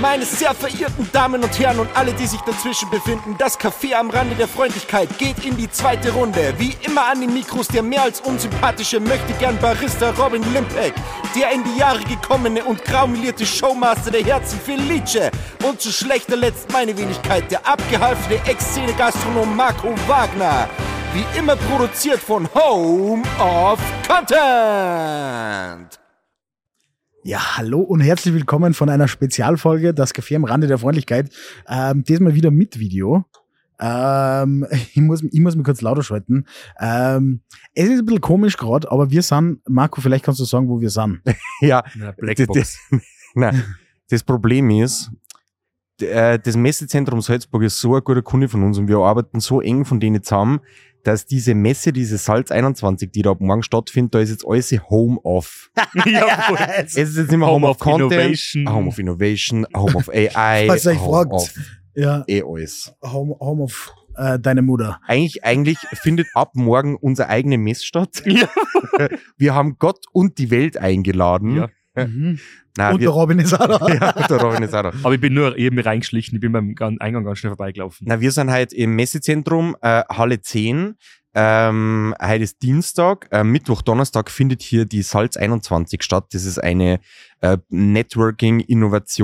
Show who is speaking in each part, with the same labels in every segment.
Speaker 1: Meine sehr verehrten Damen und Herren und alle, die sich dazwischen befinden, das Café am Rande der Freundlichkeit geht in die zweite Runde. Wie immer an den Mikros der mehr als unsympathische Möchtegern Barista Robin Limpeck, der in die Jahre gekommene und graumelierte Showmaster der Herzen Felice und zu schlechter Letzt meine Wenigkeit, der abgehalfene Ex-Szene-Gastronom Marco Wagner. Wie immer produziert von Home of Content.
Speaker 2: Ja, hallo und herzlich willkommen von einer Spezialfolge, das Café am Rande der Freundlichkeit. Ähm, diesmal wieder mit Video. Ähm, ich, muss, ich muss mich kurz lauter schalten. Ähm, es ist ein bisschen komisch gerade, aber wir sind, Marco, vielleicht kannst du sagen, wo wir sind.
Speaker 3: Ja,
Speaker 4: Na,
Speaker 3: das,
Speaker 4: Blackbox.
Speaker 3: das, nein, das Problem ist, d- äh, das Messezentrum Salzburg ist so ein guter Kunde von uns und wir arbeiten so eng von denen zusammen, dass diese Messe, diese Salz 21, die da ab morgen stattfindet, da ist jetzt alles Home Off.
Speaker 4: Jawohl.
Speaker 3: Es ist jetzt nicht mehr Home,
Speaker 4: Home
Speaker 3: of
Speaker 4: of
Speaker 3: Content,
Speaker 4: Innovation.
Speaker 3: Home of Innovation, Home of AI,
Speaker 2: Falls ihr euch
Speaker 3: Home
Speaker 2: fragt.
Speaker 3: of
Speaker 2: Ja,
Speaker 3: eh alles.
Speaker 2: Home, home of äh, deine Mutter.
Speaker 3: Eigentlich, eigentlich findet ab morgen unsere eigene Messe statt.
Speaker 4: Ja.
Speaker 3: Wir haben Gott und die Welt eingeladen.
Speaker 4: Ja.
Speaker 2: Mhm.
Speaker 3: Nein,
Speaker 2: und der
Speaker 3: wir,
Speaker 2: Robin ist auch da.
Speaker 3: ja, der Robin ist auch da.
Speaker 4: Aber ich bin nur eben reingeschlichen, ich bin beim Gan- Eingang ganz schnell vorbeigelaufen.
Speaker 3: Na, wir sind halt im Messezentrum, äh, Halle 10. Ähm, heute ist Dienstag, äh, Mittwoch, Donnerstag findet hier die Salz 21 statt. Das ist eine äh,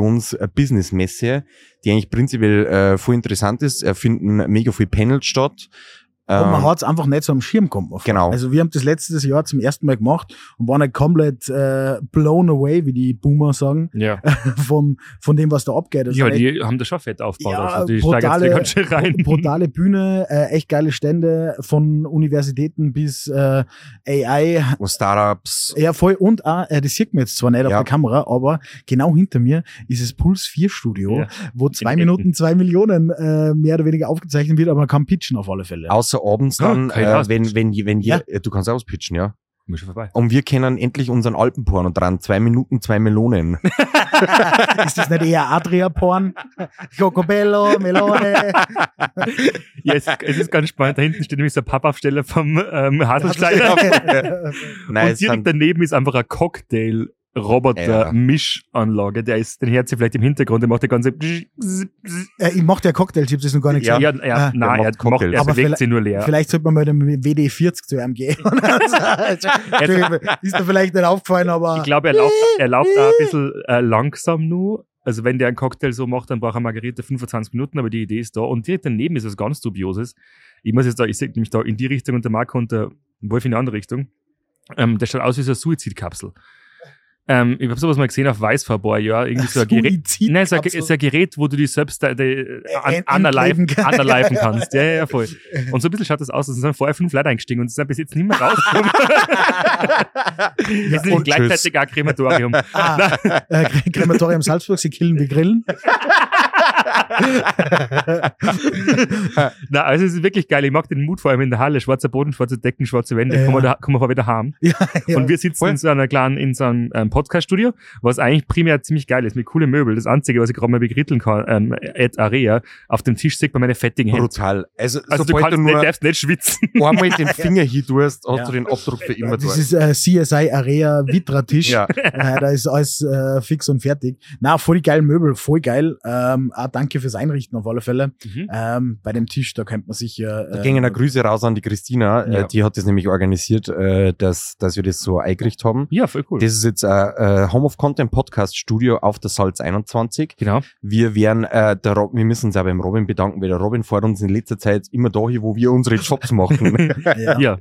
Speaker 3: Networking-Innovations-Business-Messe, die eigentlich prinzipiell äh, voll interessant ist. Äh, finden mega viele Panels statt.
Speaker 2: Und man
Speaker 3: Ähm,
Speaker 2: hat es einfach nicht so am Schirm gehabt. offenbar.
Speaker 3: Genau.
Speaker 2: Also wir haben das letztes Jahr zum ersten Mal gemacht und waren halt komplett äh, blown away, wie die Boomer sagen,
Speaker 4: Ja,
Speaker 2: vom, von dem, was da abgeht. Also
Speaker 4: ja
Speaker 2: echt
Speaker 4: die haben da schon fett aufgebaut.
Speaker 2: Ja,
Speaker 4: also die
Speaker 2: brutale-
Speaker 4: steigen jetzt da ganz schön rein.
Speaker 2: brutale Bühne, äh, echt geile Stände von Universitäten bis äh, AI.
Speaker 3: und Startups.
Speaker 2: Ja, voll. Und auch, äh, das sieht man jetzt zwar nicht auf
Speaker 3: Ja.
Speaker 2: der Kamera, aber genau hinter mir ist das Puls 4 Studio,
Speaker 4: Ja.
Speaker 2: wo zwei
Speaker 4: In
Speaker 2: Minuten zwei Millionen äh, mehr oder weniger aufgezeichnet wird, aber man kann pitchen auf alle Fälle.
Speaker 3: Außer abends dann,
Speaker 4: Ja, kann
Speaker 3: äh,
Speaker 4: ich
Speaker 3: wenn, wenn,
Speaker 4: auspitchen.
Speaker 3: wenn
Speaker 2: Ja.
Speaker 3: ihr, äh, du kannst auspitchen, ja.
Speaker 4: Bin schon vorbei.
Speaker 3: Und wir kennen endlich unseren Alpenporno dran. Zwei Minuten, zwei Melonen.
Speaker 2: Ist das nicht eher Adria-Porn? Cocobello, Melone.
Speaker 4: Ja, es, es ist ganz spannend. Da hinten steht nämlich so ein Pappaufsteller vom ähm, Haselsteiner.
Speaker 3: Nein, es
Speaker 4: und direkt
Speaker 3: sind-
Speaker 4: daneben ist einfach
Speaker 3: Ja.
Speaker 4: ein Cocktail-Roboter-Mischanlage. Der ist, den hört sie vielleicht im Hintergrund, der macht der ganze.
Speaker 2: äh, ich mochte ja Cocktailchips, ist noch gar nichts.
Speaker 3: Ja.
Speaker 4: ja, ja
Speaker 2: Ah.
Speaker 3: Der macht
Speaker 4: nein, er, macht,
Speaker 3: Cocktails.
Speaker 4: er
Speaker 2: Aber
Speaker 4: bewegt sie nur leer.
Speaker 2: Vielleicht sollte man mal dem WD40 zu einem gehen. Also, Entschuldigung, ist da vielleicht nicht aufgefallen, aber
Speaker 4: Ich glaube, er lauft, er lauft auch ein bisschen äh, langsam nur. Also wenn der einen Cocktail so macht, dann braucht er Margarita 25 Minuten, aber die Idee ist da. Und direkt daneben ist was ganz Dubioses. Ich muss jetzt da, ich sehe nämlich da in die Richtung und der Marco und der Wolf in die andere Richtung. Ähm, der schaut aus wie so eine Suizidkapsel. Ähm, ich habe sowas mal gesehen auf Weiß vor ein paar Jahren. Irgendwie so ein Gerät.
Speaker 2: Suizidkapsel.
Speaker 4: Nein, so ein, so ein Gerät, wo du dich selbst äh, die, an,
Speaker 2: Ent-
Speaker 4: analyven,
Speaker 2: entleben kann.
Speaker 4: analyven kannst. Ja, ja, ja, voll. Und so ein bisschen schaut das aus. Es sind vorher fünf Leute eingestiegen und es sind bis jetzt nicht mehr rausgekommen. Wir sind
Speaker 3: und
Speaker 4: gleichzeitig auch Krematorium.
Speaker 2: Ah, äh, Kre- Krematorium Salzburg, sie killen, wir grillen.
Speaker 4: Na, also es ist wirklich geil. Ich mag den Mut vor allem in der Halle. Schwarzer Boden, schwarze Decken, schwarze Wände.
Speaker 2: Ja.
Speaker 4: Kommen wir da, kommen wir vorher wieder heim.
Speaker 2: Ja, ja.
Speaker 4: Und wir sitzen
Speaker 3: Voll.
Speaker 4: in so einer kleinen, in so einem ähm, Podcast-Studio, was eigentlich primär ziemlich geil ist, mit coolen Möbel. Das Einzige, was ich gerade mal begritteln kann, ähm, Ed Area, auf dem Tisch sieht man meine fettigen Hände.
Speaker 3: brutal. Also,
Speaker 4: Also
Speaker 3: sobald
Speaker 4: du
Speaker 3: du
Speaker 4: kannst nicht,
Speaker 3: nur
Speaker 4: darfst nicht schwitzen.
Speaker 3: einmal den Finger hier tust, hast
Speaker 2: Ja.
Speaker 3: du den Abdruck für immer
Speaker 2: das
Speaker 3: dort.
Speaker 2: ist äh, CSI Area Vitra-Tisch.
Speaker 3: Ja,
Speaker 2: Äh, da ist alles äh, fix und fertig. Na, voll geil Möbel, voll geil. Ähm, ah, danke fürs Einrichten auf alle Fälle. Ähm, bei dem Tisch, da könnte man sich ja.
Speaker 3: da
Speaker 2: Äh,
Speaker 3: gingen eine Grüße raus an die Christina,
Speaker 4: Ja.
Speaker 3: äh, die hat das nämlich organisiert, äh, dass, dass wir das so eingerichtet haben.
Speaker 4: Ja, voll cool.
Speaker 3: Das ist jetzt ein äh, Home of Content Podcast Studio auf der Salz 21.
Speaker 4: genau.
Speaker 3: Wir werden, äh, der Rob, wir müssen uns auch beim Robin bedanken, weil der Robin fährt uns in letzter Zeit immer dahin, wo wir unsere Jobs machen.
Speaker 2: ja.
Speaker 4: Ja,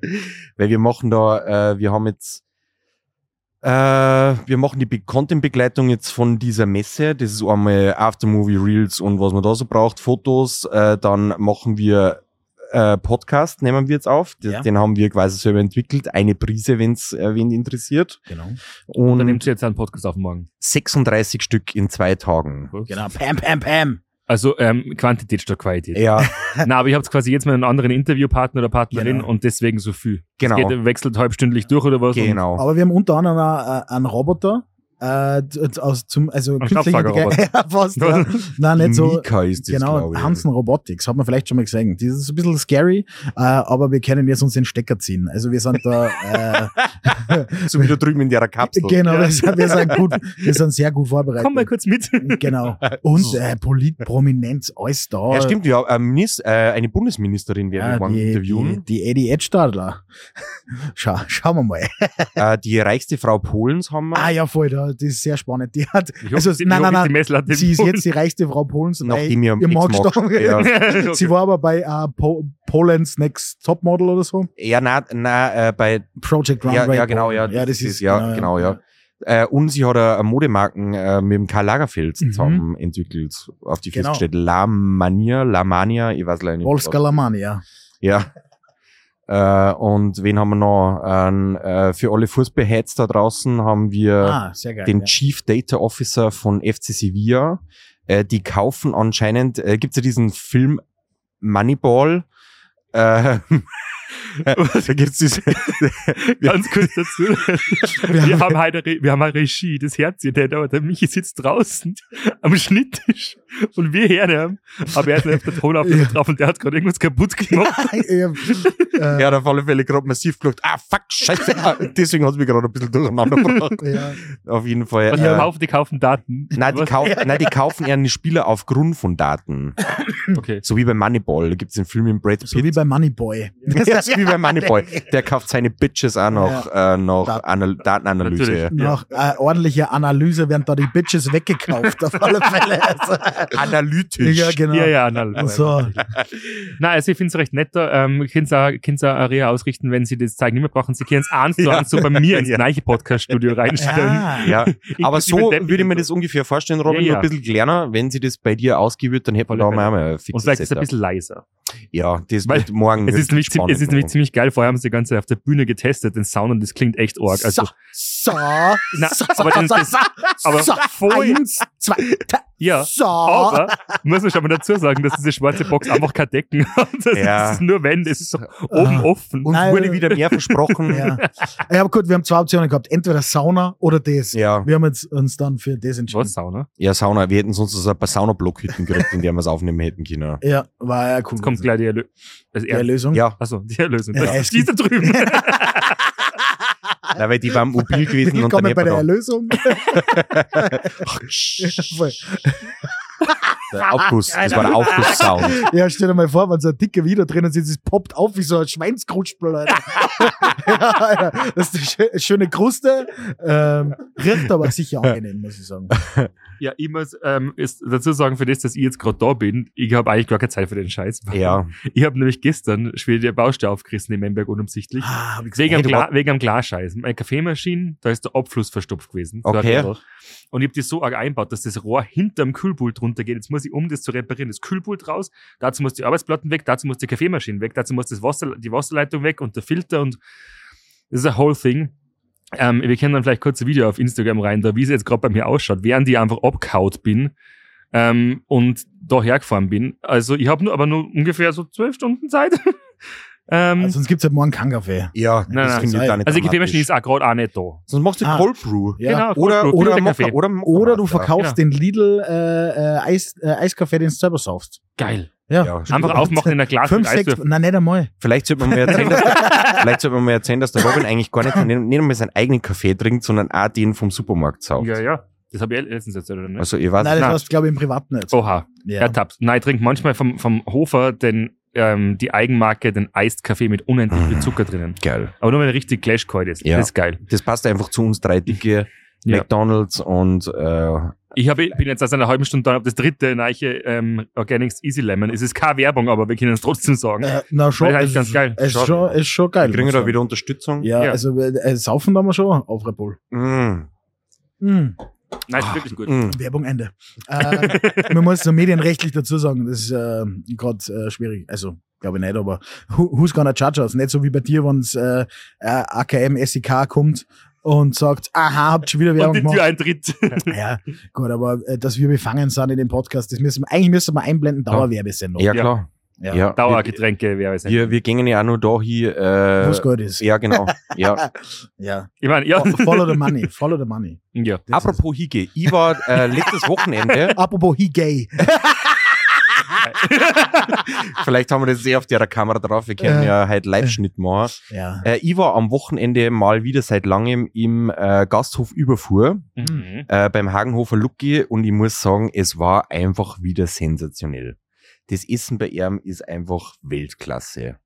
Speaker 3: Weil wir machen da, äh, wir haben jetzt, äh, wir machen die Be- Content-Begleitung jetzt von dieser Messe. Das ist einmal Aftermovie Reels und was man da so braucht, Fotos. Äh, dann machen wir äh, Podcast, nehmen wir jetzt auf. Den,
Speaker 2: Ja.
Speaker 3: den haben wir quasi selber entwickelt. Eine Prise, wenn es äh, wen interessiert.
Speaker 2: Genau.
Speaker 4: dann nimmt
Speaker 3: Und
Speaker 4: sie jetzt einen Podcast auf morgen.
Speaker 3: 36 Stück in zwei Tagen.
Speaker 2: Genau. Pam, pam, pam.
Speaker 4: Also ähm, Quantität statt Qualität.
Speaker 3: Ja,
Speaker 4: Na, aber ich habe quasi jetzt mal einen anderen Interviewpartner oder Partnerin
Speaker 2: Genau.
Speaker 4: und deswegen so viel.
Speaker 3: genau.
Speaker 4: Geht, wechselt halbstündlich durch oder was? und-
Speaker 3: Genau.
Speaker 2: Aber wir haben unter anderem auch, äh, einen Roboter, Äh, d- aus zum, also
Speaker 4: Ein
Speaker 2: künstliche
Speaker 4: Staubsaugerroboter.
Speaker 2: Intelligenz- Ja, fast, ja. Nein, nicht so.
Speaker 3: Mika ist das,
Speaker 2: Genau,
Speaker 3: glaube ich.
Speaker 2: Hansen Robotics, hat man vielleicht schon mal gesehen. Das ist ein bisschen scary, äh, aber wir können jetzt uns den Stecker ziehen. Also wir sind da, äh,
Speaker 3: So wie da drüben in der Kapsel.
Speaker 2: genau, wir sind, wir sind gut, wir sind sehr gut vorbereitet.
Speaker 4: Komm mal kurz mit.
Speaker 2: Genau. Und äh, Politprominenz, alles da.
Speaker 3: Ja, stimmt, ja, äh, Minis- äh, eine Bundesministerin werden
Speaker 2: Ja,
Speaker 3: wir morgen
Speaker 2: Ah, die, die,
Speaker 3: interviewen.
Speaker 2: die Eddie Edstadler. Schau, schauen wir mal.
Speaker 3: Äh, die reichste Frau Polens haben wir.
Speaker 2: Ah ja, voll, da, das ist sehr spannend. Die hat,
Speaker 4: Ich hoffe,
Speaker 2: also,
Speaker 4: die- ich
Speaker 2: nein,
Speaker 4: hoffe,
Speaker 2: nein,
Speaker 4: die
Speaker 2: nein,
Speaker 4: Messlatte
Speaker 2: sie ist
Speaker 4: im
Speaker 2: jetzt die reichste Frau Polens. weil
Speaker 3: nachdem ihr
Speaker 2: ihr
Speaker 3: nichts
Speaker 2: magst doch.
Speaker 3: Ja,
Speaker 4: Boden.
Speaker 2: Sie war aber bei äh, po Poland's Next Topmodel oder so.
Speaker 3: ja na, na äh, bei,
Speaker 2: Project Runway.
Speaker 3: ja, ja, genau, ja.
Speaker 2: ja das ist,
Speaker 3: ja, genau, ja. Äh, und sie hat äh, eine Modemarken äh, mit dem Karl Lagerfeld
Speaker 2: Mhm.
Speaker 3: zusammen entwickelt, auf die
Speaker 2: Genau.
Speaker 3: festgestellt. La Mania, La Mania, ich weiß leider nicht.
Speaker 2: Wolf Scalamani, ja.
Speaker 3: Ja. Äh, und wen haben wir noch? Ähm, äh, für alle Fußballheads da draußen haben wir
Speaker 2: Ah, sehr geil.
Speaker 3: den
Speaker 2: ja.
Speaker 3: Chief Data Officer von FC Sevilla. Äh, die kaufen anscheinend, äh, gibt's ja diesen Film Moneyball. Äh, da gibt's diese,
Speaker 4: Ganz kurz dazu. Wir haben, heute, Re- wir haben eine Regie, das Herz hier, der, aber der Michi sitzt draußen am Schnitttisch und wir hernehmen. Aber er ist nicht auf der Tonaufnahme
Speaker 2: Ja.
Speaker 4: drauf und der hat gerade irgendwas kaputt gemacht.
Speaker 2: Ja,
Speaker 3: ja, hat auf alle Fälle gerade massiv geguckt. Ah, fuck, scheiße. Ah, Deswegen hat's mich gerade ein bisschen durcheinander gebracht.
Speaker 2: Äh, ja.
Speaker 3: Auf jeden Fall.
Speaker 4: Und die,
Speaker 3: Äh,
Speaker 4: kaufen, die kaufen Daten.
Speaker 3: nein, die
Speaker 4: Was?
Speaker 3: kaufen, nein, die kaufen ja die Spieler aufgrund von Daten.
Speaker 4: Okay.
Speaker 3: So wie bei Moneyball. Da gibt's den Film mit Brad Pitt.
Speaker 2: So wie bei Moneyboy.
Speaker 3: Ja, so wie bei Moneyball. Der kauft seine Bitches auch noch, äh, noch
Speaker 2: Dat-
Speaker 3: Anal Datenanalyse.
Speaker 4: Natürlich.
Speaker 2: Nach äh, ordentlicher Analyse werden da die Bitches weggekauft, auf alle Fälle. Also,
Speaker 3: Analytisch.
Speaker 2: ja, genau.
Speaker 4: Ja, ja, na,
Speaker 2: So,
Speaker 4: Nein, also ich finde es recht netter. Ähm, ich könnte es auch Area ausrichten, wenn sie das Zeigen nicht mehr brauchen. Sie können es eins zu
Speaker 3: Ja.
Speaker 4: eins so bei mir ins
Speaker 3: Ja.
Speaker 4: gleiche Podcast-Studio reinstellen.
Speaker 2: ja.
Speaker 3: Ja, aber so
Speaker 4: Inklusive Depping
Speaker 3: würde ich mir
Speaker 4: und
Speaker 3: das ungefähr vorstellen, Robin,
Speaker 4: Ja, ja.
Speaker 3: nur ein bisschen kleiner. Wenn sie das bei dir ausgeben würde, dann hätten wir da
Speaker 4: Volle Fälle.
Speaker 3: mal ein
Speaker 4: Und
Speaker 3: fixes
Speaker 4: vielleicht ist es ein
Speaker 3: Setup.
Speaker 4: bisschen leiser.
Speaker 3: Ja, das
Speaker 4: Weil
Speaker 3: wird morgen
Speaker 4: Es ist,
Speaker 3: wirklich
Speaker 4: nämlich, zi- es ist nämlich
Speaker 3: spannend.
Speaker 4: ziemlich geil. Vorher haben sie die ganze Zeit auf der Bühne getestet, den Sound, und das klingt echt arg. Also,
Speaker 2: so, so,
Speaker 4: Na,
Speaker 2: so,
Speaker 4: aber dann-
Speaker 2: so, so,
Speaker 4: aber
Speaker 2: so,
Speaker 4: voll-
Speaker 2: eins, zwei, ta-
Speaker 4: ja.
Speaker 2: so.
Speaker 4: Aber muss man schon mal dazu sagen, dass diese schwarze Box einfach keine Decken hat. Das
Speaker 3: Ja.
Speaker 4: ist nur Wände, es ist so oben
Speaker 2: Ah.
Speaker 4: offen.
Speaker 3: Uns
Speaker 2: Nein,
Speaker 3: wurde wieder mehr versprochen. ja.
Speaker 2: ja. ja, aber gut, wir haben zwei Optionen gehabt. Entweder Sauna oder das.
Speaker 3: Ja,
Speaker 2: Wir haben jetzt uns dann für das entschieden.
Speaker 4: Was Sauna?
Speaker 3: Sauna. Wir hätten sonst so ein paar Sauna-Blockhütten gekriegt, in der wir es aufnehmen hätten können.
Speaker 2: Ja, war ja cool.
Speaker 4: Jetzt kommt
Speaker 2: gewesen.
Speaker 4: gleich
Speaker 2: Die
Speaker 4: die Erlösung. Also
Speaker 2: Erlösung.
Speaker 3: Ja,
Speaker 4: Achso, die Erlösung.
Speaker 2: Ja,
Speaker 4: Das
Speaker 2: es
Speaker 4: ist die da drüben.
Speaker 3: na, weil die waren mobil gewesen und dann
Speaker 2: Willkommen
Speaker 3: hätten
Speaker 2: bei der
Speaker 3: wir
Speaker 2: Erlösung. Voll.
Speaker 3: da- der Aufguss.
Speaker 4: Ah,
Speaker 3: Das war der Aufguss-Sound.
Speaker 2: ja, stell dir mal vor, wenn so ein dicker wieder drinnen sitzt, es poppt auf wie so ein Schweinskrutzspül, Alter. ja, Alter. Das ist eine schö- schöne Kruste. Ähm, riecht aber sicher angenehm, muss ich sagen.
Speaker 4: Ja, ich muss ähm, ist dazu sagen, für das, dass ich jetzt gerade da bin, ich habe eigentlich gar keine Zeit für den Scheiß. weil
Speaker 3: Ja.
Speaker 4: Ich habe nämlich gestern schwer die Baustelle aufgerissen in Memberg unumsichtlich.
Speaker 2: Ah, hab ich gesagt.
Speaker 4: Wegen am,
Speaker 3: Hey, du
Speaker 4: Gla wegen am Glasscheiß. Meine Kaffeemaschine, da ist der Abfluss verstopft gewesen. So ein
Speaker 3: Okay.
Speaker 4: Rohr. Und ich habe das so arg einbaut, dass das Rohr hinterm Kühlpult runtergeht. Jetzt muss ich, um das zu reparieren, das Kühlpult raus. Dazu muss die Arbeitsplatten weg, dazu muss die Kaffeemaschine weg, dazu muss das Wasser, die Wasserleitung weg und der Filter und das ist a whole thing. Ähm, wir können dann vielleicht kurz ein Video auf Instagram rein, da wie es jetzt gerade bei mir ausschaut, während ich einfach abgehaut bin ähm, und da hergefahren bin. Also ich habe nur aber nur ungefähr so zwölf Stunden Zeit. ähm,
Speaker 2: Also, sonst gibt's halt morgen keinen Kaffee.
Speaker 3: Ja,
Speaker 4: Nein,
Speaker 3: das
Speaker 4: nein,
Speaker 3: finde ich
Speaker 2: sei-
Speaker 3: da nicht
Speaker 4: also die
Speaker 3: dramatisch.
Speaker 4: Kaffeemaschine ist auch gerade auch nicht da.
Speaker 3: Sonst machst du
Speaker 2: Ah.
Speaker 3: Cold Brew.
Speaker 2: Ja.
Speaker 3: Oder,
Speaker 4: Genau, Cold Brew,
Speaker 3: oder,
Speaker 4: guter
Speaker 3: Mokka-
Speaker 4: Kaffee.
Speaker 3: oder, Mokka-
Speaker 2: Oder du
Speaker 3: Genau. ja.
Speaker 2: verkaufst den Lidl äh, äh, Eis, äh, Eiskaffee, den du selber saufst.
Speaker 4: Geil.
Speaker 2: Ja.
Speaker 3: Ja, stimmt.
Speaker 4: Einfach aufmachen in der Glas
Speaker 2: Fünf,
Speaker 4: mit Eis
Speaker 2: sechs,
Speaker 4: drauf.
Speaker 2: nein, nicht einmal.
Speaker 3: Vielleicht sollte man mir erzählen, dass, vielleicht sollte man mir erzählen, dass der Robin eigentlich gar nicht, nicht nicht einmal seinen eigenen Kaffee trinkt, sondern auch den vom Supermarkt saugt.
Speaker 4: Ja, ja. Das habe ich letztens erzählt, oder nicht?
Speaker 3: Also, ihr weiß,
Speaker 2: Nein, das
Speaker 4: nein.
Speaker 2: war's, glaube ich, im Privaten jetzt.
Speaker 4: Oha,
Speaker 2: Also, Ja.
Speaker 4: ertappt. Nein, ich trinke manchmal vom, vom Hofer den, ähm, die Eigenmarke, den Eist Kaffee mit unendlich viel
Speaker 2: Ah.
Speaker 3: Mm.
Speaker 4: Zucker drinnen.
Speaker 3: geil.
Speaker 4: Aber nur wenn er richtig Clash kalt ist.
Speaker 3: Ja.
Speaker 4: Das ist geil.
Speaker 3: Das passt einfach zu uns drei dicke
Speaker 4: Ja.
Speaker 3: McDonalds und, äh,
Speaker 4: Ich hab, bin jetzt seit einer halben Stunde da, hab das dritte neiche ähm, Organics Easy Lemon. Es ist keine Werbung, aber wir können es trotzdem sagen.
Speaker 2: Äh, na, schon.
Speaker 4: Weil das
Speaker 2: es
Speaker 4: ist ganz geil.
Speaker 2: Es ist
Speaker 3: Schon.
Speaker 2: schon, ist schon geil. Also,
Speaker 3: kriegen
Speaker 2: muss
Speaker 3: da
Speaker 2: ich
Speaker 3: wieder Unterstützung.
Speaker 2: sagen. Ja,
Speaker 4: Ja.
Speaker 2: also, äh, saufen da mal schon auf Red Bull.
Speaker 3: Mm,
Speaker 4: Hm.
Speaker 2: Mm.
Speaker 4: Nein, ist wirklich gut.
Speaker 3: mm.
Speaker 2: Werbung Ende. Äh, man muss so medienrechtlich dazu sagen, das ist äh, gerade äh, schwierig. Also, glaube ich nicht, aber who, who's gonna charge us? Nicht so wie bei dir, wenns äh, äh, AKM, SEK kommt und sagt, aha, habt schon wieder
Speaker 4: Und
Speaker 2: Werbung
Speaker 4: die Tür
Speaker 2: gemacht.
Speaker 4: eintritt.
Speaker 2: Ja, gut, aber äh, dass wir befangen sind in dem Podcast, das müssen wir, eigentlich müssen wir einblenden, Dauerwerbesendung.
Speaker 3: ja, klar.
Speaker 2: Ja.
Speaker 3: Ja,
Speaker 4: Dauergetränke wäre es.
Speaker 3: Wir, wir, wir gingen ja auch nur da hier.
Speaker 2: Wo
Speaker 3: Äh,
Speaker 2: es Gold ist.
Speaker 3: ja, genau. Ja.
Speaker 2: Ja.
Speaker 4: Ich meine, ja.
Speaker 2: Fo- Follow the money. Follow the money.
Speaker 4: ja.
Speaker 2: Das ist-
Speaker 3: Apropos Hige, ich war äh, letztes Wochenende,
Speaker 2: Apropos he gay.
Speaker 3: vielleicht haben wir das eh auf der Kamera drauf, wir können ja halt Live-Schnitt machen.
Speaker 2: Ja.
Speaker 3: Äh, ich war am Wochenende mal wieder seit langem im äh, Gasthof Überfuhr
Speaker 4: Mhm.
Speaker 3: äh, beim Hagenhofer Lucki und ich muss sagen, es war einfach wieder sensationell. Das Essen bei ihm ist einfach Weltklasse.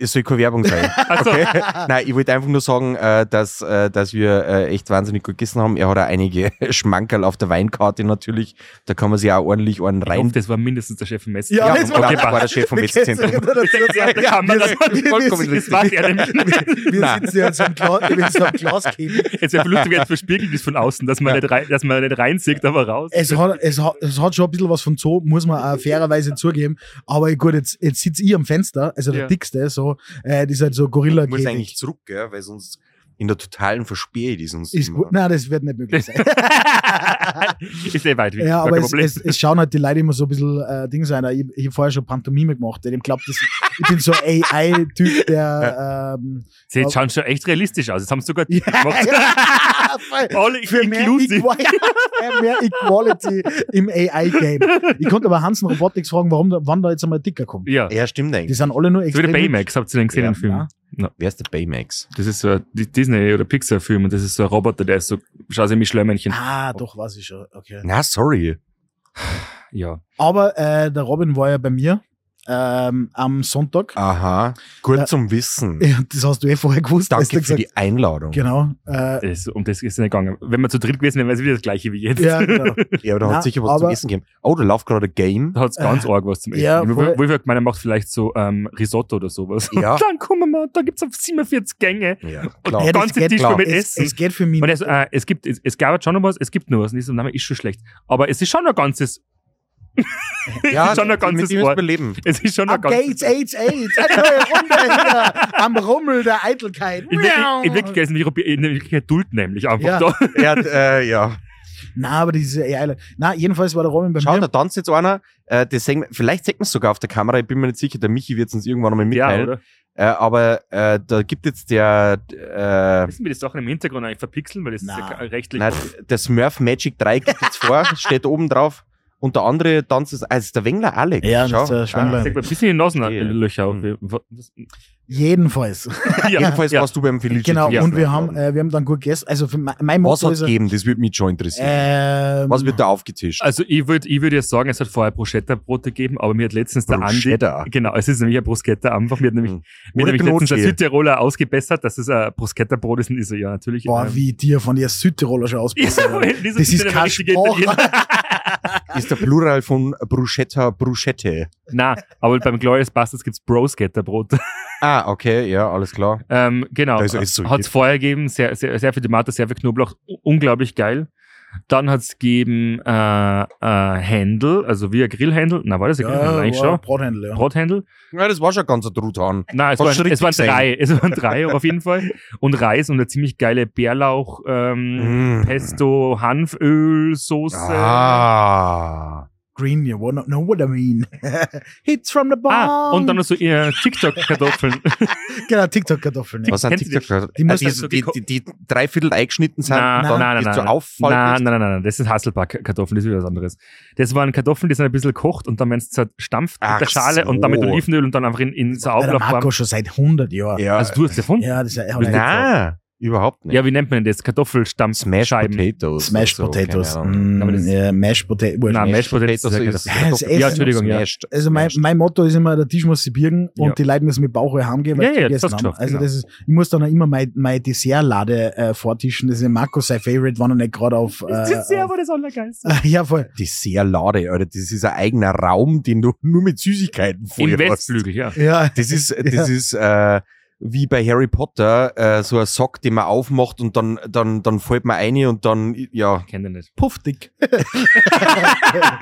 Speaker 3: Es soll keine Werbung sein.
Speaker 4: Also,
Speaker 3: Okay. Nein, ich wollte einfach nur sagen, äh, dass, äh, dass wir äh, echt wahnsinnig gut gegessen haben. Er hat auch einige Schmankerl auf der Weinkarte natürlich. Da kann man sich auch ordentlich einen
Speaker 4: ich hoffe,
Speaker 3: rein.
Speaker 4: das war mindestens der Chef im Messer.
Speaker 2: Ja,
Speaker 3: und
Speaker 2: das war-
Speaker 3: okay, war der Chef vom
Speaker 2: Wir können
Speaker 3: Westzentrum.
Speaker 2: jetzt dazu sagen,
Speaker 4: Ja, kann man das
Speaker 2: wir-
Speaker 3: vollkommen
Speaker 2: wir-
Speaker 4: Das war der nämlich.
Speaker 2: Wir
Speaker 3: Nein.
Speaker 2: sitzen ja in so einem Gla- in so einem Glaskäfig.
Speaker 4: Jetzt wäre lustig, wenn es verspiegelt ist von außen, dass man, nicht, rein, dass man nicht reinsieht, aber raus.
Speaker 2: Es hat, es, hat, es hat schon ein bisschen was von Zoo, muss man auch fairerweise zugeben. Aber gut, jetzt, jetzt sitze ich am Fenster, also der
Speaker 4: Ja.
Speaker 2: dickste, so, äh, das ist halt so gorilla
Speaker 3: Ich muss eigentlich zurück, gell, weil sonst in der totalen verspähe ich die sonst.
Speaker 2: ist gut.
Speaker 3: immer.
Speaker 2: Nein, das wird nicht möglich sein.
Speaker 4: ist eh weit weg.
Speaker 2: ja,
Speaker 4: gar
Speaker 2: aber
Speaker 4: kein
Speaker 2: es,
Speaker 4: Problem.
Speaker 2: es, es schauen halt die Leute immer so ein bisschen äh, Ding sein. Ich, ich habe vorher schon Pantomime gemacht. Ich glaube, ich bin so ein AI-Typ, der. Ähm,
Speaker 4: Sie jetzt schauen schon echt realistisch aus. Jetzt haben sie sogar
Speaker 2: ja,
Speaker 4: gemacht.
Speaker 2: ja, voll.
Speaker 4: All
Speaker 2: für mehr,
Speaker 4: inclusive.
Speaker 2: Equal, für mehr Equality im AI-Game. Ich konnte aber Hansen Robotics fragen, warum da, wann da jetzt einmal dicker kommt.
Speaker 4: Ja.
Speaker 3: Ja, stimmt
Speaker 2: Die
Speaker 3: eigentlich.
Speaker 2: sind alle nur
Speaker 4: So wie
Speaker 2: extrem.
Speaker 4: der Baymax, habt ihr den gesehen,
Speaker 3: Ja,
Speaker 4: den Film?
Speaker 2: na.
Speaker 3: Wer ist der Baymax?
Speaker 4: Das ist so ein Di- Disney- oder Pixar-Film und das ist so ein Roboter, der ist so, schau sie Michelin-Männchen.
Speaker 2: Ah, doch, weiß ich schon. Okay.
Speaker 3: Na, sorry.
Speaker 4: Ja.
Speaker 2: Aber äh, der Robin war ja bei mir ähm, am Sonntag.
Speaker 4: Ah.
Speaker 3: Aha. Gut
Speaker 2: Ja.
Speaker 3: zum Wissen.
Speaker 2: Ja, Das hast du eh vorher gewusst. hast du
Speaker 3: Danke für
Speaker 2: gesagt.
Speaker 3: die Einladung.
Speaker 2: Genau. Äh,
Speaker 4: Das, um das ist es nicht gegangen. Wenn wir zu dritt gewesen wären, wäre es wieder das gleiche wie jetzt.
Speaker 2: ja, genau.
Speaker 3: Ja, aber da
Speaker 2: Na,
Speaker 3: hat sicher was zum
Speaker 2: aber-
Speaker 3: Essen gegeben. Oh, da läuft gerade ein Game.
Speaker 4: Da hat es ganz arg was zum Essen.
Speaker 2: Äh, ja, voll.
Speaker 4: Wolfgang meiner macht vielleicht so ähm, Risotto oder sowas.
Speaker 3: Ja.
Speaker 4: Dann kommen wir, da gibt es 47 Gänge.
Speaker 3: Ja,
Speaker 4: Und
Speaker 3: klar.
Speaker 2: Ja,
Speaker 4: der
Speaker 2: das
Speaker 4: ganze
Speaker 2: geht
Speaker 4: Tisch
Speaker 3: klar.
Speaker 4: nur mit
Speaker 2: Es,
Speaker 4: Essen.
Speaker 2: es geht für mich.
Speaker 4: Und also, äh, es gibt, es, es gab jetzt schon noch was, es gibt nur was. Und dieser Name ist schon schlecht. Aber es ist schon ein ganzes,
Speaker 3: Ja,
Speaker 4: ist schon ein ganzes
Speaker 3: mit dem
Speaker 4: Wort.
Speaker 3: müssen wir leben.
Speaker 4: es ist schon ein
Speaker 2: Ab
Speaker 4: ganzes.
Speaker 2: geht's, AIDS, AIDS. Eine neue Runde hier am Rummel der Eitelkeit.
Speaker 4: In Wirklichkeit, in Wirklichkeit ist ein Europäer- in Wirklichkeit Duld nämlich einfach
Speaker 2: Ja.
Speaker 4: da.
Speaker 3: Ja, äh, ja.
Speaker 2: Na, aber diese AI. Na, jedenfalls war der Robin bei
Speaker 3: Schau, da
Speaker 2: mir.
Speaker 3: tanzt jetzt einer. Äh, das sehen, wir- vielleicht sieht man es sogar auf der Kamera. Ich bin mir nicht sicher. Der Michi wird es uns irgendwann einmal
Speaker 4: Ja,
Speaker 3: mitteilen.
Speaker 4: oder?
Speaker 3: äh, aber äh, da gibt jetzt der äh,
Speaker 4: Müssen wir das Sachen im Hintergrund eigentlich verpixeln, weil das ist
Speaker 2: Na.
Speaker 4: ja rechtlich.
Speaker 3: nein, der Smurf Magic 3 gibt jetzt vor. steht oben drauf. Und der andere tanzt es. Ah, es ist der Wengler Alex. Ah.
Speaker 2: Ja, das ist der Schwengler.
Speaker 4: Sag mal, ein bisschen die Nasenlöcher.
Speaker 3: Hm.
Speaker 2: Jedenfalls.
Speaker 4: Ja.
Speaker 3: Jedenfalls
Speaker 4: Ja.
Speaker 3: warst du beim Felicity.
Speaker 2: Genau.
Speaker 4: Ja.
Speaker 2: Und wir haben, äh, wir haben dann gut gegessen. Also für mein, mein
Speaker 3: Was
Speaker 2: Motto
Speaker 3: hat
Speaker 2: ist.
Speaker 3: es gegeben? Das würde mich schon interessieren.
Speaker 2: ähm,
Speaker 3: Was wird da aufgetischt?
Speaker 4: Also ich würde ich würd jetzt sagen, es hat vorher Bruschetta-Brote gegeben, aber mir hat letztens der Andi...
Speaker 3: Bruschetta.
Speaker 4: Genau, es ist nämlich ein Bruschetta einfach. Mir hat nämlich,
Speaker 3: Hm.
Speaker 4: mir
Speaker 3: Oder
Speaker 4: hat nämlich letztens der
Speaker 3: Gnocchi.
Speaker 4: Südtiroler ausgebessert, dass es ein Bruschetta-Brot ist. Und ich so, ja, natürlich.
Speaker 2: Boah,
Speaker 4: ähm,
Speaker 2: wie dir von der Südtiroler schon ausbessert.
Speaker 4: Ja, in diesem
Speaker 2: das ist
Speaker 4: Sinne
Speaker 2: kein
Speaker 4: richtige
Speaker 2: Sprache.
Speaker 4: Italiener. Ah.
Speaker 3: Ist der Plural von Bruschetta Bruschette?
Speaker 4: Nein, aber beim Glorious Bastards gibt's Brosketter-Brot.
Speaker 3: Ah, okay, ja, alles klar.
Speaker 4: Ähm, genau.
Speaker 3: Da ist
Speaker 4: Hat's
Speaker 3: alles so-
Speaker 4: vorher gegeben, sehr, sehr, sehr viel Tomate, sehr viel Knoblauch, u- unglaublich geil. Dann hat's gegeben äh, äh, Händel, also wie ein Grillhändel. Na, war das ein Grillhändel eigentlich
Speaker 2: war
Speaker 4: schon?
Speaker 2: Brothändler, ja.
Speaker 4: Brothändel?
Speaker 3: Ja, das war schon ganz ein Truthahn.
Speaker 4: Nein, es
Speaker 3: Hast
Speaker 4: waren,
Speaker 3: du richtig
Speaker 4: es waren
Speaker 3: gesehen?
Speaker 4: drei. Es waren drei auf jeden Fall. Und Reis und eine ziemlich geile Bärlauch, ähm,
Speaker 3: Mm.
Speaker 4: Pesto, Hanföl, Soße.
Speaker 3: Ah.
Speaker 2: Green, you wanna know what I mean? Hits from the bomb.
Speaker 4: Ah, und dann noch so äh, TikTok-Kartoffeln.
Speaker 2: genau, TikTok-Kartoffeln. Ja.
Speaker 3: Was sind
Speaker 4: Kennst du die-
Speaker 3: TikTok?
Speaker 2: die muss
Speaker 3: Die,
Speaker 4: halt so
Speaker 3: die, die,
Speaker 4: geko-
Speaker 3: die, die dreiviertel eingeschnitten sind
Speaker 4: Na,
Speaker 3: und dann
Speaker 4: na, na,
Speaker 3: die
Speaker 4: na,
Speaker 3: zu
Speaker 4: na.
Speaker 3: auffallen.
Speaker 4: Nein, nein, nein, nein, das sind Hasselback-Kartoffeln, das ist wieder was anderes. Das waren Kartoffeln, die sind ein bisschen kocht und dann werden sie zerstampft
Speaker 3: Ach
Speaker 4: mit der Schale und
Speaker 3: so.
Speaker 4: dann mit Olivenöl und dann einfach in, in so
Speaker 2: Weil der
Speaker 4: Auflaufform.
Speaker 2: Marco schon seit 100 Jahren.
Speaker 3: Ja,
Speaker 4: Also du hast es erfunden? Ja.
Speaker 2: Ja, das ist ja
Speaker 4: Nein.
Speaker 3: nein, überhaupt nicht.
Speaker 4: wie nennt man denn das? Kartoffelstampf.
Speaker 3: Smash
Speaker 4: Scheiben.
Speaker 3: Potatoes.
Speaker 2: Mashed
Speaker 3: oder so,
Speaker 2: Potatoes.
Speaker 3: keine Ahnung.
Speaker 2: Mm,
Speaker 4: Aber das-
Speaker 2: ja, Mashed Potatoes.
Speaker 4: Nein, Mashed Potatoes ist ja
Speaker 3: Potatoes ist
Speaker 2: Ja, das
Speaker 3: Kartoffeln.
Speaker 2: Essen.
Speaker 4: Entschuldigung, ja.
Speaker 3: Smashed.
Speaker 2: Also mein,
Speaker 3: Smashed.
Speaker 2: mein Motto ist immer, der Tisch muss sich birgen und
Speaker 4: Ja.
Speaker 2: die Leute müssen mit Bauch haben gehen, weil
Speaker 4: Ja,
Speaker 2: sie
Speaker 4: ja,
Speaker 2: gegessen
Speaker 4: das hast
Speaker 2: haben.
Speaker 4: du geschafft,
Speaker 2: Also
Speaker 4: genau.
Speaker 2: das ist, ich muss dann auch immer mein, mein Dessertlade äh, vortischen. Das ist Marco sein Favorite, wenn er nicht gerade auf... Äh, auf
Speaker 4: aber das allergeilste.
Speaker 2: ja, voll.
Speaker 3: Dessertlade, Alter. Das ist ein eigener Raum, den du nur mit Süßigkeiten
Speaker 4: Im
Speaker 3: vorher hast.
Speaker 4: Westflügel, ja.
Speaker 2: Ja.
Speaker 3: Das ist, das ist äh, wie bei Harry Potter, äh, so ein Sock, den man aufmacht und dann, dann, dann fällt man eine und dann, ja.
Speaker 4: Kennt ihr nicht.
Speaker 2: puffdick.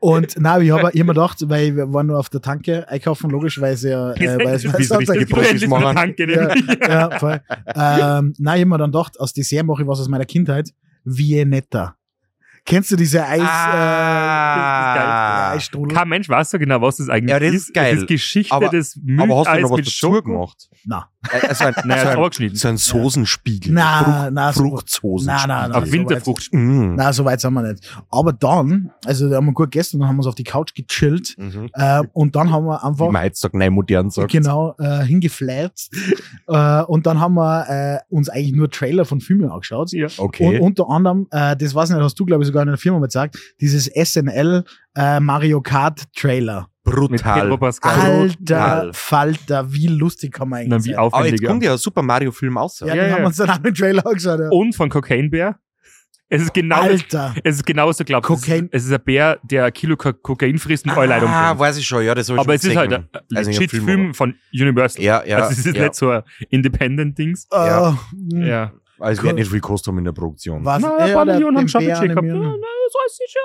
Speaker 2: und na, ich habe immer gedacht, weil wir waren nur auf der Tanke einkaufen, logisch, weil es ja, äh, weil es
Speaker 4: Das ist
Speaker 2: weil es
Speaker 4: richtig
Speaker 2: Sonntag
Speaker 3: Profis machen.
Speaker 4: brennend, danke,
Speaker 2: Ja.
Speaker 4: nämlich.
Speaker 2: ja, voll. Ähm, nein, ich habe mir dann gedacht, aus Dessert mache ich was aus meiner Kindheit. Viennetta. Kennst du diese Eis,
Speaker 3: Ah.
Speaker 2: äh, Eisstrudel?
Speaker 4: Kein Mensch weiß so genau, was das eigentlich
Speaker 3: Ja, das ist geil.
Speaker 4: Das ist Geschichte
Speaker 3: Aber-
Speaker 4: des
Speaker 3: Aber hast du
Speaker 4: Milcheis
Speaker 3: noch was
Speaker 4: mit
Speaker 3: dazu
Speaker 4: Schoko.
Speaker 3: gemacht?
Speaker 2: Na,
Speaker 3: Äh, Also ein,
Speaker 4: Naja,
Speaker 3: so ein,
Speaker 4: aber geschnitten.
Speaker 3: so ein Soßenspiegel.
Speaker 2: na, na,
Speaker 3: Frucht,
Speaker 2: so,
Speaker 3: Fruchtsoßenspiegel.
Speaker 2: Na, na, na.
Speaker 4: Auf
Speaker 2: Also
Speaker 4: Winterfrucht.
Speaker 3: Mm.
Speaker 2: na, so weit sind wir nicht. Aber dann, also da haben wir gut gegessen und haben uns auf die Couch gechillt
Speaker 3: Mhm.
Speaker 2: äh, und dann haben wir
Speaker 3: Wie
Speaker 2: einfach
Speaker 3: man jetzt sagt, nein, modern sagt.
Speaker 2: genau äh, hingefläzt äh, und dann haben wir äh, uns eigentlich nur Trailer von Filmen angeschaut.
Speaker 4: Ja.
Speaker 3: Okay.
Speaker 2: Und unter anderem, äh, das weiß nicht, hast du, glaube ich, sogar in der Firma mal gesagt, dieses SNL äh, Mario Kart Trailer.
Speaker 4: Mit
Speaker 3: Brutal.
Speaker 4: Pedro Pascal.
Speaker 2: Alter Falter, wie lustig kann man
Speaker 4: Na,
Speaker 2: eigentlich
Speaker 4: wie
Speaker 2: sein.
Speaker 3: Aber jetzt
Speaker 4: aufwendig.
Speaker 3: kommt ja ein Super Mario-Film aus.
Speaker 2: Ja,
Speaker 4: Ja,
Speaker 2: dann
Speaker 4: ja.
Speaker 2: haben wir uns dann auch den Trailer angeschaut. Ja.
Speaker 4: Und von Cocaine Bear. Es ist genau das,
Speaker 2: Alter.
Speaker 4: es ist genau, was du glaubst.
Speaker 2: Cocaine-
Speaker 4: Es ist, es ist ein Bär, der ein Kilo Ko- Kokain frisst und Euleidung
Speaker 3: Ah,
Speaker 4: bringt.
Speaker 3: weiß ich schon. Ja, das hab ich
Speaker 4: Aber
Speaker 3: schon
Speaker 4: es ist
Speaker 3: gesehen.
Speaker 4: halt ein
Speaker 3: Also ich hab
Speaker 4: legit
Speaker 3: Film,
Speaker 4: Film, von Universal.
Speaker 3: Ja, ja.
Speaker 4: also es ist
Speaker 3: ja.
Speaker 4: nicht so ein Independent-Dings.
Speaker 3: Ja.
Speaker 2: Äh, mh,
Speaker 4: Ja.
Speaker 3: Also es wird
Speaker 2: Cool.
Speaker 3: nicht viel gekostet haben in der Produktion.
Speaker 2: Was?
Speaker 4: Na, ein
Speaker 2: Ja,
Speaker 4: paar
Speaker 2: Also oder
Speaker 4: Millionen
Speaker 2: den
Speaker 4: haben schon
Speaker 2: Bär
Speaker 4: Budget gehabt.
Speaker 2: animieren.
Speaker 4: Ja, ne? na, so ist sicher.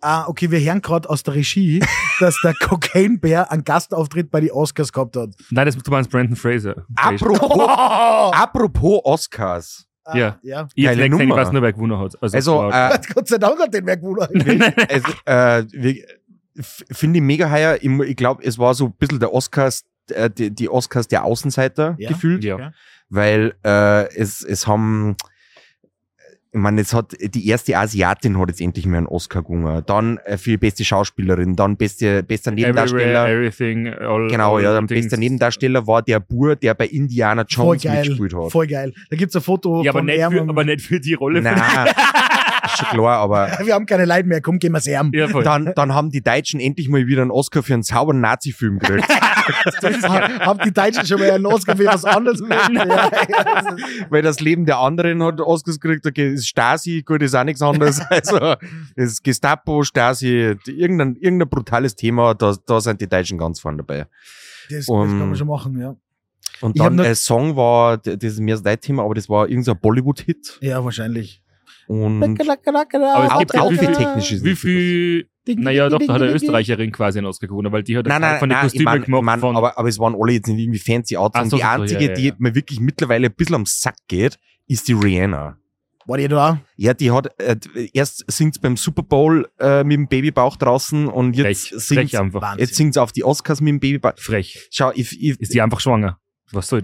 Speaker 2: Ah, okay, wir hören gerade aus der Regie, dass der Cocaine Bear einen Gastauftritt bei den Oscars gehabt hat.
Speaker 4: Nein, das du meinst Brandon Fraser.
Speaker 3: Apropos, apropos Oscars.
Speaker 2: Ah,
Speaker 4: Ja.
Speaker 2: ja.
Speaker 4: Ich,
Speaker 3: Keine
Speaker 4: hab's nicht gesehen, ich
Speaker 3: Nummer.
Speaker 4: weiß nur, wer gewonnen hat. Also,
Speaker 3: Also,
Speaker 4: wow.
Speaker 3: äh,
Speaker 2: Gott sei Dank hat den wer gewonnen.
Speaker 3: also äh, wir- f- finde ich mega heuer. Ich, mu- ich glaube, es war so ein bisschen der Oscars, äh, die, die Oscars der Außenseiter
Speaker 2: Ja.
Speaker 3: gefühlt,
Speaker 4: Ja.
Speaker 2: Ja.
Speaker 3: weil äh, es, es haben. Ich meine, es hat die erste Asiatin hat jetzt endlich mal einen Oscar gewonnen. Dann äh, für die beste Schauspielerin, dann beste, bester Nebendarsteller.
Speaker 4: Everywhere, everything, all,
Speaker 3: Genau,
Speaker 4: all
Speaker 3: ja, dann
Speaker 4: Dings.
Speaker 3: bester Nebendarsteller war der Bur, der bei Indiana
Speaker 2: Voll
Speaker 3: Jones
Speaker 2: geil.
Speaker 3: mitgespielt hat.
Speaker 2: Voll geil. Da gibt's ein Foto
Speaker 4: Ja, aber
Speaker 2: von
Speaker 4: nicht,
Speaker 2: ihm.
Speaker 4: für, aber nicht für die Rolle. von-
Speaker 3: Nein, ist schon klar, aber
Speaker 2: Wir haben keine Leid mehr, komm, gehen wir's herm.
Speaker 4: Ja, voll.
Speaker 3: dann, dann haben die Deutschen endlich mal wieder einen Oscar für einen sauberen Nazi-Film gekriegt.
Speaker 2: Ha- Haben die Deutschen schon mal einen Oscar für was anderes? gekriegt? ja, ja.
Speaker 3: weil das Leben der anderen hat Oscars gekriegt. Okay, ist Stasi, gut, ist auch nichts anderes. Also, das ist Gestapo, Stasi, die- irgendein, irgendein brutales Thema, da, da sind die Deutschen ganz vorne dabei.
Speaker 2: Das, das
Speaker 3: Um,
Speaker 2: kann man schon machen, ja.
Speaker 3: Und
Speaker 2: Ich hab
Speaker 3: dann,
Speaker 2: noch-
Speaker 3: äh, Song war, d- das ist mehr das Leitthema, aber das war irgendein Bollywood-Hit.
Speaker 2: Ja, wahrscheinlich.
Speaker 3: Und
Speaker 4: es
Speaker 2: Aber
Speaker 4: gibt ja
Speaker 3: outfit-technisch ist
Speaker 4: Wie viel. Naja, doch, da hat eine Österreicherin quasi einen Oscar gewonnen, weil die hat
Speaker 3: Nein, nein,
Speaker 4: von den
Speaker 3: nein, ich
Speaker 4: Kostümen
Speaker 3: mein, ich
Speaker 4: gemacht.
Speaker 3: mein,
Speaker 4: von,
Speaker 3: aber, aber es waren alle jetzt nicht irgendwie fancy Outfits.
Speaker 4: Ach
Speaker 3: Und
Speaker 4: so,
Speaker 3: die
Speaker 4: so, so,
Speaker 3: einzige,
Speaker 4: ja, ja, ja.
Speaker 3: die mir wirklich mittlerweile ein bisschen am Sack geht, ist die Rihanna.
Speaker 2: War die da?
Speaker 3: Ja, die hat äh, erst singt beim Super Bowl äh, mit dem Babybauch draußen und jetzt
Speaker 4: frech,
Speaker 3: singt
Speaker 4: frech einfach.
Speaker 2: Wahnsinn.
Speaker 3: jetzt singt sie auf die Oscars mit dem Babybauch.
Speaker 4: Frech.
Speaker 3: Schau, ich, ich,
Speaker 4: Ist die einfach schwanger? Was soll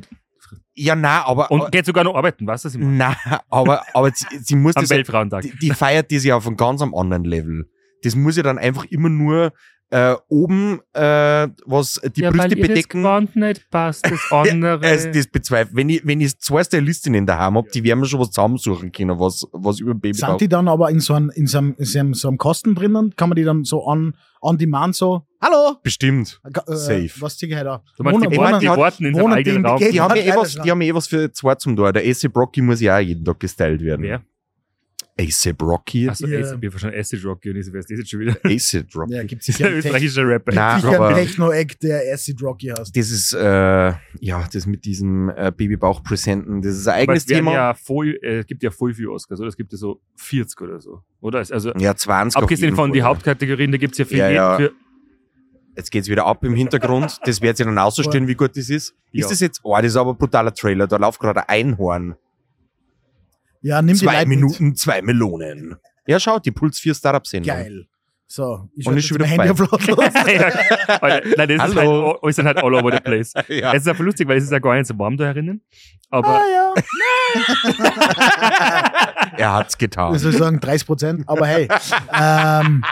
Speaker 3: ja, na, aber
Speaker 4: Und geht sogar noch arbeiten, weißt du? was ich meine?
Speaker 3: na, aber aber sie, sie muss
Speaker 4: Am
Speaker 3: das,
Speaker 4: Weltfrauentag.
Speaker 3: die, die feiert das ja auf einem ganz anderen Level. Das muss ja dann einfach immer nur äh, oben äh, was die Brüste bedecken.
Speaker 4: nicht passt, das andere.
Speaker 3: Also das bezweifle. Wenn ich, wenn ich zwei Stylistinnen daheim hab, die werden mir schon was zusammensuchen können, was, was über den Baby
Speaker 2: Sind die dann aber in so einem, in so einem, in so einem, so einem Kosten drinnen? Kann man die dann so on, on demand so, hallo?
Speaker 3: Bestimmt.
Speaker 2: Äh, äh,
Speaker 3: Safe.
Speaker 2: Was zieh ich heute an?
Speaker 4: du meinst,
Speaker 2: Wohnen-
Speaker 4: die,
Speaker 3: Wohnen-
Speaker 4: Worte, die
Speaker 3: hat-
Speaker 4: Worten in seinem
Speaker 2: Wohnen-
Speaker 4: eigenen
Speaker 2: die-
Speaker 4: Raum.
Speaker 2: die-
Speaker 3: Die
Speaker 2: Ja,
Speaker 3: haben, ja eh
Speaker 2: leider
Speaker 3: was,
Speaker 2: schon.
Speaker 3: die haben ja eh was für zwei zum Tor. Der AC Brocky muss ja auch jeden Tag gestylt werden.
Speaker 4: Wer?
Speaker 3: AC Brocky?
Speaker 4: Achso,
Speaker 2: Ja.
Speaker 4: yeah. ich bin wahrscheinlich Acid Rock und ich weiß das jetzt schon wieder.
Speaker 3: AC Brocky.
Speaker 2: Ja, gibt's
Speaker 4: Dieser
Speaker 2: sicher einen Tech-
Speaker 4: österreichische Rapper.
Speaker 3: Nein,
Speaker 2: sicher einen
Speaker 3: aber-
Speaker 2: Techno-Eck, der Acid Rocky heißt.
Speaker 3: Das ist, äh, ja, das mit diesem äh, Babybauch-Präsenten, das ist ein
Speaker 4: Aber
Speaker 3: eigenes
Speaker 4: es werden
Speaker 3: Thema. Ja,
Speaker 4: ja voll, äh, es gibt ja voll viel Oscars, oder? Es gibt ja so 40 oder so. Oder? Es- Also,
Speaker 3: 20 auf
Speaker 4: abgesehen
Speaker 3: jeden
Speaker 4: von die
Speaker 3: Fall.
Speaker 4: Hauptkategorien, da gibt es ja für
Speaker 3: Ja,
Speaker 4: jeden.
Speaker 3: ja.
Speaker 4: Für,
Speaker 3: Jetzt geht's wieder ab im Hintergrund. Das wird sich dann auszustellen, wie gut das ist.
Speaker 4: Ja.
Speaker 3: Ist das jetzt, oh, das ist aber ein brutaler Trailer. Da läuft gerade ein Einhorn.
Speaker 2: Ja, nimm die
Speaker 3: zwei
Speaker 2: Leute mit.
Speaker 3: Minuten, zwei Melonen. Ja, schaut, die Puls 4 Startup-Sendung.
Speaker 2: Geil. So, ich schalte
Speaker 3: Und ist schon
Speaker 2: jetzt
Speaker 3: wieder
Speaker 2: mein Handy
Speaker 3: vorbei.
Speaker 2: auf lautlos.
Speaker 4: Ah, ja, Alter, nein, das ist halt,
Speaker 3: Hallo.
Speaker 4: oh, ist dann halt all over the place.
Speaker 3: Ja.
Speaker 4: Es ist einfach lustig, weil es ist ja gar nicht so warm da herinnen. Aber
Speaker 2: Ah, ja.
Speaker 3: Er hat's getan.
Speaker 2: Ich soll sagen 30 Prozent, aber hey, ähm,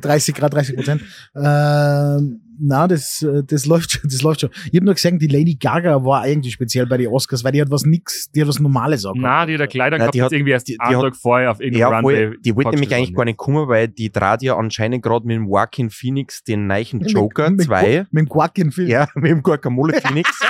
Speaker 2: 30 Grad, 30 Prozent. Ähm, na, das, äh, das läuft schon, das läuft schon. Ich habe nur gesehen, die Lady Gaga war eigentlich speziell bei den Oscars, weil die hat was nix, die hat was Normales auch
Speaker 4: na, die hat ja Kleider
Speaker 3: Na,
Speaker 4: gehabt,
Speaker 3: die
Speaker 4: die
Speaker 3: hat-
Speaker 4: irgendwie erst
Speaker 3: die- die
Speaker 4: einen
Speaker 3: hat-
Speaker 4: Tag vorher auf irgendeinem
Speaker 3: Ja,
Speaker 4: Runway.
Speaker 3: voll, die wollte nämlich eigentlich gar
Speaker 4: vorgestellt
Speaker 3: nicht kommen, weil die trat ja anscheinend gerade mit dem Joaquin Phoenix den neichen
Speaker 2: Mit-
Speaker 3: Joker
Speaker 2: mit,
Speaker 3: 2.
Speaker 2: Mit dem Quackenfilm.
Speaker 3: Ja, mit dem Guacamole Phoenix.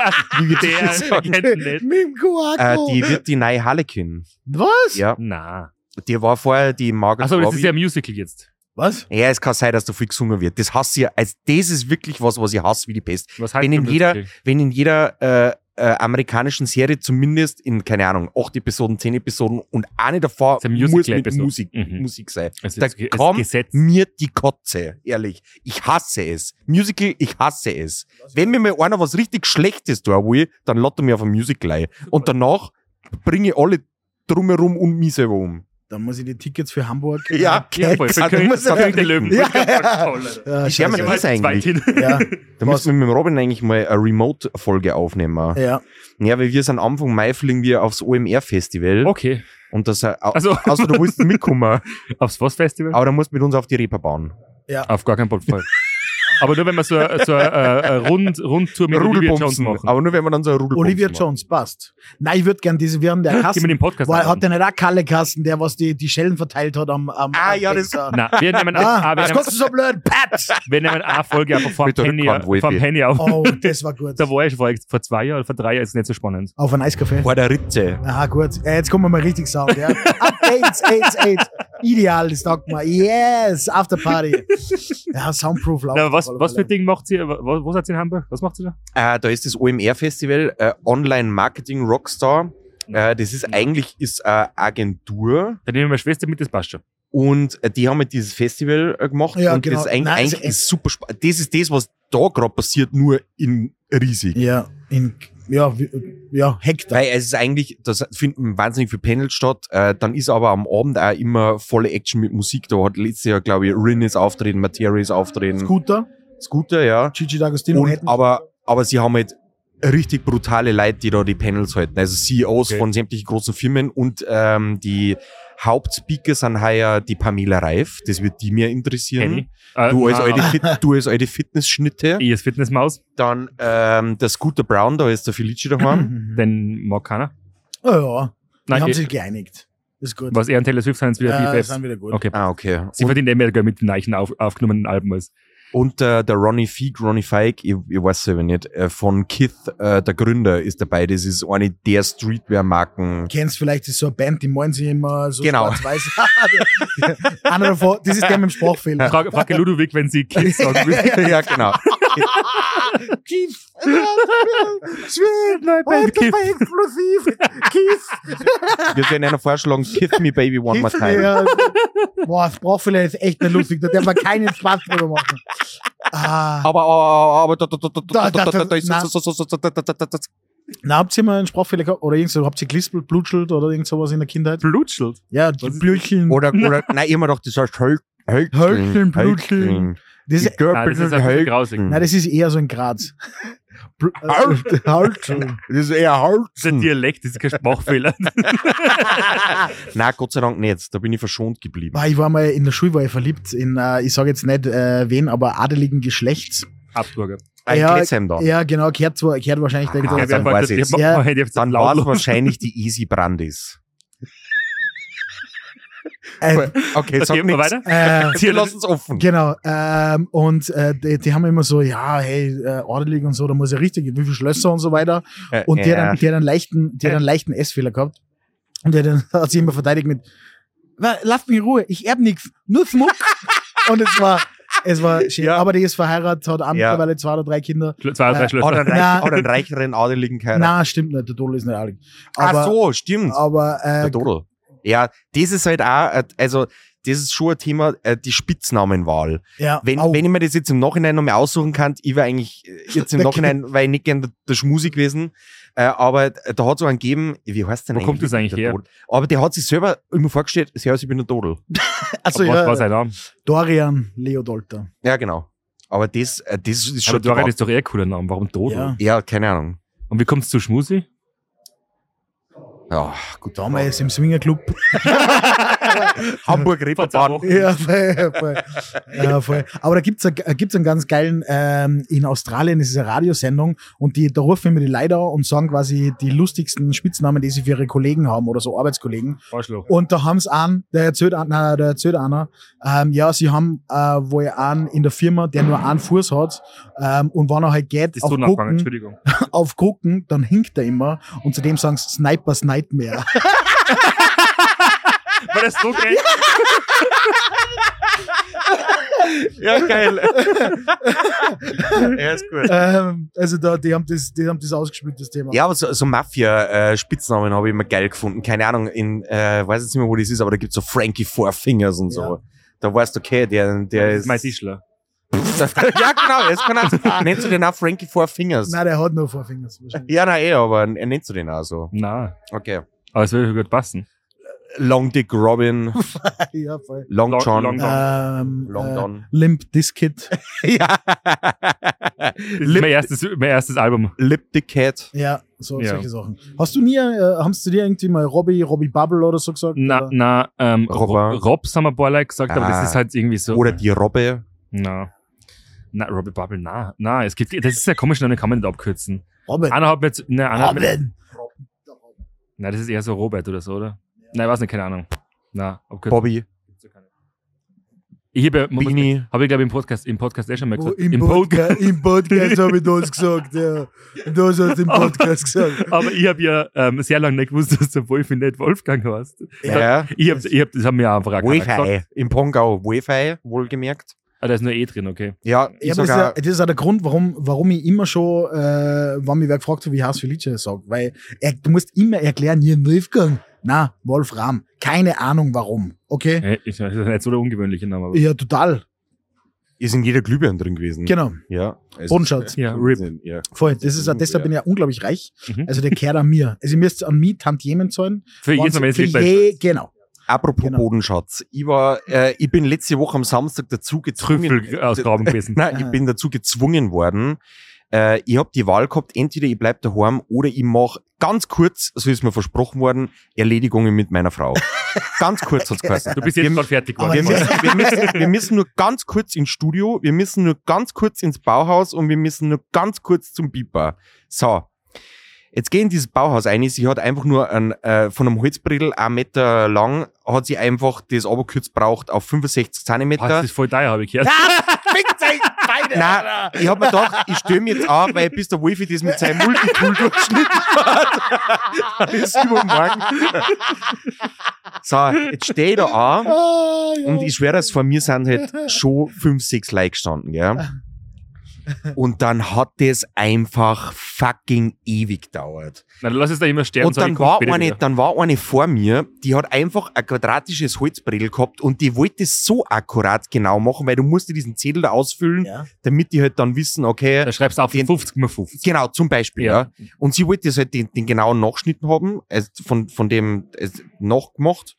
Speaker 3: Wie wir
Speaker 4: Der-
Speaker 3: das sagen.
Speaker 4: der-
Speaker 2: Mit dem
Speaker 3: äh,
Speaker 2: Quacko.
Speaker 3: die wird die neue Harlequin.
Speaker 2: was?
Speaker 3: Ja,
Speaker 4: worden. Na.
Speaker 3: die war vorher die Margaret
Speaker 4: Achso, aber das
Speaker 3: Robbie.
Speaker 4: ist ja ein Musical jetzt.
Speaker 2: Was?
Speaker 3: ja, es kann sein, dass da viel gesungen wird. Das hasse ich. Also, das ist wirklich was, was ich hasse wie die Pest.
Speaker 4: Was heißt
Speaker 3: Wenn
Speaker 4: denn
Speaker 3: in jeder-
Speaker 4: Musical?
Speaker 3: wenn in jeder äh, äh, amerikanischen Serie zumindest in, keine Ahnung, acht Episoden, zehn Episoden und eine davor
Speaker 4: Ist ein
Speaker 3: muss mit
Speaker 4: Musical-Episode.
Speaker 3: Musik,
Speaker 4: Mhm.
Speaker 3: Musik sein.
Speaker 4: Es ist
Speaker 3: Da
Speaker 4: ge- es ist
Speaker 3: kommt
Speaker 4: Gesetz.
Speaker 3: mir die Kotze, ehrlich. Ich hasse es. Musical, ich hasse es. Wenn mir mal einer was richtig Schlechtes tun will, dann lotte mir auf ein Musical ein. Und danach bringe ich alle drumherum und miserum.
Speaker 2: Dann muss ich die Tickets für Hamburg.
Speaker 3: Ja,
Speaker 4: Ja, voll. Für
Speaker 3: Ah,
Speaker 4: König,
Speaker 3: muss er-
Speaker 4: König der Löwen.
Speaker 2: Ja,
Speaker 4: Voll, Alter.
Speaker 2: Ja,
Speaker 3: Ich schau
Speaker 2: Äh,
Speaker 3: mir
Speaker 2: scheiße.
Speaker 3: das
Speaker 4: Zweit
Speaker 3: eigentlich.
Speaker 4: hin.
Speaker 2: ja,
Speaker 3: Da müssen wir mit dem Robin eigentlich mal eine Remote-Folge aufnehmen. Ja.
Speaker 2: ja.
Speaker 3: weil wir sind Anfang Mai fliegen wir aufs OMR-Festival.
Speaker 2: Oh.
Speaker 4: Okay.
Speaker 3: Und das, also,
Speaker 4: Also-
Speaker 3: also du willst mitkommen.
Speaker 4: Aufs Was-Festival?
Speaker 3: Aber dann musst du mit uns auf die Reeper bauen.
Speaker 4: Auf gar keinen Fall. Aber nur wenn wir so eine so eine, äh, äh, Rund, Rundtour mit Olivia Jones
Speaker 3: Rudelbumsen.
Speaker 4: machen.
Speaker 3: Aber nur wenn wir dann so ein Rudelbumsen
Speaker 2: Olivia
Speaker 3: machen.
Speaker 2: Jones, passt. Nein, ich würde gern diese während der
Speaker 4: Gehen wir
Speaker 2: Kassen.
Speaker 4: den Podcast
Speaker 2: Weil,
Speaker 4: an.
Speaker 2: hat der nicht auch Kalle Kassen, der was die, die Schellen verteilt hat am, am
Speaker 3: Ah,
Speaker 2: am
Speaker 3: ja, das-
Speaker 2: Fenster?
Speaker 4: Nein, wir nehmen,
Speaker 2: Ah,
Speaker 4: ah, wir
Speaker 2: was
Speaker 4: nehmen,
Speaker 2: kostet so blöd? Pat!
Speaker 4: wir nehmen eine Folge einfach vor dem
Speaker 3: Mit der
Speaker 4: Penny,
Speaker 3: Rückwand, Wolfi.
Speaker 4: vor dem Penny auf.
Speaker 2: Oh, das war gut.
Speaker 4: Da war ich vor, vor zwei Jahren oder vor drei Jahren, ist nicht so spannend.
Speaker 2: Auf ein Eiscafé.
Speaker 3: Vor der Ritze.
Speaker 2: Aha, gut. Äh, jetzt kommen wir mal richtig sound, ja. Ah, Updates, Aids, Aids. Ideal, das taugt mir. Yes, Afterparty. Ja, Soundproof laufen.
Speaker 4: Na, was, was für Ding macht sie? Was, was hat sie in Hamburg? Was macht sie da?
Speaker 3: Äh, da ist das OMR-Festival, äh, Online Marketing Rockstar. Äh, das ist eigentlich ist eine Agentur
Speaker 4: Dann nehmen wir meine Schwester mit, das passt schon.
Speaker 3: und äh, die haben halt dieses Festival äh, gemacht
Speaker 2: Ja,
Speaker 3: und
Speaker 2: genau.
Speaker 3: das ist eigentlich,
Speaker 2: Nein,
Speaker 3: eigentlich
Speaker 2: also, äh,
Speaker 3: ist super spannend. Das ist das, was da gerade passiert, nur in riesig.
Speaker 2: Ja, in, ja, wie- ja, Hektar.
Speaker 3: Weil es ist eigentlich, das finden wahnsinnig viele Panels statt. Äh, dann ist aber am Abend auch immer volle Action mit Musik. Da hat letztes Jahr, glaube ich, Rin ist auftreten, Materia ist
Speaker 4: Hm.
Speaker 3: auftreten.
Speaker 2: Scooter,
Speaker 3: Scooter, ja.
Speaker 2: Gigi D'Agostino
Speaker 3: Und,
Speaker 2: hätten.
Speaker 3: aber, aber sie haben halt richtig brutale Leute, die da die Panels halten. Also CEOs
Speaker 4: Okay.
Speaker 3: von sämtlichen großen Firmen und ähm, die Hauptspeaker sind heuer die Pamela Reif. Das wird die mir interessieren.
Speaker 4: Penny. Äh,
Speaker 3: Du als,
Speaker 4: na,
Speaker 3: alte Fit, du als alte Fitnessschnitte.
Speaker 4: Ich als Fitnessmaus,
Speaker 3: Dann ähm, der Scooter Brown, da ist der Felici daheim.
Speaker 2: Mhm.
Speaker 4: den mag keiner.
Speaker 2: Oh, ja, die
Speaker 4: Nein,
Speaker 2: haben
Speaker 4: ich,
Speaker 2: sich geeinigt. Ist gut.
Speaker 4: was er und Taylor Swift sind, ist wieder
Speaker 2: ja,
Speaker 4: BFFs.
Speaker 2: sind wieder gut.
Speaker 4: Okay.
Speaker 3: ah, okay.
Speaker 4: Sie
Speaker 3: Und,
Speaker 4: verdient eh mehr Geld mit den neuen auf, aufgenommenen Alben als.
Speaker 3: und äh, der Ronnie Feig, Ronnie Feig, ich, ich weiß selber nicht, äh, von Kith, äh, der Gründer, ist dabei. Das ist eine der Streetwear-Marken.
Speaker 2: kennst vielleicht, das ist so eine Band, die meinen sich immer so
Speaker 3: Genau.
Speaker 2: schwarz-weiß. Einer davon, das ist der mit dem Sprachfehler.
Speaker 4: Frage, frage Ludovic, wenn sie Kids sagen will.
Speaker 3: ja, genau.
Speaker 2: Kiff. Schön,
Speaker 4: Neue Band, Kiff.
Speaker 2: explosiv. Kiff.
Speaker 3: Wir werden einer vorschlagen, Kiss Me Baby One More
Speaker 2: Kiff.
Speaker 3: Time.
Speaker 2: Ja. Boah, das Sprachfehler ist echt nicht lustig. Da darf man keinen Spaß drüber machen. Ah.
Speaker 3: Aber, aber, aber, da, da, da,
Speaker 2: Da,
Speaker 3: da, da,
Speaker 2: da,
Speaker 3: da, da, ist-
Speaker 2: na.
Speaker 3: so, so, so, so, so, da, da, da, da, da.
Speaker 2: Na, habt ihr mal einen Sprachfehler gehabt? Oder irgend so, habt ihr Glispel, Blutschuld oder irgend sowas in der Kindheit?
Speaker 4: Blutschuld.
Speaker 2: Ja, die
Speaker 4: Was ist-
Speaker 2: Blücheln.
Speaker 3: Oder, oder, nein, immer noch, das heißt Höl-
Speaker 2: Hölzeln,
Speaker 3: Hölzeln.
Speaker 2: Blutzeln. Das ist,
Speaker 4: Nein, das ist ein bisschen grausig.
Speaker 2: nein,
Speaker 3: Das
Speaker 2: das ist eher so in Graz. Bl-
Speaker 3: Hm. Halt.
Speaker 2: Halt.
Speaker 3: ist eher
Speaker 4: Der
Speaker 3: Hölzeln.
Speaker 4: Dialekt das ist kein Sprachfehler.
Speaker 3: Nein, Gott sei Dank nicht. Da bin ich verschont geblieben.
Speaker 2: Boah, Ich war mal in der Schule, war ich verliebt in, äh, ich sage jetzt nicht äh, wen, aber adeligen Geschlechts.
Speaker 4: Habsburger.
Speaker 3: Ein
Speaker 2: Ja,
Speaker 3: Glätzheim da.
Speaker 2: Ja, genau, gehört, zwar, gehört wahrscheinlich der
Speaker 3: Ah,
Speaker 4: Ja,
Speaker 2: Glas-
Speaker 4: wir haben
Speaker 3: weiß
Speaker 4: gesagt,
Speaker 3: ich's.
Speaker 4: wir machen-
Speaker 2: Ja.
Speaker 4: wir hätten jetzt
Speaker 3: Dann war es
Speaker 4: laut.
Speaker 3: wahrscheinlich die Easy Brandis.
Speaker 2: äh,
Speaker 3: Okay,
Speaker 4: Okay,
Speaker 3: sag nichts.
Speaker 4: weiter.
Speaker 2: äh,
Speaker 3: Wir lassen es offen.
Speaker 2: Genau, ähm, und äh, die, die haben immer so, ja, hey, äh, ordentlich und so, da muss ja richtig, wie viele Schlösser und so weiter. Und der dann, der dann leichten, der dann leichten S-Fehler gehabt. Und der dann hat sich immer verteidigt mit, "Wa- lasst mich in Ruhe, ich erb nix, nur Schmuck. und es war, es war schön. Aber die ist verheiratet, hat auch
Speaker 3: Ja.
Speaker 2: mittlerweile zwei oder drei Kinder.
Speaker 4: Zwei, drei
Speaker 2: Äh,
Speaker 3: Hat
Speaker 4: Schlösser.
Speaker 3: einen, reich,
Speaker 2: Na.
Speaker 3: hat einen reicheren Adeligen keiner.
Speaker 2: Na, stimmt nicht, der Dolo ist nicht adelig.
Speaker 3: Ach
Speaker 2: Aber-
Speaker 3: so, stimmt.
Speaker 2: Aber äh,
Speaker 3: Der Dodel. Ja, das ist halt auch, äh, also das ist schon ein Thema, äh, die Spitznamenwahl.
Speaker 2: ja,
Speaker 3: Wenn,
Speaker 2: au.
Speaker 3: wenn ich mir das jetzt im Nachhinein nochmal aussuchen kann, ich war eigentlich äh, jetzt im
Speaker 2: Der
Speaker 3: Nachhinein, weil ich nicht gern der, der Schmusi gewesen, äh, aber da hat so einen gegeben, wie heißt der
Speaker 4: Wo kommt das eigentlich
Speaker 3: der
Speaker 4: her?
Speaker 3: Dodel? Aber der hat sich selber immer vorgestellt, ja, ich bin der Dodel.
Speaker 2: also,
Speaker 3: äh,
Speaker 4: was war
Speaker 2: ja,
Speaker 4: sein Name?
Speaker 2: Dorian Leodolter.
Speaker 3: Ja, genau. Aber das, äh, das ist
Speaker 4: Aber
Speaker 3: schon...
Speaker 4: Dorian ist doch eher ein cooler Name. Warum Dodo?
Speaker 2: Ja.
Speaker 3: ja, keine Ahnung.
Speaker 4: Und wie kommst du zu Schmusi?
Speaker 3: Ja, gut.
Speaker 2: Damals im Swingerclub.
Speaker 3: Hamburg
Speaker 4: Vor
Speaker 3: Reeperbahn.
Speaker 4: zwei Wochen.
Speaker 2: ja, voll, voll. ja, voll. Aber da gibt's es gibt's einen ganz geilen, ähm, in Australien ist es eine Radiosendung und die, da rufen immer die Leute an und sagen quasi die lustigsten Spitznamen, die sie für ihre Kollegen haben oder so Arbeitskollegen.
Speaker 4: Arschloch.
Speaker 2: Und da haben's einen, der erzählt, an- nein, der erzählt einer, ähm, ja, sie haben äh, wohl einen in der Firma, der nur einen Fuß hat ähm, und wenn er halt geht,
Speaker 4: Das ist
Speaker 2: auf
Speaker 4: so nachgegangen,
Speaker 2: Gucken,
Speaker 4: Entschuldigung.
Speaker 2: auf Gucken, dann hinkt er immer und zudem sagen sie Snipers Nightmare.
Speaker 4: War das so geil?
Speaker 3: Ja, geil. ja, ist gut.
Speaker 2: ähm, also da, die haben das, die haben das ausgespielt, das Thema.
Speaker 3: Ja, aber so, so Mafia-Spitznamen habe ich immer geil gefunden. Keine Ahnung, in, äh, weiß jetzt nicht mehr, wo das ist, aber da gibt's so Frankie Four Fingers und so. Da weißt du, okay, der, der
Speaker 4: Das ist
Speaker 3: ist.
Speaker 4: mein Tischler.
Speaker 3: ja, genau, das kann auch, nennst du den auch Frankie Four Fingers?
Speaker 2: Nein, der hat nur Vorfingers wahrscheinlich.
Speaker 3: Ja, na eh, aber er nennst du den auch so.
Speaker 4: Na,
Speaker 3: Okay.
Speaker 4: aber es würde gut passen.
Speaker 3: Long Dick Robin,
Speaker 2: ja, voll.
Speaker 3: Long
Speaker 4: Long-
Speaker 3: John,
Speaker 4: Long-
Speaker 2: Ähm,
Speaker 3: Long
Speaker 2: äh,
Speaker 3: John.
Speaker 2: Limp Diskit.
Speaker 3: ja.
Speaker 4: Das ist mein erstes, mein erstes Album.
Speaker 3: Lip Dick Cat.
Speaker 2: Ja, so,
Speaker 4: Ja.
Speaker 2: solche Sachen. Hast du nie, äh, haben sie dir irgendwie mal Robbie, Robbie Bubble oder so gesagt?
Speaker 4: Na,
Speaker 2: oder?
Speaker 4: na, ähm,
Speaker 3: Robber.
Speaker 4: Rob, Robs haben wir ein paar Leute gesagt, aber das
Speaker 3: Ah.
Speaker 4: ist halt irgendwie so.
Speaker 3: Oder die Robbe.
Speaker 4: Na. Na, Robbie Bubble, na. Na, es gibt, das ist ja komisch, den kann man nicht abkürzen.
Speaker 2: Robin.
Speaker 4: Einer hat mir jetzt, ne, einer hat mir,
Speaker 2: Robin.
Speaker 4: na, das ist eher so Robert oder so, oder? Nein, ich weiß nicht, keine Ahnung. Na, abkürzen.
Speaker 3: Bobby.
Speaker 4: Ich habe, habe
Speaker 3: Beanie.
Speaker 4: ich glaube im Podcast, im Podcast eh schon mal
Speaker 2: Wo-
Speaker 4: gesagt.
Speaker 2: Im,
Speaker 4: Pod-
Speaker 2: Podca Im Podcast habe ich das gesagt, ja. Das hast du im Podcast gesagt.
Speaker 4: Aber ich habe ja ähm, sehr lange nicht gewusst, dass der Wolfi nicht Wolfgang heißt.
Speaker 3: Ja.
Speaker 4: Ich hab, ich hab, das haben wir auch einfach
Speaker 3: Wi-Fi. Im Pongau. Wi-Fi, wohlgemerkt.
Speaker 4: Ah, da ist nur eh drin, okay.
Speaker 3: Ja, ich
Speaker 2: Ja, aber das, ist ja,
Speaker 3: sogar.
Speaker 2: das ist auch der Grund, warum, warum ich immer schon, äh, wenn mich wer gefragt hat, wie Haas Felice sagt. Weil er, du musst immer erklären, hier in Wolfgang. Na, Wolfram. Keine Ahnung warum. Okay?
Speaker 4: Äh, Ich, das ist nicht so der ungewöhnliche Name. Aber.
Speaker 2: Ja, total.
Speaker 3: Ist in jeder Glühbirne drin gewesen.
Speaker 2: Genau.
Speaker 3: Ja. Es-
Speaker 2: Bodenschatz.
Speaker 4: Ja,
Speaker 3: Wahnsinn, Hm, Ja.
Speaker 2: Voll. Das ist, auch- deshalb bin ich ja unglaublich reich.
Speaker 4: Mhm.
Speaker 2: Also der kehrt an mir. Also ihr müsst an mich Tantiemen zahlen.
Speaker 4: Für jedes Mal, wenn es
Speaker 2: Für
Speaker 4: liegt,
Speaker 2: je, genau.
Speaker 3: Apropos
Speaker 2: Genau.
Speaker 3: Bodenschatz. Ich war, äh, ich bin letzte Woche am Samstag dazu gezwungen.
Speaker 4: Trüffel ausgraben gewesen.
Speaker 3: Nein,
Speaker 2: Ah.
Speaker 3: ich bin dazu gezwungen worden. Äh, ich habe die Wahl gehabt, entweder ich bleib daheim oder ich mache ganz kurz, so ist mir versprochen worden, Erledigungen mit meiner Frau. ganz kurz hat's geheißen.
Speaker 4: Du bist jetzt gerade fertig
Speaker 2: Aber
Speaker 3: Wir
Speaker 4: geworden.
Speaker 3: müssen, wir, müssen, wir müssen nur ganz kurz ins Studio, wir müssen nur ganz kurz ins Bauhaus und wir müssen nur ganz kurz zum Biber. So. Jetzt gehen dieses Bauhaus ein. Sie hat einfach nur ein, äh, von einem Holzbredel, ein Meter lang, hat sie einfach das abgekürzt braucht auf 65
Speaker 4: Boah, das
Speaker 3: Zentimeter.
Speaker 4: ist voll teuer, habe ich gehört.
Speaker 3: Fickt euch beide! Nein, ich habe mir gedacht, ich störe mich jetzt an, weil bis der Wolfi das mit seinem Multitool durchschnitten hat. Alles übermorgen. So, jetzt stehe ich da an.
Speaker 2: Ah, ja.
Speaker 3: Und ich schwöre es, vor mir sind halt schon fünf, sechs Leute gestanden, ja. Und dann hat das einfach fucking ewig gedauert.
Speaker 4: Nein, lass es da immer sterben.
Speaker 3: und
Speaker 4: sag ich,
Speaker 3: dann
Speaker 4: komm
Speaker 3: war,
Speaker 4: später
Speaker 3: eine,
Speaker 4: wieder.
Speaker 3: dann war eine vor mir, die hat einfach ein quadratisches Holzbredel gehabt und die wollte es so akkurat genau machen, weil du musst dir diesen Zettel da ausfüllen,
Speaker 2: Ja.
Speaker 3: damit die halt dann wissen, okay,
Speaker 4: Da schreibst du auf
Speaker 3: Den-
Speaker 4: 50 mal 50.
Speaker 3: Genau, zum Beispiel,
Speaker 4: Ja.
Speaker 3: ja. Und sie wollte das halt den, den genauen Nachschnitt haben, also von, von dem also nachgemacht.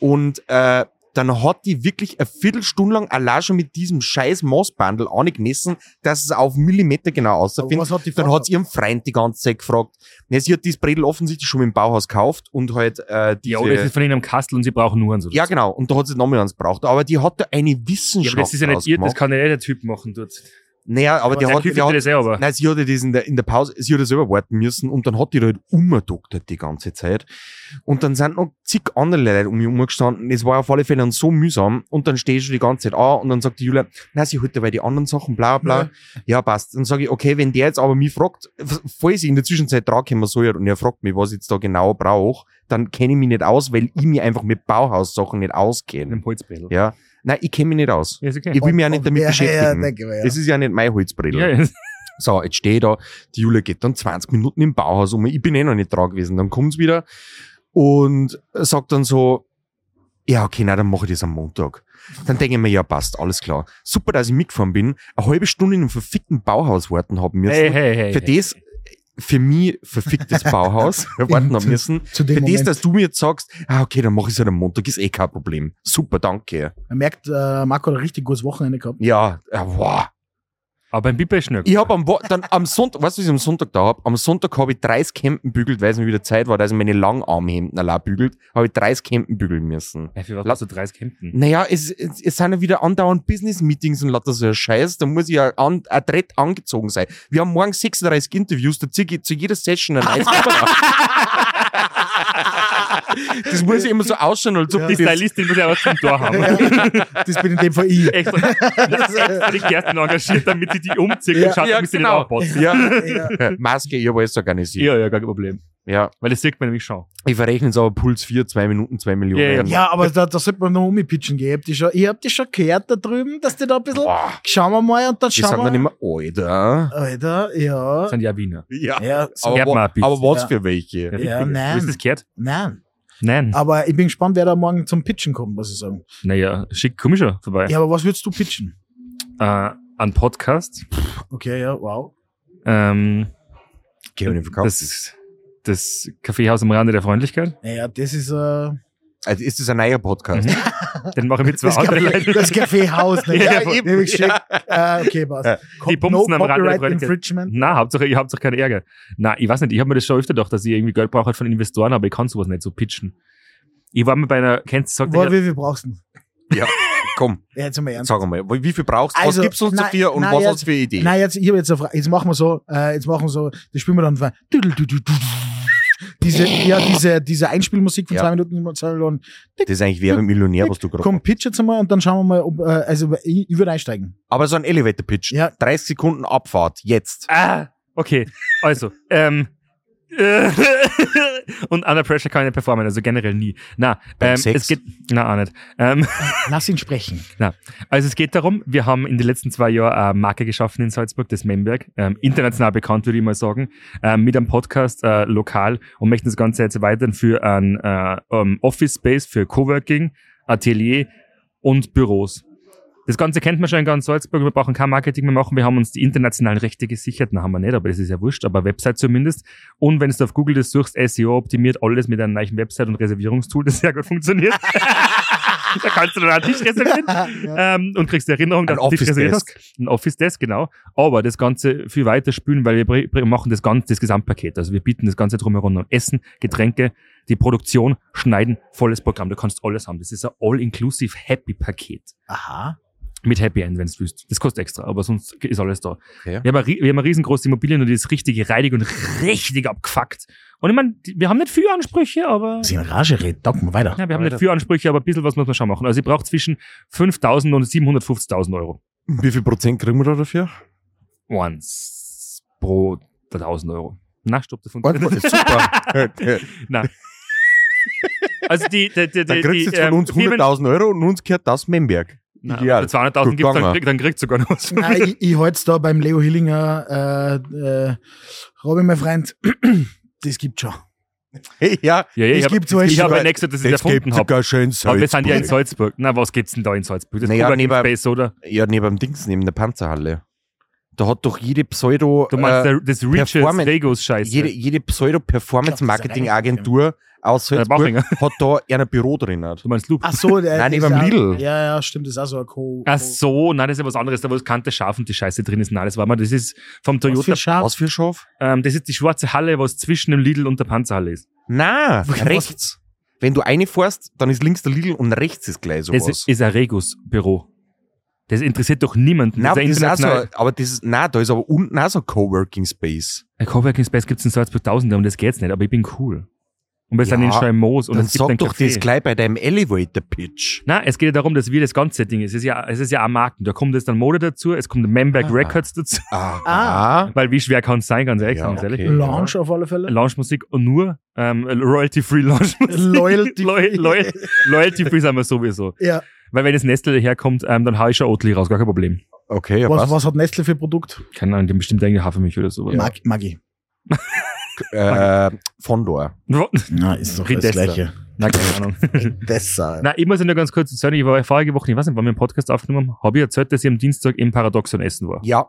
Speaker 3: Und äh, dann hat die wirklich eine Viertelstunde lang allein schon mit diesem scheiß Maßbandel angemessen, dass es auf Millimeter genau
Speaker 2: Aber
Speaker 3: aussieht.
Speaker 2: Also was hat die
Speaker 3: Dann
Speaker 2: Frau
Speaker 3: hat sie ihren Freund die ganze Zeit gefragt. Ja, sie hat dieses Bredel offensichtlich schon im Bauhaus gekauft und halt äh, diese,
Speaker 4: Ja, oder es ist von ihnen am Kastel und sie brauchen nur einen so.
Speaker 3: ja, genau. Und da hat sie nochmal eins gebraucht. Aber die hat da eine
Speaker 4: Ja,
Speaker 3: Wissenschaft
Speaker 4: aber das ist ja nicht ihr, das
Speaker 3: draus gemacht.
Speaker 4: kann ja nicht der Typ machen dort.
Speaker 3: Naja, aber, die
Speaker 4: Der
Speaker 3: hat,
Speaker 4: Typ
Speaker 3: die
Speaker 4: hat
Speaker 3: hat
Speaker 4: das selber.
Speaker 3: Nein, sie hatte das in der, in der Pause, sie hat das selber warten müssen und dann hat die da halt umgedoktert die ganze Zeit. Und dann sind noch zig andere Leute um mich umgestanden. Es war auf alle Fälle dann so mühsam und dann stehe ich schon die ganze Zeit an und dann sagt die Julia, na, sie heute bei die anderen Sachen, bla, bla.
Speaker 2: Ja.
Speaker 3: Ja, passt. Dann sage ich, okay, wenn der jetzt aber mich fragt, f- falls ich in der Zwischenzeit drankommen soll und er fragt mich, was ich jetzt da genau brauche, dann kenne ich mich nicht aus, weil ich mich einfach mit Bauhaus-Sachen nicht
Speaker 4: In
Speaker 3: auskenne.
Speaker 4: einem Holzbredel.
Speaker 3: Ja. Nein, ich kenne mich nicht aus.
Speaker 4: Ja, ist okay.
Speaker 3: Ich will mich auch nicht damit
Speaker 2: ja, Ja,
Speaker 3: beschäftigen.
Speaker 2: denke ich mir, ja.
Speaker 3: Das ist ja nicht mein Holzbredel.
Speaker 4: Ja, ja.
Speaker 3: So, jetzt stehe ich da, die Julia geht dann 20 Minuten im Bauhaus um. Ich bin eh noch nicht dran gewesen. Dann kommt's wieder und sagt dann so, ja, okay, na, dann mache ich das am Montag. Dann denke ich mir, ja, passt, alles klar. Super, dass ich mitgefahren bin. Eine halbe Stunde in einem verfickten Bauhaus warten haben müssen.
Speaker 4: Hey, hey, hey.
Speaker 3: für das, für mich verficktes Bauhaus warten haben müssen.
Speaker 2: zu
Speaker 3: Für
Speaker 2: dem
Speaker 3: das,
Speaker 2: Moment.
Speaker 3: dass du mir jetzt sagst, ah, okay, dann mache ich es halt am Montag, ist eh kein Problem. Super, danke.
Speaker 2: Man merkt, äh, Marco hat ein richtig gutes Wochenende gehabt.
Speaker 3: Ja, ah, wow.
Speaker 4: Aber beim Bippe ist
Speaker 3: Ich habe am, Wo- dann am Sonntag, weißt du, was ich am Sonntag da hab? Am Sonntag habe ich 30 Hemden bügelt, weil es mir wieder Zeit war, dass ich meine Langarmhemden allein bügelt, habe ich 30 Hemden bügeln müssen.
Speaker 4: Hey, für was hast du 30 Hemden?
Speaker 3: Naja, es, es, es sind ja wieder andauernd Business-Meetings und lauter so ein Scheiß, da muss ich ja an, ein Drett angezogen sein. Wir haben morgen 36 Interviews, da ziehe ich zu jeder Session ein neues Kleid an. Das muss ich immer so ausschauen, als ob
Speaker 2: Ja.
Speaker 4: Die
Speaker 3: ich das
Speaker 4: Stylistin muss ja was zum Tor haben.
Speaker 2: Das bin in dem Fall ich.
Speaker 4: Extra, extra die Gersten engagiert, damit sie die umzieht
Speaker 2: Ja,
Speaker 4: und schaut,
Speaker 3: ja,
Speaker 4: damit sie
Speaker 3: genau.
Speaker 4: nicht aufpasst.
Speaker 3: ja,
Speaker 2: Ja.
Speaker 3: Maske, ich habe alles organisiert.
Speaker 4: Ja, ja, gar kein Problem.
Speaker 3: Ja.
Speaker 4: Weil das sieht man nämlich schon.
Speaker 3: Ich verrechne jetzt aber Puls 4, 2 Minuten, 2 Millionen.
Speaker 4: Ja, ja.
Speaker 2: Ja, aber da, da sollte man noch umpitchen gehen. Ich hab die schon, ich hab die schon gehört da drüben, dass die da ein bisschen.
Speaker 3: Boah.
Speaker 2: Schauen wir mal und dann
Speaker 3: Die sind
Speaker 2: schauen
Speaker 3: dann
Speaker 2: wir.
Speaker 3: immer Alter.
Speaker 2: Alter, ja.
Speaker 4: Das sind ja Wiener.
Speaker 3: Ja.
Speaker 2: Ja,
Speaker 3: Aber,
Speaker 4: hört
Speaker 3: wa-
Speaker 4: man ein bisschen.
Speaker 3: aber was
Speaker 2: Ja.
Speaker 3: für welche?
Speaker 2: Ja,
Speaker 4: richtig.
Speaker 2: nein. Ah.
Speaker 4: Ist das gehört?
Speaker 2: nein.
Speaker 4: Nein.
Speaker 2: Aber ich bin gespannt, wer da morgen zum Pitchen kommt, muss ich sagen.
Speaker 4: Naja, schick komischer vorbei.
Speaker 2: Ja, aber was würdest du pitchen?
Speaker 4: Äh, an Podcast.
Speaker 2: Okay, ja, wow.
Speaker 4: Ähm,
Speaker 3: Geh ich nicht verkaufen.
Speaker 4: das, das Kaffeehaus am Rande der Freundlichkeit.
Speaker 2: Naja, das ist, äh,
Speaker 3: Also ist das ein neuer Podcast?
Speaker 4: Den mache ich mit zwei
Speaker 2: Das,
Speaker 4: anderen
Speaker 2: Café,
Speaker 4: Leuten.
Speaker 2: das Kaffeehaus. Ne?
Speaker 4: Ja,
Speaker 2: ja,
Speaker 4: eben.
Speaker 2: nämlich schick. Äh, okay, passt.
Speaker 3: Ja.
Speaker 2: Co-
Speaker 4: Die bumsen am Rand der
Speaker 2: Copyright
Speaker 4: Freundlichkeit.
Speaker 2: Infringement.
Speaker 4: Na, Hauptsache, ihr habt doch keinen Ärger. Na, ich weiß nicht, ich habe mir das schon öfter gedacht, dass ich irgendwie Geld brauche halt von Investoren, aber ich kann sowas nicht so pitchen. Ich war mal bei einer, kennst du, sagt
Speaker 2: Wo,
Speaker 4: der-
Speaker 2: wie viel brauchst du denn?
Speaker 3: Komm,
Speaker 2: Ja, jetzt mal ernst.
Speaker 3: sag mal, wie viel brauchst du?
Speaker 2: Also,
Speaker 3: was gibst du uns
Speaker 2: nein,
Speaker 3: dafür und
Speaker 2: nein,
Speaker 3: was
Speaker 2: jetzt-
Speaker 3: hast du für eine Idee?
Speaker 2: Nein, jetzt, ich hab jetzt eine Frage. Jetzt machen wir so, äh, jetzt machen wir so, das spielen wir dann von- diese, ja, diese, diese Einspielmusik von
Speaker 3: Ja.
Speaker 2: zwei Minuten, die wir sagen, dann,
Speaker 3: Das ist eigentlich wäre Millionär, was du gerade
Speaker 2: komm, pitch jetzt einmal und dann schauen wir mal, ob, äh, also ich, ich würde einsteigen.
Speaker 3: Aber so ein Elevator-Pitch.
Speaker 2: Ja.
Speaker 3: 30 Sekunden Abfahrt, jetzt.
Speaker 4: Ah, okay. Also, ähm. äh, und under pressure kann ich nicht performen, also generell nie. Na,
Speaker 3: Beim
Speaker 4: ähm,
Speaker 3: Sex?
Speaker 4: es geht. Na, auch nicht. Ähm,
Speaker 2: Lass ihn sprechen.
Speaker 4: also, es geht darum, wir haben in den letzten zwei Jahren eine Marke geschaffen in Salzburg, das Memberg. Ähm, international bekannt, würde ich mal sagen. Ähm, mit einem Podcast äh, lokal und möchten das Ganze jetzt erweitern für ein äh, ähm, Office Space, für Coworking, Atelier und Büros. Das Ganze kennt man schon in ganz Salzburg. Wir brauchen kein Marketing mehr machen. Wir haben uns die internationalen Rechte gesichert. Na, haben wir nicht, aber das ist ja wurscht. Aber Website zumindest. Und wenn du auf Google das suchst, SEO optimiert alles mit einer neuen Website und Reservierungstool, das sehr gut funktioniert. da kannst du dann einen Tisch reservieren ähm, und kriegst die Erinnerung, dass
Speaker 3: Ein
Speaker 4: du dich
Speaker 3: Office
Speaker 4: reserviert
Speaker 3: Desk.
Speaker 4: hast. Ein Office Desk, genau. Aber das Ganze viel weiter spülen, weil wir br- br- machen das ganze, das Gesamtpaket. Also wir bieten das Ganze drumherum an. Essen, Getränke, die Produktion, Schneiden, volles Programm. Du kannst alles haben. Das ist ein all-inclusive Happy-Paket.
Speaker 2: Aha.
Speaker 4: Mit Happy End, wenn du willst. Das kostet extra, aber sonst ist alles da.
Speaker 3: Okay.
Speaker 4: Wir, haben eine, ri- wir haben eine riesengroße Immobilie und die ist richtig reinig und richtig abgefuckt. Und ich meine, die- wir haben nicht viele Ansprüche, aber.
Speaker 2: Sie in Rage redet, talk mal weiter.
Speaker 4: Ja, wir haben
Speaker 3: Weiter.
Speaker 4: nicht viele Ansprüche, aber ein bisschen was muss man schon machen. Also ich brauche zwischen 5.000 und 750.000 Euro.
Speaker 3: Wie viel Prozent kriegen wir da dafür?
Speaker 4: Once pro 1.000 Euro. Na, stopp davon.
Speaker 3: Super.
Speaker 4: also die, die, die,
Speaker 3: Dann
Speaker 4: die, ähm,
Speaker 3: kriegst
Speaker 4: die
Speaker 3: du jetzt von uns
Speaker 4: sieben-
Speaker 3: 100.000 Euro und uns gehört das Memberg.
Speaker 4: Na,
Speaker 3: Ideal.
Speaker 4: wenn du 200.000
Speaker 3: Gut
Speaker 4: gibst, dann,
Speaker 3: gegangen.
Speaker 4: krieg, dann kriegst du sogar noch was.
Speaker 2: Nein, ich, ich halte es da beim Leo Hillinger, äh, äh, Robin, mein Freund, das gibt schon.
Speaker 3: Hey, ja,
Speaker 4: Ja, ja, ich
Speaker 2: Es
Speaker 4: habe
Speaker 2: gibt so ein
Speaker 4: ich hab
Speaker 3: Stück-
Speaker 4: ein extra, das ich
Speaker 3: das gibt
Speaker 4: erfunden habe.
Speaker 3: sogar schön Salz.
Speaker 4: Aber wir sind ja in Salzburg. Na, was gibt's denn da in Salzburg? Das
Speaker 3: Naja,
Speaker 4: Coworking
Speaker 3: neben-
Speaker 4: Space, oder?
Speaker 3: Ja, neben dem Dings, neben der Panzerhalle. Da hat doch jede Pseudo...
Speaker 4: Du meinst
Speaker 3: äh,
Speaker 4: der- das Richards
Speaker 3: Performance-
Speaker 4: Regos Scheiße.
Speaker 3: jede, jede Pseudo-Performance-Marketing-Agentur aus
Speaker 4: Der
Speaker 3: Salzburg
Speaker 4: Bachinger.
Speaker 3: hat da ein Büro drin.
Speaker 4: du meinst Loop.
Speaker 2: Ach so, der.
Speaker 3: Nein,
Speaker 2: das
Speaker 3: neben
Speaker 2: ist
Speaker 3: dem
Speaker 2: auch-
Speaker 3: Lidl.
Speaker 2: Ja, ja, stimmt, das ist auch so ein Co.
Speaker 4: Ach so, nein, das ist ja was anderes, da wo das Kante scharf und die Scheiße drin ist. Nein, das war mal, das ist vom
Speaker 2: Was
Speaker 4: Toyota.
Speaker 2: für Schaf?
Speaker 3: Was für Schaf?
Speaker 4: Ähm, das ist die schwarze Halle, was zwischen dem Lidl und der Panzerhalle ist.
Speaker 3: Na,
Speaker 2: Was-
Speaker 3: rechts. Wenn du eine fährst, dann ist links der Lidl und rechts ist gleich sowas.
Speaker 4: Das ist, ist ein Regus-Büro. Das interessiert doch niemanden.
Speaker 3: Nein,
Speaker 4: das
Speaker 3: aber das
Speaker 4: ist
Speaker 3: ist
Speaker 4: ein
Speaker 3: auch so,
Speaker 4: international-
Speaker 3: aber das ist, nein, da ist aber unten auch so ein Coworking Space.
Speaker 4: Ein Coworking Space gibt's in Salzburg Tausende, um das geht's nicht, aber ich bin cool. Und wir sind
Speaker 3: Ja,
Speaker 4: in Scheimoos und
Speaker 3: dann
Speaker 4: es gibt
Speaker 3: sag
Speaker 4: einen
Speaker 3: doch
Speaker 4: Café.
Speaker 3: das gleich bei deinem Elevator Pitch.
Speaker 4: Nein, es geht ja darum, dass wir das ganze Ding ist. Es ist ja, es ist ja auch Marken. Da kommt jetzt dann Mode dazu, es kommt Manberg
Speaker 2: Ah.
Speaker 4: Records dazu.
Speaker 3: Ah,
Speaker 4: Weil wie schwer kann es sein, ganz ehrlich,
Speaker 3: Ja,
Speaker 4: ganz ehrlich.
Speaker 3: okay.
Speaker 2: Launch auf alle Fälle.
Speaker 4: Lounge-Musik und nur ähm, Royalty-Free Lounge-Musik.
Speaker 2: Loyalty-free.
Speaker 4: Loyal, Loyalty-Free sind wir sowieso.
Speaker 2: Ja.
Speaker 4: Weil wenn das Nestle daherkommt, ähm, dann hau ich schon Oatly raus, gar kein Problem.
Speaker 3: okay, ja,
Speaker 2: Was,
Speaker 3: was,
Speaker 2: was hat Nestle für Produkt?
Speaker 4: Keine Ahnung, die haben bestimmt irgendeine Hafermilch oder sowas.
Speaker 2: Mag, Maggi.
Speaker 3: Äh, Fondor.
Speaker 4: Ja.
Speaker 2: Na, ist
Speaker 4: doch das Ritessa. Gleiche. Na, keine Ahnung.
Speaker 2: Besser.
Speaker 4: Na, ich muss ja nur ganz kurz erzählen, ich war vorige Woche, ich weiß nicht, wann wir einen Podcast aufgenommen haben, habe ich erzählt, dass ich am Dienstag im Paradoxon essen war.
Speaker 3: Ja.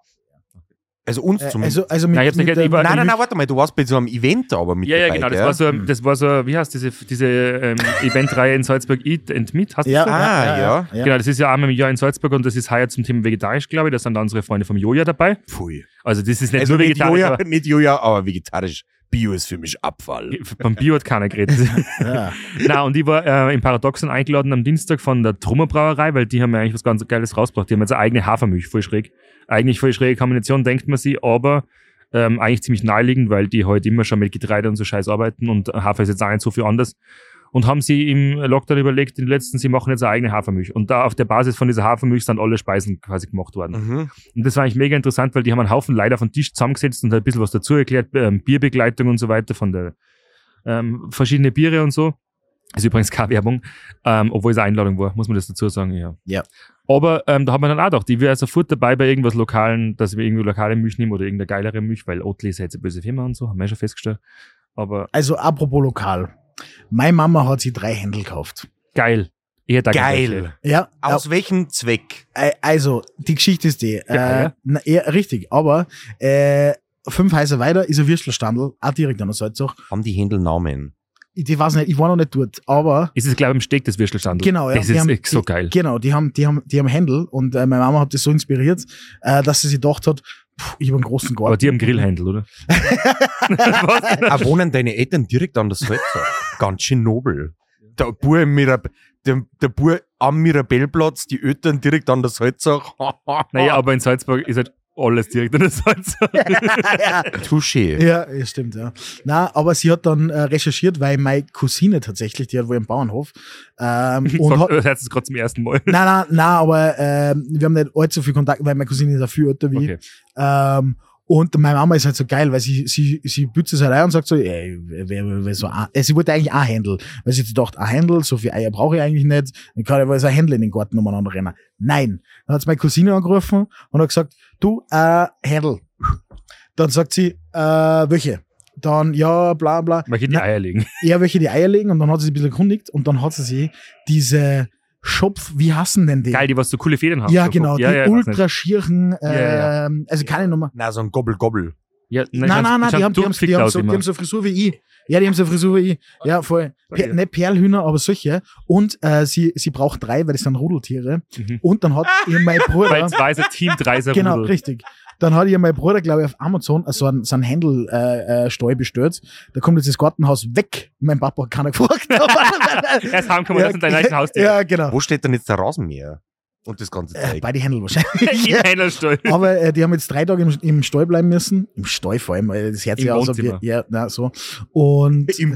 Speaker 3: Also uns
Speaker 2: Äh,
Speaker 3: zum
Speaker 2: also, also mit,
Speaker 4: Nein, ich hab's nicht
Speaker 2: mit,
Speaker 4: gehört,
Speaker 2: ähm,
Speaker 4: ich war-
Speaker 3: Nein, nein, nein, warte mal, du warst bei so einem Event aber mit
Speaker 4: Äh, Ja, ja,
Speaker 3: dabei,
Speaker 4: genau. Das
Speaker 3: gell? Hm.
Speaker 4: war so, das war so, wie heißt diese, diese ähm, Eventreihe in Salzburg Eat and Meet? Hast du
Speaker 2: ja,
Speaker 4: das so?
Speaker 3: Ah, ja.
Speaker 2: ja.
Speaker 4: Genau, das ist ja einmal im Jahr in Salzburg und das ist heuer zum Thema vegetarisch, glaube ich. Da sind da unsere Freunde vom Joja dabei.
Speaker 3: Pfui.
Speaker 4: Also das ist nicht
Speaker 3: Also
Speaker 4: nur
Speaker 3: nicht
Speaker 4: vegetarisch,
Speaker 3: Joja,
Speaker 4: aber
Speaker 3: nicht Joja, aber vegetarisch. Bio ist für mich Abfall.
Speaker 4: beim Bio hat keiner geredet.
Speaker 2: Ja.
Speaker 4: Na und ich war äh, im Paradoxon eingeladen am Dienstag von der Trummerbrauerei, weil die haben ja eigentlich was ganz Geiles rausgebracht. Die haben jetzt eine eigene Hafermilch, voll schräg. Eigentlich voll schräge Kombination, denkt man sie, aber ähm, eigentlich ziemlich naheliegend, weil die halt immer schon mit Getreide und so Scheiß arbeiten und Hafer ist jetzt auch nicht so viel anders. Und haben sie im Lockdown überlegt, in den letzten, sie machen jetzt eine eigene Hafermilch. Und da auf der Basis von dieser Hafermilch sind alle Speisen quasi gemacht worden.
Speaker 3: Mhm.
Speaker 4: Und das war eigentlich mega interessant, weil die haben einen Haufen Leute auf den Tisch zusammengesetzt und ein bisschen was dazu erklärt, ähm, Bierbegleitung und so weiter von der ähm, verschiedene Biere und so. Ist übrigens keine Werbung, ähm, obwohl es eine Einladung war, muss man das dazu sagen, ja.
Speaker 2: Ja.
Speaker 4: Aber ähm, da haben wir dann auch gedacht, ich wäre sofort dabei bei irgendwas Lokalen, dass wir irgendwie lokale Milch nehmen oder irgendeine geilere Milch, weil Oatly ist ja jetzt eine böse Firma und so, haben wir schon festgestellt. Aber
Speaker 2: Also, apropos lokal. Meine Mama hat sie drei Händel gekauft.
Speaker 4: geil. Ich hätte auch gerne welche.
Speaker 3: Geil.
Speaker 2: Ja,
Speaker 3: Aus welchem Zweck?
Speaker 2: äh, also, die Geschichte ist die. Äh,
Speaker 4: Ja, ja.
Speaker 2: Na, ja, richtig, aber äh, fünf heiße weiter ist ein Würstelstandel, auch direkt an der Salzach.
Speaker 3: Haben die Händel Namen?
Speaker 2: ich, ich weiß nicht, ich war noch nicht dort, aber
Speaker 4: Es ist, glaube ich, im Steg des Würstelstandel.
Speaker 2: Genau, ja.
Speaker 4: Das
Speaker 2: Die
Speaker 4: ist
Speaker 2: haben-
Speaker 4: echt so
Speaker 2: die-
Speaker 4: geil.
Speaker 2: Genau, die haben, die haben, die haben Händel und äh, meine Mama hat das so inspiriert, äh, dass sie sich gedacht hat, pff, ich habe einen großen Garten.
Speaker 4: Aber die haben Grillhändel, oder? Was?
Speaker 3: Auch Ah, wohnen deine Eltern direkt an der Salza. Ganz schön nobel. Der Bur, im Mirab der, der Bur am Mirabellplatz, die Eltern direkt an der Salza.
Speaker 4: naja, aber in Salzburg ist halt alles direkt an der Salzburg.
Speaker 3: Touché.
Speaker 2: Ja, ja, stimmt, ja. Na, aber sie hat dann äh, recherchiert, weil meine Cousine tatsächlich, die hat wohl einen Bauernhof. Ähm, und hat,
Speaker 4: Das heißt es gerade zum ersten Mal.
Speaker 2: nein, nein, nein, aber ähm, wir haben nicht allzu viel Kontakt, weil meine Cousine ist auch viel älter wie ich.
Speaker 4: Okay.
Speaker 2: Ähm, und meine Mama ist halt so geil, weil sie, sie, sie bützt es halt ein und sagt so, ey, wer, wer, wer so ein, sie wollte eigentlich ein Händel. Weil sie dachte, ein Händel, so viel Eier brauche ich eigentlich nicht, dann kann ich wohl so ein Händel in den Garten umeinander rennen. Nein. Dann hat sie meine Cousine angerufen und hat gesagt, du, äh, Händel. Dann sagt sie, äh, welche? Dann, ja, bla, bla.
Speaker 4: Man kann die
Speaker 2: Na-
Speaker 4: Eier legen.
Speaker 2: Er welche die Eier legen und dann hat sie sich ein bisschen erkundigt und dann hat sie sich diese Schopf, wie hassen denn die?
Speaker 4: Geil, die was so coole Federn haben.
Speaker 2: ja,
Speaker 4: So,
Speaker 2: genau,
Speaker 4: Ja,
Speaker 2: die
Speaker 4: ja, ich weiß nicht.
Speaker 2: ultra schieren, äh,
Speaker 4: Ja,
Speaker 2: also keine Nummer.
Speaker 3: Na, so ein Gobbel-Gobbel.
Speaker 4: Ja,
Speaker 2: Nein, nein, nein, die haben, die, haben, die, haben so, die haben
Speaker 4: so,
Speaker 2: so Frisur wie ich. Ja, die haben so Frisur wie ich. Ja, voll. Per,
Speaker 4: Okay.
Speaker 2: nicht Perlhühner, aber solche. Und äh, sie, sie braucht drei, weil das sind Rudeltiere.
Speaker 4: Mhm.
Speaker 2: Und dann hat ihr mein
Speaker 4: Weil
Speaker 2: Bruder.
Speaker 4: es weiß, ein Team 3 ist
Speaker 2: genau, richtig. Dann hat ihr mein Bruder, glaube ich, auf Amazon äh, so einen, so einen Händel-Stall äh, Stall bestellt. Da kommt jetzt das Gartenhaus weg. Mein Papa hat keiner gefragt.
Speaker 4: Erst haben kommen, das sind deine eigenen Haustiere.
Speaker 2: Ja, genau.
Speaker 3: Wo steht denn jetzt der Rasenmäher? Und das ganze
Speaker 2: Äh,
Speaker 3: Zeug.
Speaker 2: beide Händel wahrscheinlich.
Speaker 4: Im Händlerstall.
Speaker 2: Aber äh, die haben jetzt drei Tage im, im Stall bleiben müssen. Im Stall vor allem, weil das Herz
Speaker 4: Im
Speaker 2: ja auch so wie,
Speaker 4: Wohnzimmer.
Speaker 2: ja, na, so. Und
Speaker 3: Im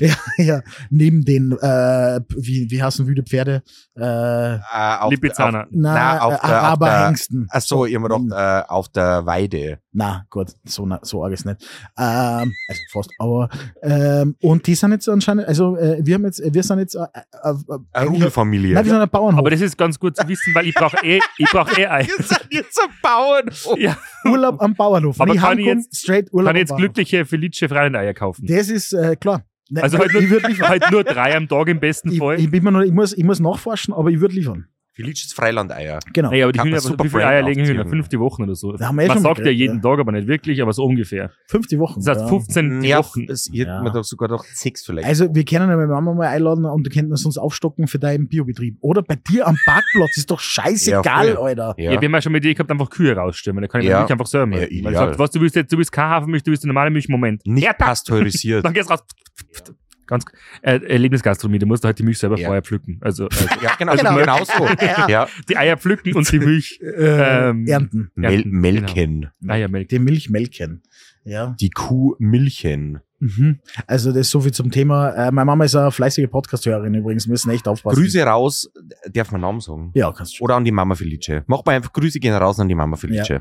Speaker 2: Ja, ja, neben den, äh, wie, wie heißen wüde Pferde? Äh,
Speaker 3: Äh, auf,
Speaker 4: Lipizzaner.
Speaker 2: na,
Speaker 3: Na, auf
Speaker 2: äh,
Speaker 3: der- auf
Speaker 2: Araberhengsten.
Speaker 3: Ach so, ich hab mir
Speaker 2: Hm.
Speaker 3: gedacht, äh, auf der Weide.
Speaker 2: Na, gut, so, na- so arg ist nicht. Ähm, also fast, aber, ähm, und die sind jetzt anscheinend, also, äh, wir haben jetzt, wir sind jetzt, äh, äh, äh,
Speaker 3: Eine
Speaker 2: eigentlich-
Speaker 3: Rudelfamilie.
Speaker 2: nein, wir sind ein Bauernhof.
Speaker 4: Aber das ist ganz gut zu wissen, weil ich brauche eh, ich brauche eh
Speaker 2: Genau.
Speaker 4: Eier.
Speaker 3: sind jetzt ein Bauern.
Speaker 2: Urlaub am Bauernhof.
Speaker 4: Aber
Speaker 2: Wenn
Speaker 4: kann ich
Speaker 2: heimkomme,
Speaker 4: jetzt-
Speaker 2: straight Urlaub
Speaker 4: Kann ich jetzt
Speaker 2: am Bauernhof.
Speaker 4: glückliche Felice freien Eier kaufen.
Speaker 2: Das ist, äh, klar. Nein,
Speaker 4: Also halt
Speaker 2: ich,
Speaker 4: nur,
Speaker 2: würd liefern.
Speaker 4: halt nur drei am Tag im besten
Speaker 2: ich,
Speaker 4: Fall.
Speaker 2: ich, bin mir noch, ich, muss, ich muss nachforschen, aber ich würde liefern.
Speaker 3: Felices Freilandeier.
Speaker 2: Genau.
Speaker 4: Naja, aber die
Speaker 3: Kann
Speaker 4: Hühner,
Speaker 3: man super
Speaker 4: wie viele
Speaker 3: Brand
Speaker 4: Eier legen Hühner?
Speaker 3: aufziehen.
Speaker 4: Fünfte Wochen oder so.
Speaker 2: Da haben wir eh
Speaker 4: Man
Speaker 2: schon
Speaker 4: sagt ja
Speaker 2: gekriegt,
Speaker 4: jeden
Speaker 2: ja.
Speaker 4: Tag, aber nicht wirklich, aber so ungefähr.
Speaker 2: Fünf die Wochen.
Speaker 4: Das heißt
Speaker 2: ja.
Speaker 4: 15 die
Speaker 3: Ja,
Speaker 4: Wochen.
Speaker 3: es- ich hätte
Speaker 2: Ja.
Speaker 3: mir doch sogar gedacht, sechs vielleicht.
Speaker 2: Also wir können ja meine Mama mal einladen und du könnten uns sonst aufstocken für deinen Biobetrieb. Oder bei dir am Parkplatz, ist doch scheißegal,
Speaker 3: Ja, voll.
Speaker 2: Alter.
Speaker 4: Äh, Ja. wir haben ja schon mal die Idee gehabt, einfach Kühe rausstimmen. Da kann ich mir
Speaker 3: Ja.
Speaker 4: wirklich einfach selber machen.
Speaker 3: Ja,
Speaker 4: Weil ich
Speaker 3: ideal.
Speaker 4: sag, was, du willst jetzt, du willst keine Hafermilch, du willst eine normale Milch, Moment.
Speaker 3: nicht
Speaker 4: Ja, da-
Speaker 3: pasteurisiert.
Speaker 4: Dann geht's raus. Ganz, äh, Erlebnisgastronomie, da musst du halt die Milch selber
Speaker 3: Ja.
Speaker 4: vorher pflücken. Also, äh,
Speaker 3: ja, genau,
Speaker 2: Genau.
Speaker 3: genau. genau so.
Speaker 2: Ja.
Speaker 3: ja.
Speaker 4: die Eier pflücken und die Milch.
Speaker 2: Äh,
Speaker 4: Ähm, Ah
Speaker 2: Ernten.
Speaker 3: Mel
Speaker 4: Ernten,
Speaker 3: melken.
Speaker 4: Eiermelk.
Speaker 2: Die Milch melken. Ja.
Speaker 3: Die Kuh milchen.
Speaker 2: Mhm. Also das ist so viel zum Thema. Äh, meine Mama ist eine fleißige Podcast-Hörerin übrigens, wir müssen echt aufpassen.
Speaker 3: Grüße raus. Darf man Namen sagen?
Speaker 2: Ja, kannst du.
Speaker 3: Oder an die Mama Felice. Mach mal einfach Grüße gehen raus an die Mama Felice.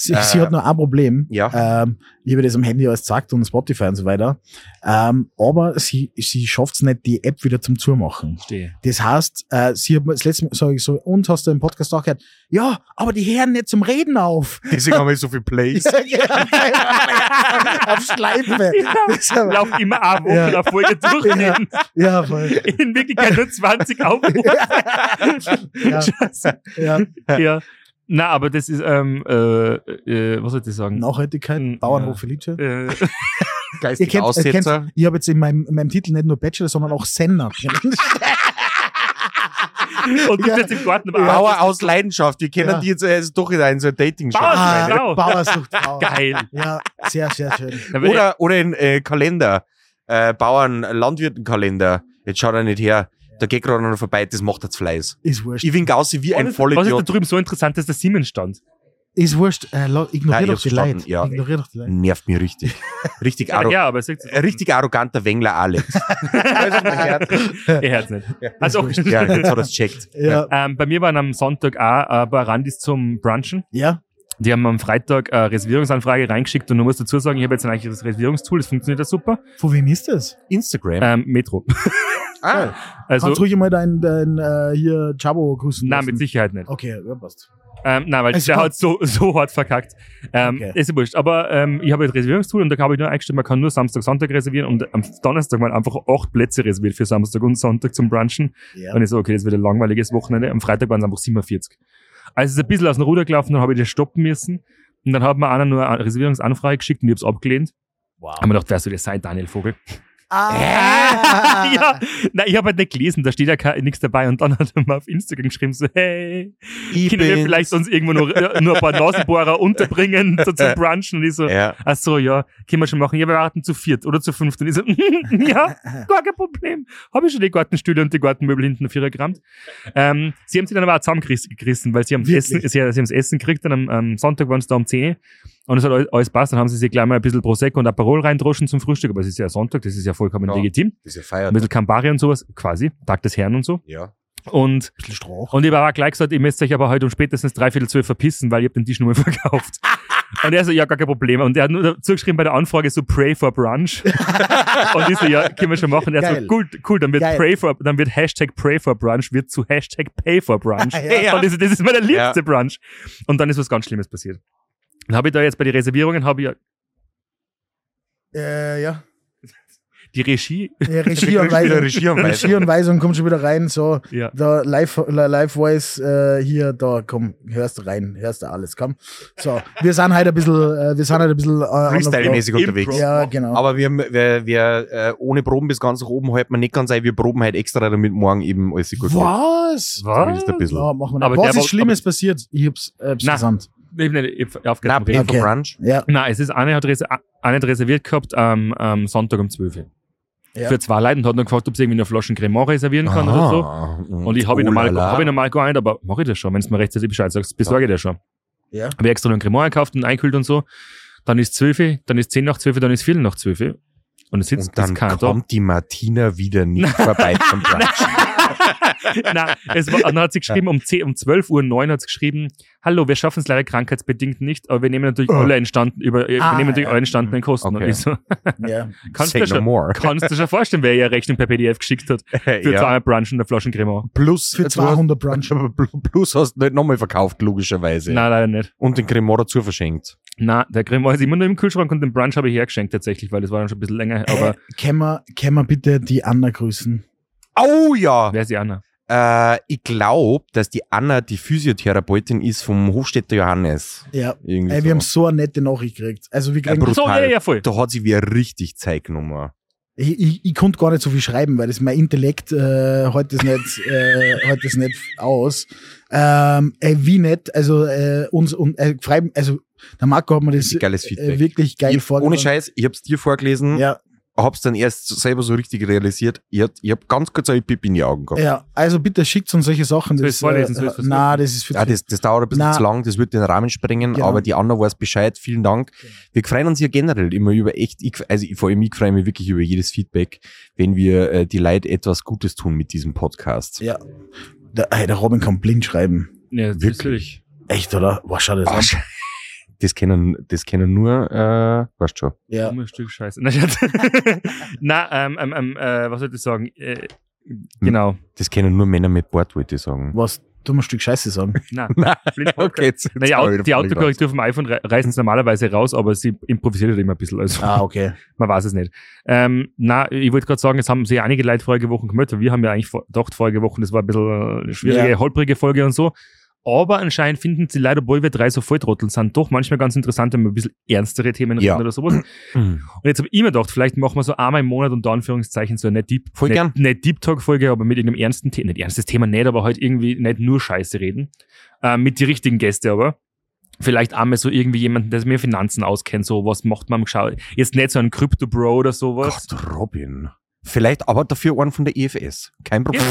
Speaker 2: Sie, sie hat nur ein Problem.
Speaker 3: äh, Ja.
Speaker 2: Ähm, ich habe ihr das am Handy alles gesagt und Spotify und so weiter. Ähm, aber sie, sie schafft es nicht, die App wieder zum Zumachen.
Speaker 4: Stehe.
Speaker 2: Das heißt, äh, sie hat mir das letzte Mal, sag ich so, und hast du im Podcast auch gehört, ja, aber die hören nicht zum Reden auf.
Speaker 3: Deswegen haben wir so viel Plays.
Speaker 2: auf Schleife. Das ist aber-
Speaker 4: Lauf immer eine Woche
Speaker 2: Ja.
Speaker 4: ja. Folge durch.
Speaker 2: Ja.
Speaker 4: In,
Speaker 2: Ja, voll.
Speaker 4: in Wirklichkeit nur 20 Aufrufe.
Speaker 2: Ja,
Speaker 4: Scheiße.
Speaker 2: ja.
Speaker 4: ja. Na, aber das ist, ähm, äh, äh, was soll ich sagen? Mhm.
Speaker 2: Nachhaltigkeit, Bauernhof Felice.
Speaker 4: Äh,
Speaker 2: Ihr
Speaker 3: Geistig
Speaker 2: kennt, äh,
Speaker 3: Aussetzer.
Speaker 2: kennt, ich habe jetzt in meinem, in meinem Titel nicht nur Bachelor, sondern auch Sender. drin.
Speaker 4: und du
Speaker 2: Ja.
Speaker 4: sitzt im Garten.
Speaker 3: Bauer
Speaker 4: aber-
Speaker 3: aus Leidenschaft. Wir kennen
Speaker 2: Ja.
Speaker 3: die jetzt äh, ist doch in ein so ein dating
Speaker 4: Bauer
Speaker 3: shop
Speaker 4: aus
Speaker 2: Ah,
Speaker 4: Genau.
Speaker 2: Bauersucht. Bauer.
Speaker 4: Geil.
Speaker 2: Ja, sehr, sehr schön.
Speaker 4: Na, wenn-
Speaker 3: Oder, oder in äh, Kalender. Äh, Bauern, Landwirtenkalender. Jetzt schaut er nicht her. Da geht gerade einer vorbei, das macht jetzt Fleiß.
Speaker 2: Ist wurscht.
Speaker 3: Ich bin Gassi wie ein
Speaker 4: was, was ist da
Speaker 3: Vollidiot.
Speaker 4: drüben so interessant, dass der Siemens stand?
Speaker 2: Ist wurscht. Äh, la-
Speaker 3: Nein,
Speaker 2: ignorier
Speaker 3: ich
Speaker 2: doch
Speaker 3: hab's
Speaker 2: die
Speaker 3: verstanden,
Speaker 2: Leute.
Speaker 3: ja. Mhm.
Speaker 2: Ignorier doch die Leute.
Speaker 3: Nervt mich richtig. Richtig, arro
Speaker 4: Ja, aber es ist
Speaker 3: ein richtig arroganter Wengler Alex. Alles auf mein Herz.
Speaker 4: Er hört's nicht. Also,
Speaker 3: ja, jetzt hat er es checkt. Äh,
Speaker 2: Ja.
Speaker 4: ähm, bei mir waren am Sonntag auch äh, ein paar Randis zum Brunchen.
Speaker 2: Ja.
Speaker 4: Die haben am Freitag eine Reservierungsanfrage reingeschickt und du musst dazu sagen, ich habe jetzt ein eigenes Reservierungstool, das funktioniert ja super.
Speaker 2: Von wem ist das?
Speaker 3: Instagram.
Speaker 4: Ähm, Metro.
Speaker 3: ah,
Speaker 4: Also,
Speaker 2: Kannst ruhig mal dein, dein äh, hier Chabo grüßen.
Speaker 4: nein,
Speaker 2: lassen.
Speaker 4: mit Sicherheit nicht.
Speaker 2: Okay, ja, passt.
Speaker 4: Ähm, nein, weil
Speaker 2: Also-
Speaker 4: der hat so, so hart verkackt. Ähm,
Speaker 2: Okay.
Speaker 4: Ist ja wurscht. Aber ähm, ich habe ein Reservierungstool und da habe ich nur eingestellt, man kann nur Samstag, Sonntag reservieren und am Donnerstag waren einfach acht Plätze reserviert für Samstag und Sonntag zum Brunchen.
Speaker 2: Ja.
Speaker 4: Und ich so, okay, das wird ein langweiliges Wochenende. Am Freitag waren es einfach 47. Also es ist ein bisschen aus dem Ruder gelaufen, dann habe ich das stoppen müssen. Und dann hat mir einer nur eine Reservierungsanfrage geschickt und ich habe es abgelehnt.
Speaker 2: Wow.
Speaker 4: Haben wir gedacht, wer soll das sein, Daniel Vogel?
Speaker 2: Ah.
Speaker 4: ja, nein, ich habe halt nicht gelesen, da steht ja kein- nichts dabei. Und dann hat er mal auf Instagram geschrieben, so, hey,
Speaker 3: Ich
Speaker 4: können wir
Speaker 3: bin-
Speaker 4: vielleicht sonst irgendwo nur, nur ein paar Nasenbohrer unterbringen, so zum Brunchen? Und ich so,
Speaker 3: Ja.
Speaker 4: ach so, ja, können wir schon machen. Ja, wir warten zu viert oder zu fünft. Und ich so, ja, gar kein Problem. Habe ich schon die Gartenstühle und die Gartenmöbel hinten auf ihrer gerammt. Ähm, sie haben sie dann aber auch zusammengerissen, weil sie haben,
Speaker 2: Wirklich?
Speaker 4: Essen, sie, sie haben das Essen gekriegt, dann am, am Sonntag waren es da um 10 Uhr. und es hat alles- alles passt. Dann haben sie sich gleich mal ein bisschen Prosecco und Aperol reindroschen zum Frühstück, aber es ist ja Sonntag, das ist ja vollkommen
Speaker 3: Ja.
Speaker 4: legitim.
Speaker 3: Das ist ja
Speaker 4: Ein
Speaker 3: Feiertag.
Speaker 4: bisschen Campari und sowas, quasi, Tag des Herrn und so.
Speaker 3: Ja.
Speaker 4: Und
Speaker 2: Bisschen Strauch.
Speaker 4: und ich habe auch gleich gesagt, ihr müsst euch aber heute um spätestens dreiviertel zwölf verpissen, weil ihr habt den Tisch nur mal verkauft. Und er so, ja, gar kein Problem. Und er hat nur dazu geschrieben bei der Anfrage so, pray for brunch. Und ich so, ja, können wir schon machen. Er
Speaker 2: Geil.
Speaker 4: so, cool, cool, dann wird
Speaker 2: Geil.
Speaker 4: pray for, dann wird Hashtag pray for brunch, wird zu Hashtag pay for brunch.
Speaker 2: Ah, Ja.
Speaker 4: Und ich so, das ist meine
Speaker 3: Ja.
Speaker 4: liebste brunch. Und dann ist was ganz Schlimmes passiert. Dann habe ich da jetzt bei den Reservierungen, habe ich ja
Speaker 2: Äh, ja.
Speaker 4: die Regie,
Speaker 2: ja
Speaker 3: Wieder
Speaker 2: Regieanweisung.
Speaker 3: Regieanweisung.
Speaker 2: Regieanweisung kommt schon wieder rein, so.
Speaker 4: ja.
Speaker 2: Da live, li- live Voice äh, hier, da komm, hörst rein, hörst du alles, komm. So, wir sind halt ein bisschen, äh, wir sind halt ein bisschen äh,
Speaker 3: Freestyle-mäßig unterwegs.
Speaker 2: Ja, genau.
Speaker 3: Aber wir, wir, wir äh, ohne Proben bis ganz nach oben halten wir nicht ganz ein. Wir proben halt extra, damit morgen eben alles gut geht.
Speaker 2: Was?
Speaker 3: Das
Speaker 4: Was?
Speaker 3: ist ein bisschen.
Speaker 2: Ja, machen wir
Speaker 4: Aber
Speaker 2: nicht. Was
Speaker 4: der
Speaker 2: ist
Speaker 4: war-
Speaker 2: Schlimmes passiert? Ich hab's, äh, hab's
Speaker 4: Na.
Speaker 2: gesandt.
Speaker 4: Ich hab nicht- ich hab
Speaker 3: Nein,
Speaker 4: aufgehört.
Speaker 3: Pay for
Speaker 2: Okay.
Speaker 3: Brunch.
Speaker 2: Ja,
Speaker 4: Nein, es ist eine hat, reser eine hat reserviert gehabt am am Sonntag um 12 Uhr.
Speaker 2: Ja.
Speaker 4: Für zwei Leute und hat dann gefragt, ob sie irgendwie eine Flasche Cremant reservieren kann oder
Speaker 3: Ah,
Speaker 4: so. Und ich habe ihn
Speaker 3: oh
Speaker 4: normal, hab ich normal gar nicht, aber mache ich das schon, wenn du mir rechtzeitig Bescheid sagst, besorge ich das schon.
Speaker 2: ja.
Speaker 4: Habe ich extra noch ein Cremant gekauft und einkühlt und so. Dann ist 12 Uhr, dann ist 10 nach 12 Uhr, dann ist 4 nach 12 Uhr. Und es sitzt
Speaker 3: Und dann
Speaker 4: das keiner da.
Speaker 3: kommt die Martina wieder nicht vorbei zum Brunch.
Speaker 4: Nein, es war, dann hat sie geschrieben, um, 10, um 12 Uhr 9 hat sie geschrieben, hallo, wir schaffen es leider krankheitsbedingt nicht, aber wir nehmen natürlich alle entstanden, über, wir
Speaker 2: Ah,
Speaker 4: nehmen natürlich
Speaker 2: ja.
Speaker 4: alle entstandenen Kosten.
Speaker 3: Okay.
Speaker 4: Und ich so,
Speaker 2: ja.
Speaker 4: kannst
Speaker 3: Say
Speaker 4: du
Speaker 3: no
Speaker 4: schon,
Speaker 3: more.
Speaker 4: kannst du dir schon vorstellen, wer ihr Rechnung per PDF geschickt hat für
Speaker 3: Ja.
Speaker 4: zwei Brunch und eine Flasche Cremant.
Speaker 3: Plus,
Speaker 2: Für
Speaker 3: jetzt war-
Speaker 2: 200 Brunch.
Speaker 3: Plus hast du nicht nochmal verkauft, logischerweise.
Speaker 4: Nein, leider nicht.
Speaker 3: Und den Cremor dazu verschenkt.
Speaker 4: Nein, der Cremant ist immer nur im Kühlschrank und den Brunch habe ich hergeschenkt tatsächlich, weil das war dann schon ein bisschen länger. Aber
Speaker 2: äh, können, wir, können wir bitte die Anna grüßen?
Speaker 3: Oh ja!
Speaker 4: wer ist die Anna?
Speaker 3: Äh, ich glaube, dass die Anna die Physiotherapeutin ist vom Hofstädter Johannes.
Speaker 2: Ja.
Speaker 3: Irgendwie
Speaker 2: Ey,
Speaker 3: so.
Speaker 2: wir haben so eine nette Nachricht gekriegt. Also wir kriegen,
Speaker 3: Ja,
Speaker 4: Ach So, ja,
Speaker 3: Brutal.
Speaker 4: ja, voll.
Speaker 3: da hat sie wieder richtig Zeit genommen.
Speaker 2: ich, ich, ich konnte gar nicht so viel schreiben, weil das mein Intellekt äh, heute ist nicht, äh, heute ist nicht aus. Ähm, ey, wie nett, also äh, uns und äh, frei, also der Marco hat mir das
Speaker 3: Richtig geiles
Speaker 2: äh,
Speaker 3: Feedback.
Speaker 2: wirklich geil
Speaker 3: ich, ohne
Speaker 2: vorgelesen.
Speaker 3: Scheiß, ich hab's dir vorgelesen,
Speaker 2: Ja,
Speaker 3: hab's dann erst selber so richtig realisiert. Ich, hab- ich hab ganz kurz ein Pipi in die Augen gehabt.
Speaker 2: ja, also bitte schickt uns solche Sachen.
Speaker 4: Soll ich's vorlesen? Soll ich's
Speaker 2: äh,
Speaker 4: versuchen?
Speaker 2: na, das ist für
Speaker 3: Ja, das, das dauert ein bisschen
Speaker 2: Na.
Speaker 3: zu lang, das wird den Rahmen sprengen,
Speaker 2: Genau.
Speaker 3: aber die Anna weiß Bescheid, vielen Dank. Wir freuen uns ja generell immer über echt, ich, also ich, vor allem ich freue mich wirklich über jedes Feedback, wenn wir äh, die Leute etwas Gutes tun mit diesem Podcast.
Speaker 2: ja. Der, ey, der Robin kann blind schreiben.
Speaker 4: Ja, das ist
Speaker 3: Wirklich.
Speaker 2: Echt, oder? Boah, schau dir das
Speaker 3: Ah,
Speaker 2: an.
Speaker 3: sch- Das kennen, das kennen nur, äh, weißt schon.
Speaker 2: Ja.
Speaker 4: dummes Stück Scheiße. Na, Schatz. Na ähm, ähm, ähm, äh, was sollte ich sagen? Äh, genau.
Speaker 3: Das kennen nur Männer mit Bord, wollte ich sagen.
Speaker 2: Was? Du musst ein Stück Scheiße sagen.
Speaker 4: Na, blind Podcast.
Speaker 3: jetzt, jetzt
Speaker 4: Naja,
Speaker 3: hab ich
Speaker 4: au- die
Speaker 3: voll gedacht.
Speaker 4: Autokorrektur vom iPhone rei- reißen es normalerweise raus, aber sie improvisiert halt immer ein bisschen. Also.
Speaker 2: Ah, okay.
Speaker 4: Man weiß es nicht. Ähm, na, ich wollte gerade sagen, jetzt haben sich einige Leute vorige Wochen gemeldet. weil Wir haben ja eigentlich vor- gedacht, vorige Wochen, das war ein bisschen eine schwierige,
Speaker 2: Ja.
Speaker 4: holprige Folge und so. Aber anscheinend finden sie leider, obwohl wir drei so Volltrotteln sind, doch manchmal ganz interessant, wenn wir ein bisschen ernstere Themen
Speaker 3: Ja.
Speaker 4: reden oder sowas. Und
Speaker 3: Hm.
Speaker 4: jetzt habe ich mir gedacht, vielleicht machen wir so einmal im Monat unter Anführungszeichen so eine Deep,
Speaker 3: Voll
Speaker 4: eine,
Speaker 3: gern.
Speaker 4: eine Deep Talk-Folge, aber mit irgendeinem ernsten Thema, nicht ernstes Thema nicht, aber halt irgendwie nicht nur Scheiße reden. Äh, mit die richtigen Gäste aber. Vielleicht einmal so irgendwie jemanden, der sich mit Finanzen auskennt, so was macht man am Schau. Jetzt nicht so ein Crypto-Bro oder sowas.
Speaker 3: Gott, Robin. Vielleicht aber dafür einen von der EFS. Kein Problem.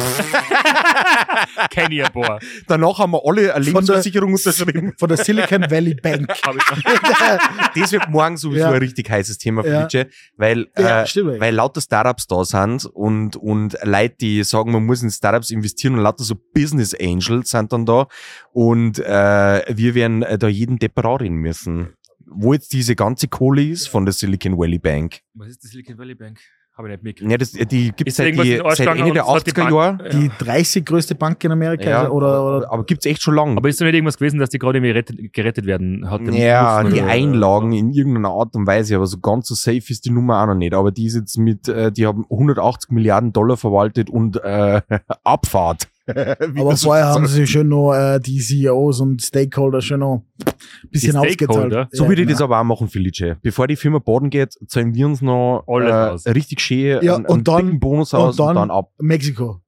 Speaker 4: Kenny ja, boah.
Speaker 3: Danach haben wir alle eine
Speaker 2: Von der-
Speaker 3: Lebensversicherung unterschrieben.
Speaker 2: Von der Silicon Valley Bank.
Speaker 4: Hab ich
Speaker 3: Das wird morgen sowieso
Speaker 2: Ja.
Speaker 3: ein richtig heißes Thema für
Speaker 2: Ja.
Speaker 3: DJ, weil,
Speaker 2: Ja,
Speaker 3: äh,
Speaker 2: stimmt.
Speaker 3: weil lauter Startups da sind und, und Leute, die sagen, man muss in Startups investieren und lauter so Business Angels sind dann da und äh, wir werden äh, da jeden Depperat reden müssen. Wo jetzt diese ganze Kohle ist von der Silicon Valley Bank.
Speaker 4: Was ist die Silicon Valley Bank? Habe ich nicht mitgekriegt.
Speaker 3: Ja, das, die gibt es
Speaker 4: Ist
Speaker 3: seit,
Speaker 4: irgendwas
Speaker 3: die-
Speaker 4: in den Arsch
Speaker 3: seit
Speaker 4: gegangen
Speaker 3: Ende der
Speaker 4: und es hat die
Speaker 3: 80er
Speaker 4: Bank-
Speaker 3: Jahre.
Speaker 2: die 30 größte Bank in Amerika
Speaker 3: Ja.
Speaker 2: also, oder, oder
Speaker 3: Aber gibt's echt schon lange.
Speaker 4: Aber ist doch nicht irgendwas gewesen, dass die gerade irgendwie rettet- gerettet werden hat?
Speaker 3: ja,
Speaker 4: müssen
Speaker 3: die
Speaker 4: oder-
Speaker 3: Einlagen in irgendeiner Art und Weise, aber so ganz so safe ist die Nummer auch noch nicht. Aber die ist jetzt mit, äh, die haben 180 Milliarden Dollar verwaltet und äh, Abfahrt. Wie
Speaker 2: Aber
Speaker 3: das so
Speaker 2: vorher haben
Speaker 3: sagt.
Speaker 2: sie schön noch äh, die CEOs und Stakeholder schön noch ein bisschen
Speaker 4: Die Stakeholder?
Speaker 2: aufgeteilt.
Speaker 3: So
Speaker 2: Ja,
Speaker 3: würde ich
Speaker 2: genau.
Speaker 3: das aber auch machen, Felice. Bevor die Firma Boden geht, zahlen wir uns noch
Speaker 4: Alles aus.
Speaker 3: äh, richtig schön
Speaker 2: Ja,
Speaker 3: einen,
Speaker 2: und
Speaker 3: einen
Speaker 2: dann-
Speaker 3: dicken Bonus
Speaker 2: und
Speaker 3: aus und
Speaker 2: dann-
Speaker 3: dann, ab.
Speaker 2: Mexiko.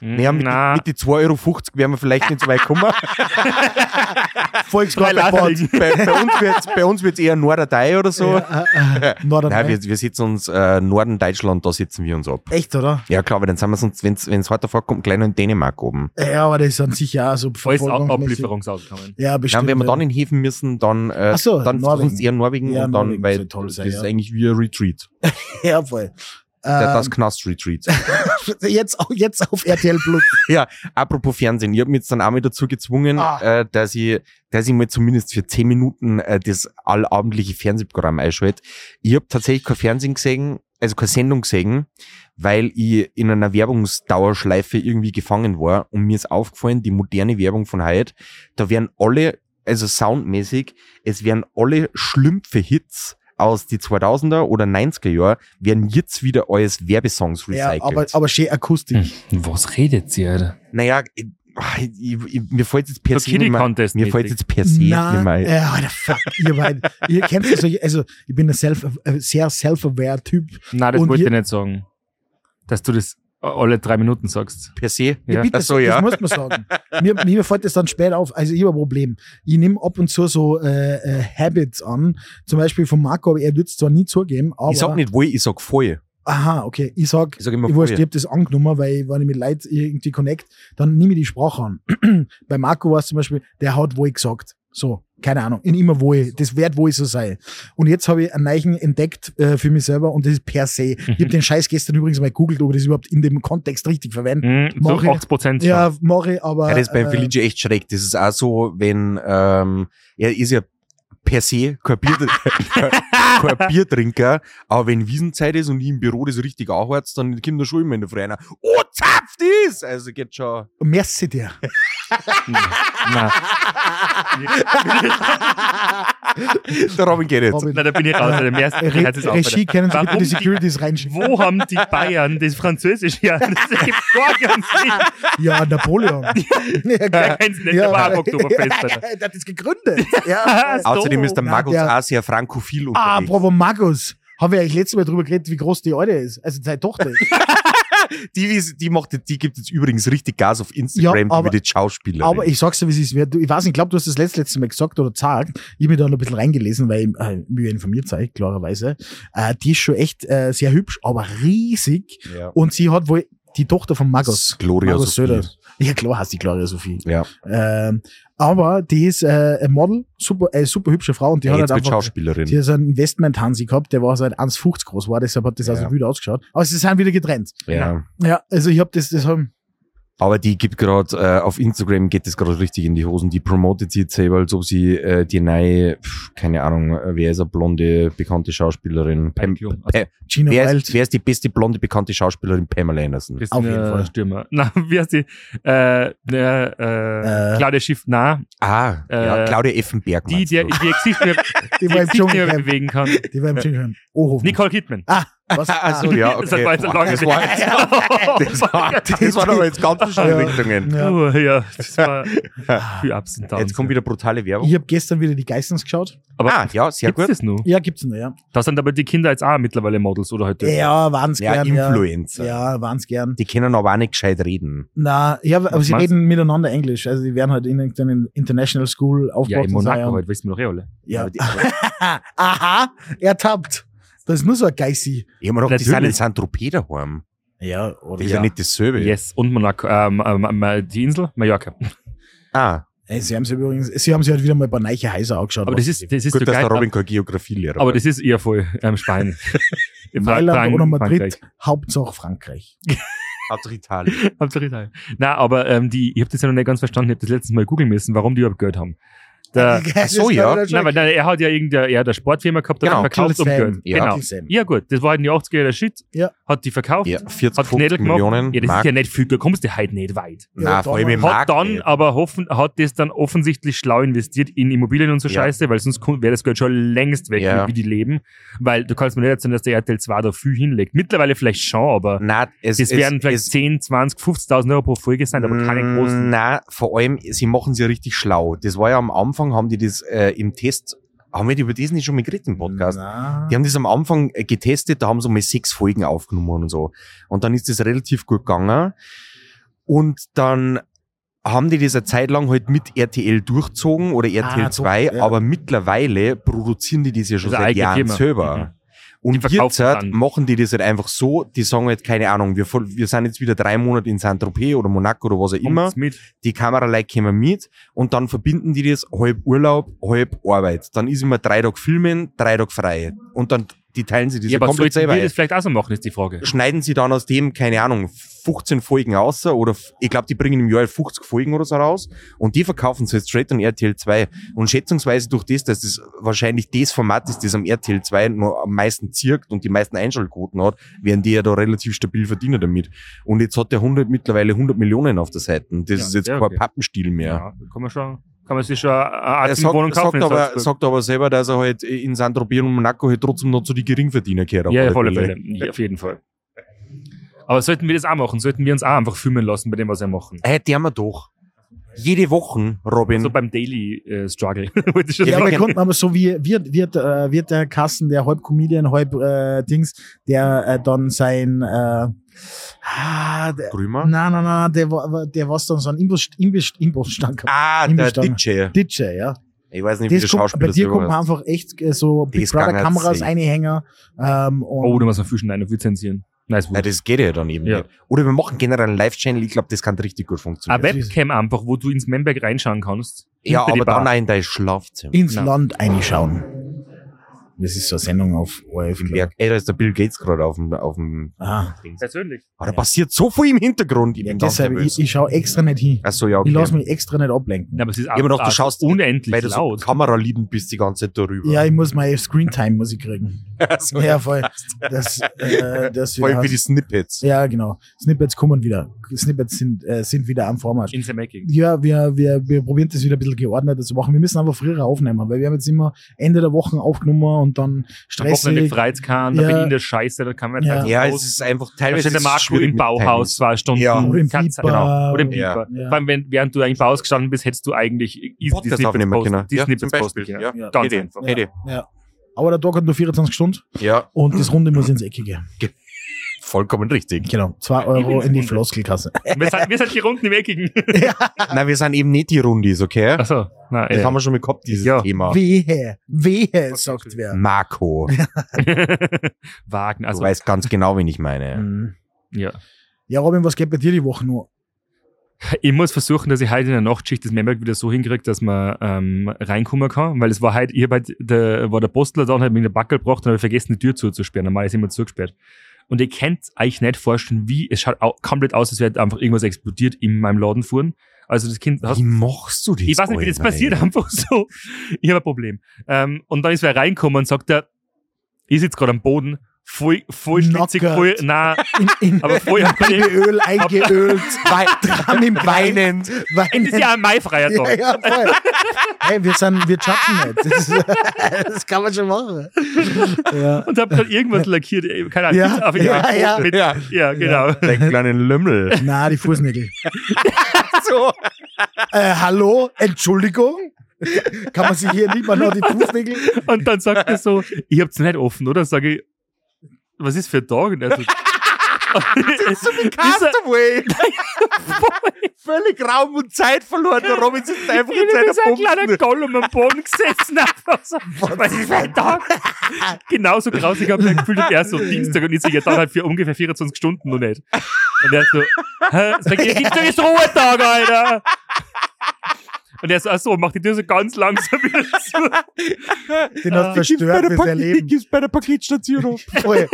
Speaker 3: Naja, mit,
Speaker 4: Hm? Na,
Speaker 3: mit die 2,50 Euro wären wir vielleicht nicht so weit gekommen.
Speaker 4: drei
Speaker 2: Volkspark
Speaker 4: Laderlingen.
Speaker 3: bei, bei uns wird's- bei uns wird es eher Norddatei oder so.
Speaker 2: Ja, äh, äh,
Speaker 3: Nein,
Speaker 2: Norderney.
Speaker 3: wir, wir sitzen uns äh, Norden Deutschland, da sitzen wir uns ab.
Speaker 2: Echt, oder?
Speaker 3: Ja, klar, aber dann sind wir sonst, wenn es heute vorkommt, gleich noch in Dänemark oben.
Speaker 2: Ja, aber das sind sicher auch so
Speaker 4: Alles Ab-
Speaker 2: verfolgungsmäßig.
Speaker 4: Ablieferungsauskommen.
Speaker 2: Ja,
Speaker 3: Ja,
Speaker 2: bestimmt.
Speaker 3: und wenn wir dann in Häfen müssen, dann, äh,
Speaker 2: Ach so,
Speaker 3: dann
Speaker 2: Norwegen.
Speaker 3: sonst eher Norwegen
Speaker 2: Ja,
Speaker 3: und dann,
Speaker 2: Norwegen soll
Speaker 3: weil
Speaker 2: toll sein,
Speaker 3: das
Speaker 2: ja.
Speaker 3: ist eigentlich wie ein Retreat.
Speaker 2: ja, voll.
Speaker 3: Der-
Speaker 2: Ähm,
Speaker 3: Das Knast-Retreat.
Speaker 2: jetzt, au- jetzt auf RTL Plus.
Speaker 3: Apropos Fernsehen, ich habe mich jetzt dann auch mal dazu gezwungen,
Speaker 2: Ah.
Speaker 3: äh, dass, ich, dass ich mal zumindest für 10 Minuten äh, das allabendliche Fernsehprogramm einschalte. Ich habe tatsächlich kein Fernsehen gesehen, also keine Sendung gesehen, weil ich in einer Werbungsdauerschleife irgendwie gefangen war und mir ist aufgefallen, die moderne Werbung von heute, da werden alle, also soundmäßig, es werden alle schlümpfe Hits aus die 2000er oder 90er Jahre werden jetzt wieder als Werbesongs
Speaker 2: ja,
Speaker 3: recycelt. Hm,
Speaker 2: aber, aber schön akustisch.
Speaker 5: Was redet sie, Alter?
Speaker 3: Naja, ich, ah, ich, ich, mir fällt jetzt per
Speaker 4: So
Speaker 3: se nicht
Speaker 4: Kiddie
Speaker 3: mehr-
Speaker 4: Contest.
Speaker 3: mir fällt jetzt per se nicht mehr.
Speaker 2: Nein,
Speaker 3: ein.
Speaker 2: äh, Alter, fuck, ihr beiden. Ihr kennt das, also ich bin ein self, äh, sehr self-aware Typ.
Speaker 4: Nein, das
Speaker 2: Und
Speaker 4: wollte
Speaker 2: ihr-
Speaker 4: ich nicht sagen. Dass du das alle drei Minuten sagst.
Speaker 3: Per se.
Speaker 2: Ja,
Speaker 4: Ja.
Speaker 2: bitte,
Speaker 3: Ach so, ja.
Speaker 2: das muss man sagen. mir, mir fällt das dann später auf. Also ich habe ein Problem. Ich nehme ab und zu so äh, äh, Habits an. Zum Beispiel von Marco, aber er wird es zwar nie zugeben, aber...
Speaker 3: ich sag nicht wohl, ich sag voll.
Speaker 2: Aha, okay. Ich sag,
Speaker 3: Ich sag immer
Speaker 2: ich wurscht, ich
Speaker 3: voll.
Speaker 2: hab das angenommen, weil wenn ich mit Leuten irgendwie connect, dann nehme ich die Sprache an. Bei Marco war es zum Beispiel, der hat wohl gesagt. So, keine Ahnung. In immer wohl. Das wird wohl so sein. Und jetzt habe ich einen neuen entdeckt äh, für mich selber und das ist per se. Ich habe den Scheiß gestern übrigens mal gegoogelt, ob ich das überhaupt in dem Kontext richtig verwende.
Speaker 4: Mhm, so
Speaker 2: Mach ich.
Speaker 4: 80 Prozent.
Speaker 2: Ja, mache ich, aber.
Speaker 3: Ja, das ist beim
Speaker 2: äh,
Speaker 3: Felice echt schräg. Das ist auch so, wenn ähm, er ist ja per se kein, Bier, kein Biertrinker, aber wenn Wiesenzeit ist und ich im Büro das richtig anhört, dann kommt da schon immer in der Freien. Oh, zapft ist! Also geht schon.
Speaker 2: merci dir.
Speaker 4: Nein,
Speaker 3: Der Robin geht jetzt.
Speaker 2: Robin.
Speaker 4: nein, da bin ich raus. Also Alter. Mir ist- mir
Speaker 2: Re
Speaker 4: hört es auf,
Speaker 2: Regie können Sie bitte
Speaker 4: Warum
Speaker 2: die
Speaker 4: die-
Speaker 2: Securities
Speaker 4: Alter.
Speaker 2: reinschicken.
Speaker 4: Wo haben die Bayern das Französisch her? Das ergibt gar ganz nicht.
Speaker 2: Ja, Napoleon. ja,
Speaker 4: Da
Speaker 2: geil.
Speaker 4: kennst du nicht, der war am Oktoberfest. Alter.
Speaker 2: Der hat das gegründet. Ja,
Speaker 4: so.
Speaker 3: Außerdem ist der
Speaker 2: Na,
Speaker 3: Magus
Speaker 2: der-
Speaker 3: auch sehr frankophil
Speaker 2: Ah,
Speaker 3: unterwegs.
Speaker 2: bravo, Markus. Haben wir eigentlich letztes Mal drüber geredet, wie groß die Alte ist. Also seine Tochter ist.
Speaker 3: Die, wie- die, macht, die gibt jetzt übrigens richtig Gas auf Instagram,
Speaker 2: Ja, aber-
Speaker 3: die wird jetzt Schauspielerin.
Speaker 2: Aber ich sag's dir, wie es ist. Wer- du- Ich weiß nicht, ich glaube, du hast das letzte, letzte Mal gesagt oder gesagt. Ich hab mich da noch ein bisschen reingelesen, weil ich äh, mir informiert sei, klarerweise. Äh, die ist schon echt äh, sehr hübsch, aber riesig.
Speaker 3: ja.
Speaker 2: Und sie hat wohl die Tochter von Markus.
Speaker 3: Gloria
Speaker 2: Markus
Speaker 3: Sophie.
Speaker 2: Söder. Ja, klar heißt die Gloria Sophie.
Speaker 3: Ja.
Speaker 2: Ähm, aber die ist äh, ein Model, super, äh, super hübsche Frau und die
Speaker 3: Ja,
Speaker 2: hat
Speaker 3: jetzt
Speaker 2: halt
Speaker 3: wird
Speaker 2: einfach
Speaker 3: Schauspielerin.
Speaker 2: Die hat so einen Investment-Hansi gehabt, der war halt seit 1,50 groß war, deshalb hat das also
Speaker 3: Ja.
Speaker 2: wild ausgeschaut. Aber sie sind wieder getrennt.
Speaker 3: ja.
Speaker 2: Ja, also ich habe das, das haben,
Speaker 3: Aber die gibt gerade, äh, auf Instagram geht das gerade richtig in die Hosen. Die promotet sie jetzt selber, als ob sie äh, die neue, pf, keine Ahnung, äh, wer ist eine blonde, bekannte Schauspielerin? Pam,
Speaker 4: Jung.
Speaker 3: Pam,
Speaker 2: Gina
Speaker 3: wer,
Speaker 2: Wild.
Speaker 3: ist, wer ist die beste blonde, bekannte Schauspielerin? Pamela Anderson.
Speaker 4: Christina
Speaker 2: Auf jeden Fall.
Speaker 4: äh, Stürmer. Na, wie heißt die? Äh, äh,
Speaker 2: Äh.
Speaker 4: äh, Claudia Schiff. Na,
Speaker 3: Ah, ja,
Speaker 4: Äh,
Speaker 3: Claudia Effenberg.
Speaker 4: die,
Speaker 3: meinst
Speaker 4: die,
Speaker 3: du?
Speaker 4: die Gesicht nicht mehr,
Speaker 2: die
Speaker 4: die
Speaker 2: war im
Speaker 4: Gesicht nicht mehr
Speaker 2: Dschungelcamp.
Speaker 4: bewegen kann.
Speaker 2: Die war im Dschungelcamp. Oh,
Speaker 4: Nicole Kidman.
Speaker 2: was? Ah,
Speaker 3: Ach Ah, so, ja, okay.
Speaker 4: Das war jetzt ein
Speaker 3: Boah,
Speaker 4: langes
Speaker 3: das war jetzt, das war, das war doch jetzt ganz
Speaker 2: Ja.
Speaker 3: verschiedene Richtungen.
Speaker 2: Ja.
Speaker 4: Oh, ja, das war viel Ups und Downs.
Speaker 3: Jetzt kommt wieder brutale Werbung.
Speaker 2: Ich habe gestern wieder die Geistens geschaut.
Speaker 4: Aber
Speaker 3: ah, ja, sehr
Speaker 4: gibt's
Speaker 3: gut.
Speaker 4: das nur?
Speaker 2: Ja, gibt's noch, ja.
Speaker 4: Da sind aber die Kinder jetzt auch mittlerweile Models oder heute.
Speaker 2: Ja, waren's
Speaker 3: Ja,
Speaker 2: gern. Ja,
Speaker 3: Influencer.
Speaker 2: ja waren's gern.
Speaker 3: Die können aber auch nicht gescheit reden.
Speaker 2: Na, ja, aber
Speaker 4: Was
Speaker 2: sie
Speaker 4: meinst
Speaker 2: reden miteinander Englisch. Also die werden halt in irgendeiner International School
Speaker 4: ja
Speaker 2: aufgebracht.
Speaker 4: in
Speaker 2: und sagen,
Speaker 4: Monaco heute, wissen wir doch eh alle.
Speaker 2: Ja.
Speaker 3: Aber die, aber
Speaker 4: halt
Speaker 2: Aha, ertappt. Das ist nur so ein Geissi.
Speaker 3: ich hab mir gedacht, die sind in
Speaker 4: Natürlich.
Speaker 3: Saint-Tropez daheim.
Speaker 2: Ja,
Speaker 3: Das
Speaker 2: oder?
Speaker 3: ist ja, nicht dasselbe.
Speaker 4: Yes, und Monaco, ähm, ähm, ähm, die Insel, Mallorca.
Speaker 3: Ah,
Speaker 2: Ey, sie haben sich übrigens, sie haben sich halt wieder mal bei Neiche Heiser angeschaut.
Speaker 4: Aber
Speaker 2: was
Speaker 4: das ist, das ist
Speaker 3: gut,
Speaker 4: so
Speaker 3: dass
Speaker 4: geil.
Speaker 3: der Robin kein Geografielehrer
Speaker 4: aber
Speaker 3: war.
Speaker 4: das ist eher voll ähm, Spanien.
Speaker 2: Mailand
Speaker 4: Frank-
Speaker 2: oder Madrid,
Speaker 4: Frankreich.
Speaker 2: Hauptsache Frankreich.
Speaker 3: Hauptsache Italien.
Speaker 4: Hauptsache Italien. Na, aber ähm, die, ich habe das ja noch nicht ganz verstanden. Ich habe das letztes Mal googeln müssen, warum die überhaupt Geld haben. Der,
Speaker 2: Das
Speaker 3: so,
Speaker 2: ist
Speaker 3: ja.
Speaker 2: leider schon-
Speaker 4: nein, weil nein, er hat ja irgendeine er hat eine Sportfirma gehabt, der
Speaker 3: Genau,
Speaker 4: verkauft um
Speaker 2: Sam.
Speaker 4: Geld.
Speaker 3: Ja.
Speaker 4: Genau. Ja gut, das war in den 80er halt der Shit.
Speaker 2: Ja.
Speaker 4: hat die verkauft,
Speaker 3: Ja, 40,
Speaker 4: hat
Speaker 3: 50
Speaker 4: Knädel gemacht.
Speaker 3: Millionen
Speaker 4: Ja, das
Speaker 3: Mark.
Speaker 4: ist ja nicht viel, da kommst du halt nicht weit.
Speaker 2: Ja,
Speaker 3: Nein, vor allem im
Speaker 4: Hat
Speaker 3: Markt.
Speaker 4: dann
Speaker 3: nicht.
Speaker 4: aber hoffen, hat das dann offensichtlich schlau investiert in Immobilien und so
Speaker 3: Ja.
Speaker 4: Scheiße, weil sonst wäre das Geld schon längst weg,
Speaker 3: Ja.
Speaker 4: wie die leben. Weil du kannst mir nicht erzählen, dass der RTL 2 da viel hinlegt. Mittlerweile vielleicht schon, aber
Speaker 3: Nein, Hm, es,
Speaker 4: das
Speaker 3: es,
Speaker 4: werden vielleicht
Speaker 3: es,
Speaker 4: 10, 20, 50.000 Euro pro Folge sein, aber keine
Speaker 3: Mm,
Speaker 4: großen.
Speaker 3: Nein, vor allem, sie machen sie richtig schlau. Das war ja am Anfang, haben die das äh, im Test, haben wir über das nicht schon mal geredet im Podcast?
Speaker 2: Na.
Speaker 3: Die haben das am Anfang äh, getestet, da haben sie mal sechs Folgen aufgenommen und so. Und dann ist das relativ gut gegangen. Und dann haben die das eine Zeit lang halt mit RTL durchzogen oder RTL
Speaker 2: Ah, so,
Speaker 3: 2,
Speaker 2: ja.
Speaker 3: aber mittlerweile produzieren die das ja schon
Speaker 4: Also
Speaker 3: seit
Speaker 4: eigene
Speaker 3: Jahren
Speaker 4: Firma.
Speaker 3: selber.
Speaker 4: Mhm. Die
Speaker 3: Und
Speaker 4: verkaufen
Speaker 3: jetzt halt
Speaker 4: dann.
Speaker 3: machen die das halt einfach so, die sagen halt, keine Ahnung, wir, voll- wir sind jetzt wieder drei Monate in Saint-Tropez oder Monaco oder was auch immer
Speaker 4: Kommt's Mit.
Speaker 3: die Kameraleute kommen mit und dann verbinden die das halb Urlaub, halb Arbeit. Dann ist immer drei Tage filmen, drei Tage frei. Und dann die teilen sie das
Speaker 4: Ja,
Speaker 3: ja,
Speaker 4: aber
Speaker 3: komplett
Speaker 4: sollten
Speaker 3: selber
Speaker 4: wir
Speaker 3: ein.
Speaker 4: das vielleicht auch so machen, ist die Frage.
Speaker 3: Schneiden sie dann aus dem, keine Ahnung, 15 Folgen raus oder f- ich glaube, die bringen im Jahr 50 Folgen oder so raus und die verkaufen sie jetzt straight an RTL 2. Und schätzungsweise durch das, dass das wahrscheinlich das Format ist, das am RTL 2 nur am meisten zirkt und die meisten Einschaltquoten hat, werden die ja da relativ stabil verdienen damit. Und jetzt hat der 100 mittlerweile 100 Millionen auf der Seite. Das
Speaker 4: Ja,
Speaker 3: ist jetzt
Speaker 4: sehr
Speaker 3: kein
Speaker 4: okay.
Speaker 3: Pappenstiel mehr
Speaker 4: kann man schon, kann man sich schon eine Art
Speaker 3: er sagt,
Speaker 4: Wohnung kaufen.
Speaker 3: sagt,
Speaker 4: in
Speaker 3: aber,
Speaker 4: Salzburg.
Speaker 3: sagt aber selber, dass er halt in Saint-Tropez und Monaco halt trotzdem noch zu den Geringverdiener gehört.
Speaker 4: ja, auf
Speaker 3: alle
Speaker 4: alle
Speaker 3: Fälle.
Speaker 4: Fälle. Ja, auf jeden Fall. Aber sollten wir das auch machen? Sollten wir uns auch einfach filmen lassen bei dem, was wir machen?
Speaker 3: Hey, die haben wir doch. Jede Woche, Robin.
Speaker 4: So beim Daily äh, Struggle. Wollte ich schon
Speaker 2: Ja,
Speaker 4: sagen.
Speaker 2: aber Grund, aber so wie wird, wird, äh, wird der Kassen, der halb Comedian, halb äh, Dings, der äh, dann sein äh, ah, der,
Speaker 3: Grümer.
Speaker 2: Nein, nein, nein, der, wa- der was dann so ein Imbiss, Imbiss, Imbissstand gehabt.
Speaker 3: Ah, der
Speaker 2: Himmelstange.
Speaker 3: DJ.
Speaker 2: DJ, ja.
Speaker 3: Ich weiß nicht, wie
Speaker 2: Das
Speaker 3: der
Speaker 2: kommt, bei
Speaker 3: Schauspieler
Speaker 2: dir
Speaker 3: selber
Speaker 2: kommt man
Speaker 3: heißt.
Speaker 2: einfach echt äh, so Big
Speaker 3: Das
Speaker 2: Brother
Speaker 3: kann ich
Speaker 2: Kameras
Speaker 3: sehen.
Speaker 2: einhängen. Ähm, und
Speaker 4: Oh, da muss man viel schneiden und viel zensieren. Nice.
Speaker 3: Nein, das geht ja dann eben
Speaker 4: Ja.
Speaker 3: nicht. Oder wir machen generell einen Live-Channel. Ich glaube, das kann richtig gut
Speaker 4: Eine
Speaker 3: funktionieren.
Speaker 4: Webcam einfach, wo du ins Memberg reinschauen kannst.
Speaker 3: ja,
Speaker 4: Hinter die
Speaker 3: aber
Speaker 4: Bar.
Speaker 3: dann auch in dein Schlafzimmer.
Speaker 2: ins
Speaker 4: Nein.
Speaker 2: Land einschauen. Das ist so eine Sendung auf ORF.
Speaker 3: Im
Speaker 2: glaub ich.
Speaker 3: Berg. Ey, da ist der Bill Gates gerade auf dem, auf dem
Speaker 2: Ah,
Speaker 4: Persönlich.
Speaker 3: Ah, da passiert so viel im Hintergrund. Ich
Speaker 2: ja,
Speaker 3: bin ganz
Speaker 2: deshalb,
Speaker 3: nervös.
Speaker 2: ich, ich schaue extra nicht hin.
Speaker 3: Ach so, ja,
Speaker 2: Ich lasse
Speaker 3: okay.
Speaker 2: mich extra nicht ablenken.
Speaker 4: Ja, aber es ist
Speaker 3: Ich hab mir gedacht, du schaust-
Speaker 4: unendlich
Speaker 3: Weil du so
Speaker 4: laut.
Speaker 3: kameraliebend bist die ganze Zeit darüber.
Speaker 2: Ja, ich muss meine Screentime muss ich kriegen.
Speaker 3: so,
Speaker 2: Ja, voll. Das, äh, das
Speaker 3: Vor allem für
Speaker 2: wieder-
Speaker 3: die Snippets.
Speaker 2: ja, genau. Snippets kommen wieder. Snippets sind, äh, sind wieder am Vormarsch.
Speaker 4: In the making.
Speaker 2: Ja, wir, wir, wir probieren das wieder ein bisschen geordneter zu machen. Wir müssen einfach früher aufnehmen, weil wir haben jetzt immer Ende der Woche aufgenommen und dann
Speaker 4: Am Wochenende
Speaker 2: stressig.
Speaker 4: freit's kann, da
Speaker 2: Ja.
Speaker 4: bin ich in der Scheiße, da kann man
Speaker 2: Ja.
Speaker 3: Ja,
Speaker 4: raus.
Speaker 3: es ist einfach
Speaker 4: Da
Speaker 3: teilweise.
Speaker 4: steht der
Speaker 3: ist es
Speaker 4: Marco
Speaker 3: schwierig
Speaker 4: im
Speaker 3: mit
Speaker 4: Bauhaus
Speaker 3: Timings.
Speaker 4: zwei Stunden.
Speaker 3: Ja.
Speaker 2: Oder im Pieper.
Speaker 4: Katze- Genau. Oder im
Speaker 3: Ja.
Speaker 4: Pieper.
Speaker 2: Ja.
Speaker 4: Vor allem, wenn, während du eigentlich Bau ausgestanden bist, hättest du eigentlich easy
Speaker 3: Podcast aufnehmen
Speaker 4: posten-
Speaker 3: können.
Speaker 4: die
Speaker 3: Ja,
Speaker 4: Snippets
Speaker 3: zum
Speaker 4: posten
Speaker 3: Beispiel,
Speaker 4: können.
Speaker 2: ja.
Speaker 4: Ganz
Speaker 3: Idee.
Speaker 4: einfach.
Speaker 3: Hätte.
Speaker 2: Ja. Aber der Tag hat nur 24 Stunden
Speaker 3: Ja,
Speaker 2: und das Runde muss ins Eckige.
Speaker 3: vollkommen richtig.
Speaker 2: Genau. 2 Euro in die Floskelkasse.
Speaker 4: Wir sind, wir sind die runden Eckigen.
Speaker 3: Nein, Ah. wir sind eben nicht die Rundis, okay?
Speaker 4: Achso, nein.
Speaker 3: Das haben wir schon mal gehabt, dieses
Speaker 4: Ja.
Speaker 3: Thema.
Speaker 2: Wehe. Wehe, sagt wer.
Speaker 3: Marco.
Speaker 4: Wagen,
Speaker 3: Du
Speaker 4: also,
Speaker 3: weißt ganz genau, wen ich meine.
Speaker 2: Mhm.
Speaker 4: ja.
Speaker 2: Ja, Robin, was geht bei dir die Woche nur?
Speaker 4: Ich muss versuchen, dass ich heute in der Nachtschicht das Memberg wieder so hinkriege, dass man ähm, reinkommen kann, weil es war halt, ich hab halt, der, war der Postler da und hat mir den Backel gebracht und habe vergessen, die Tür zuzusperren. Normal ist immer zugesperrt. Und ihr könnt euch nicht vorstellen, wie, es schaut au- komplett aus, als wäre einfach irgendwas explodiert in meinem Laden fuhren. Also das Kind, hast,
Speaker 3: Wie machst du das?
Speaker 4: ich weiß nicht, wie das
Speaker 3: Alter,
Speaker 4: passiert,
Speaker 3: ey?
Speaker 4: einfach so. Ich habe ein Problem. Ähm, und dann ist wer reinkommen und sagt er, ich sitze gerade am Boden, voll, voll schwitzig,
Speaker 2: Knackernd.
Speaker 4: voll, nein,
Speaker 2: In, in
Speaker 4: aber voll,
Speaker 2: Öl eingeölt, Wei- Tram im Weinen.
Speaker 3: Weinend.
Speaker 4: es ist
Speaker 2: Weinen.
Speaker 4: ja ein Maifreier Tag.
Speaker 2: Ja, ja, voll. Hey, wir, sind, wir chatten nicht. Das, ist, das kann man schon machen. Ja.
Speaker 4: und hab dann irgendwas lackiert. ey, Keine Ahnung.
Speaker 2: Ja,
Speaker 4: auf jeden
Speaker 2: ja,
Speaker 4: Fall.
Speaker 2: ja.
Speaker 4: Mit,
Speaker 3: Ja,
Speaker 4: ja, genau.
Speaker 3: dein kleinen Lümmel.
Speaker 2: Na, die Fußnägel.
Speaker 3: so.
Speaker 2: Äh, hallo? Entschuldigung? Kann man sich hier nicht mal noch die Fußnägel?
Speaker 4: Und dann sagt er so, ich hab's nicht offen, oder? Sag ich, was ist für ein Tag? Und er so, so
Speaker 3: Castaway. Völlig Raum und Zeit verloren. Der Robin sitzt einfach
Speaker 4: ich bin so ein kleiner Gollum am Boden gesessen. Einfach so, was ist für ein Tag? Genauso grausig habe ich mich gefühlt am ersten Dienstag und ich so, ja, dann halt für ungefähr 24 Stunden noch nicht. Und er so, hä? Sag ich, Dienstag ist Ruhetag, Alter. Und er so, ach so, mach die Tür so ganz langsam wieder zu. Äh,
Speaker 2: Den hast du zerstört fürs Erleben.
Speaker 3: bei der Paketstation auf.
Speaker 2: Voll.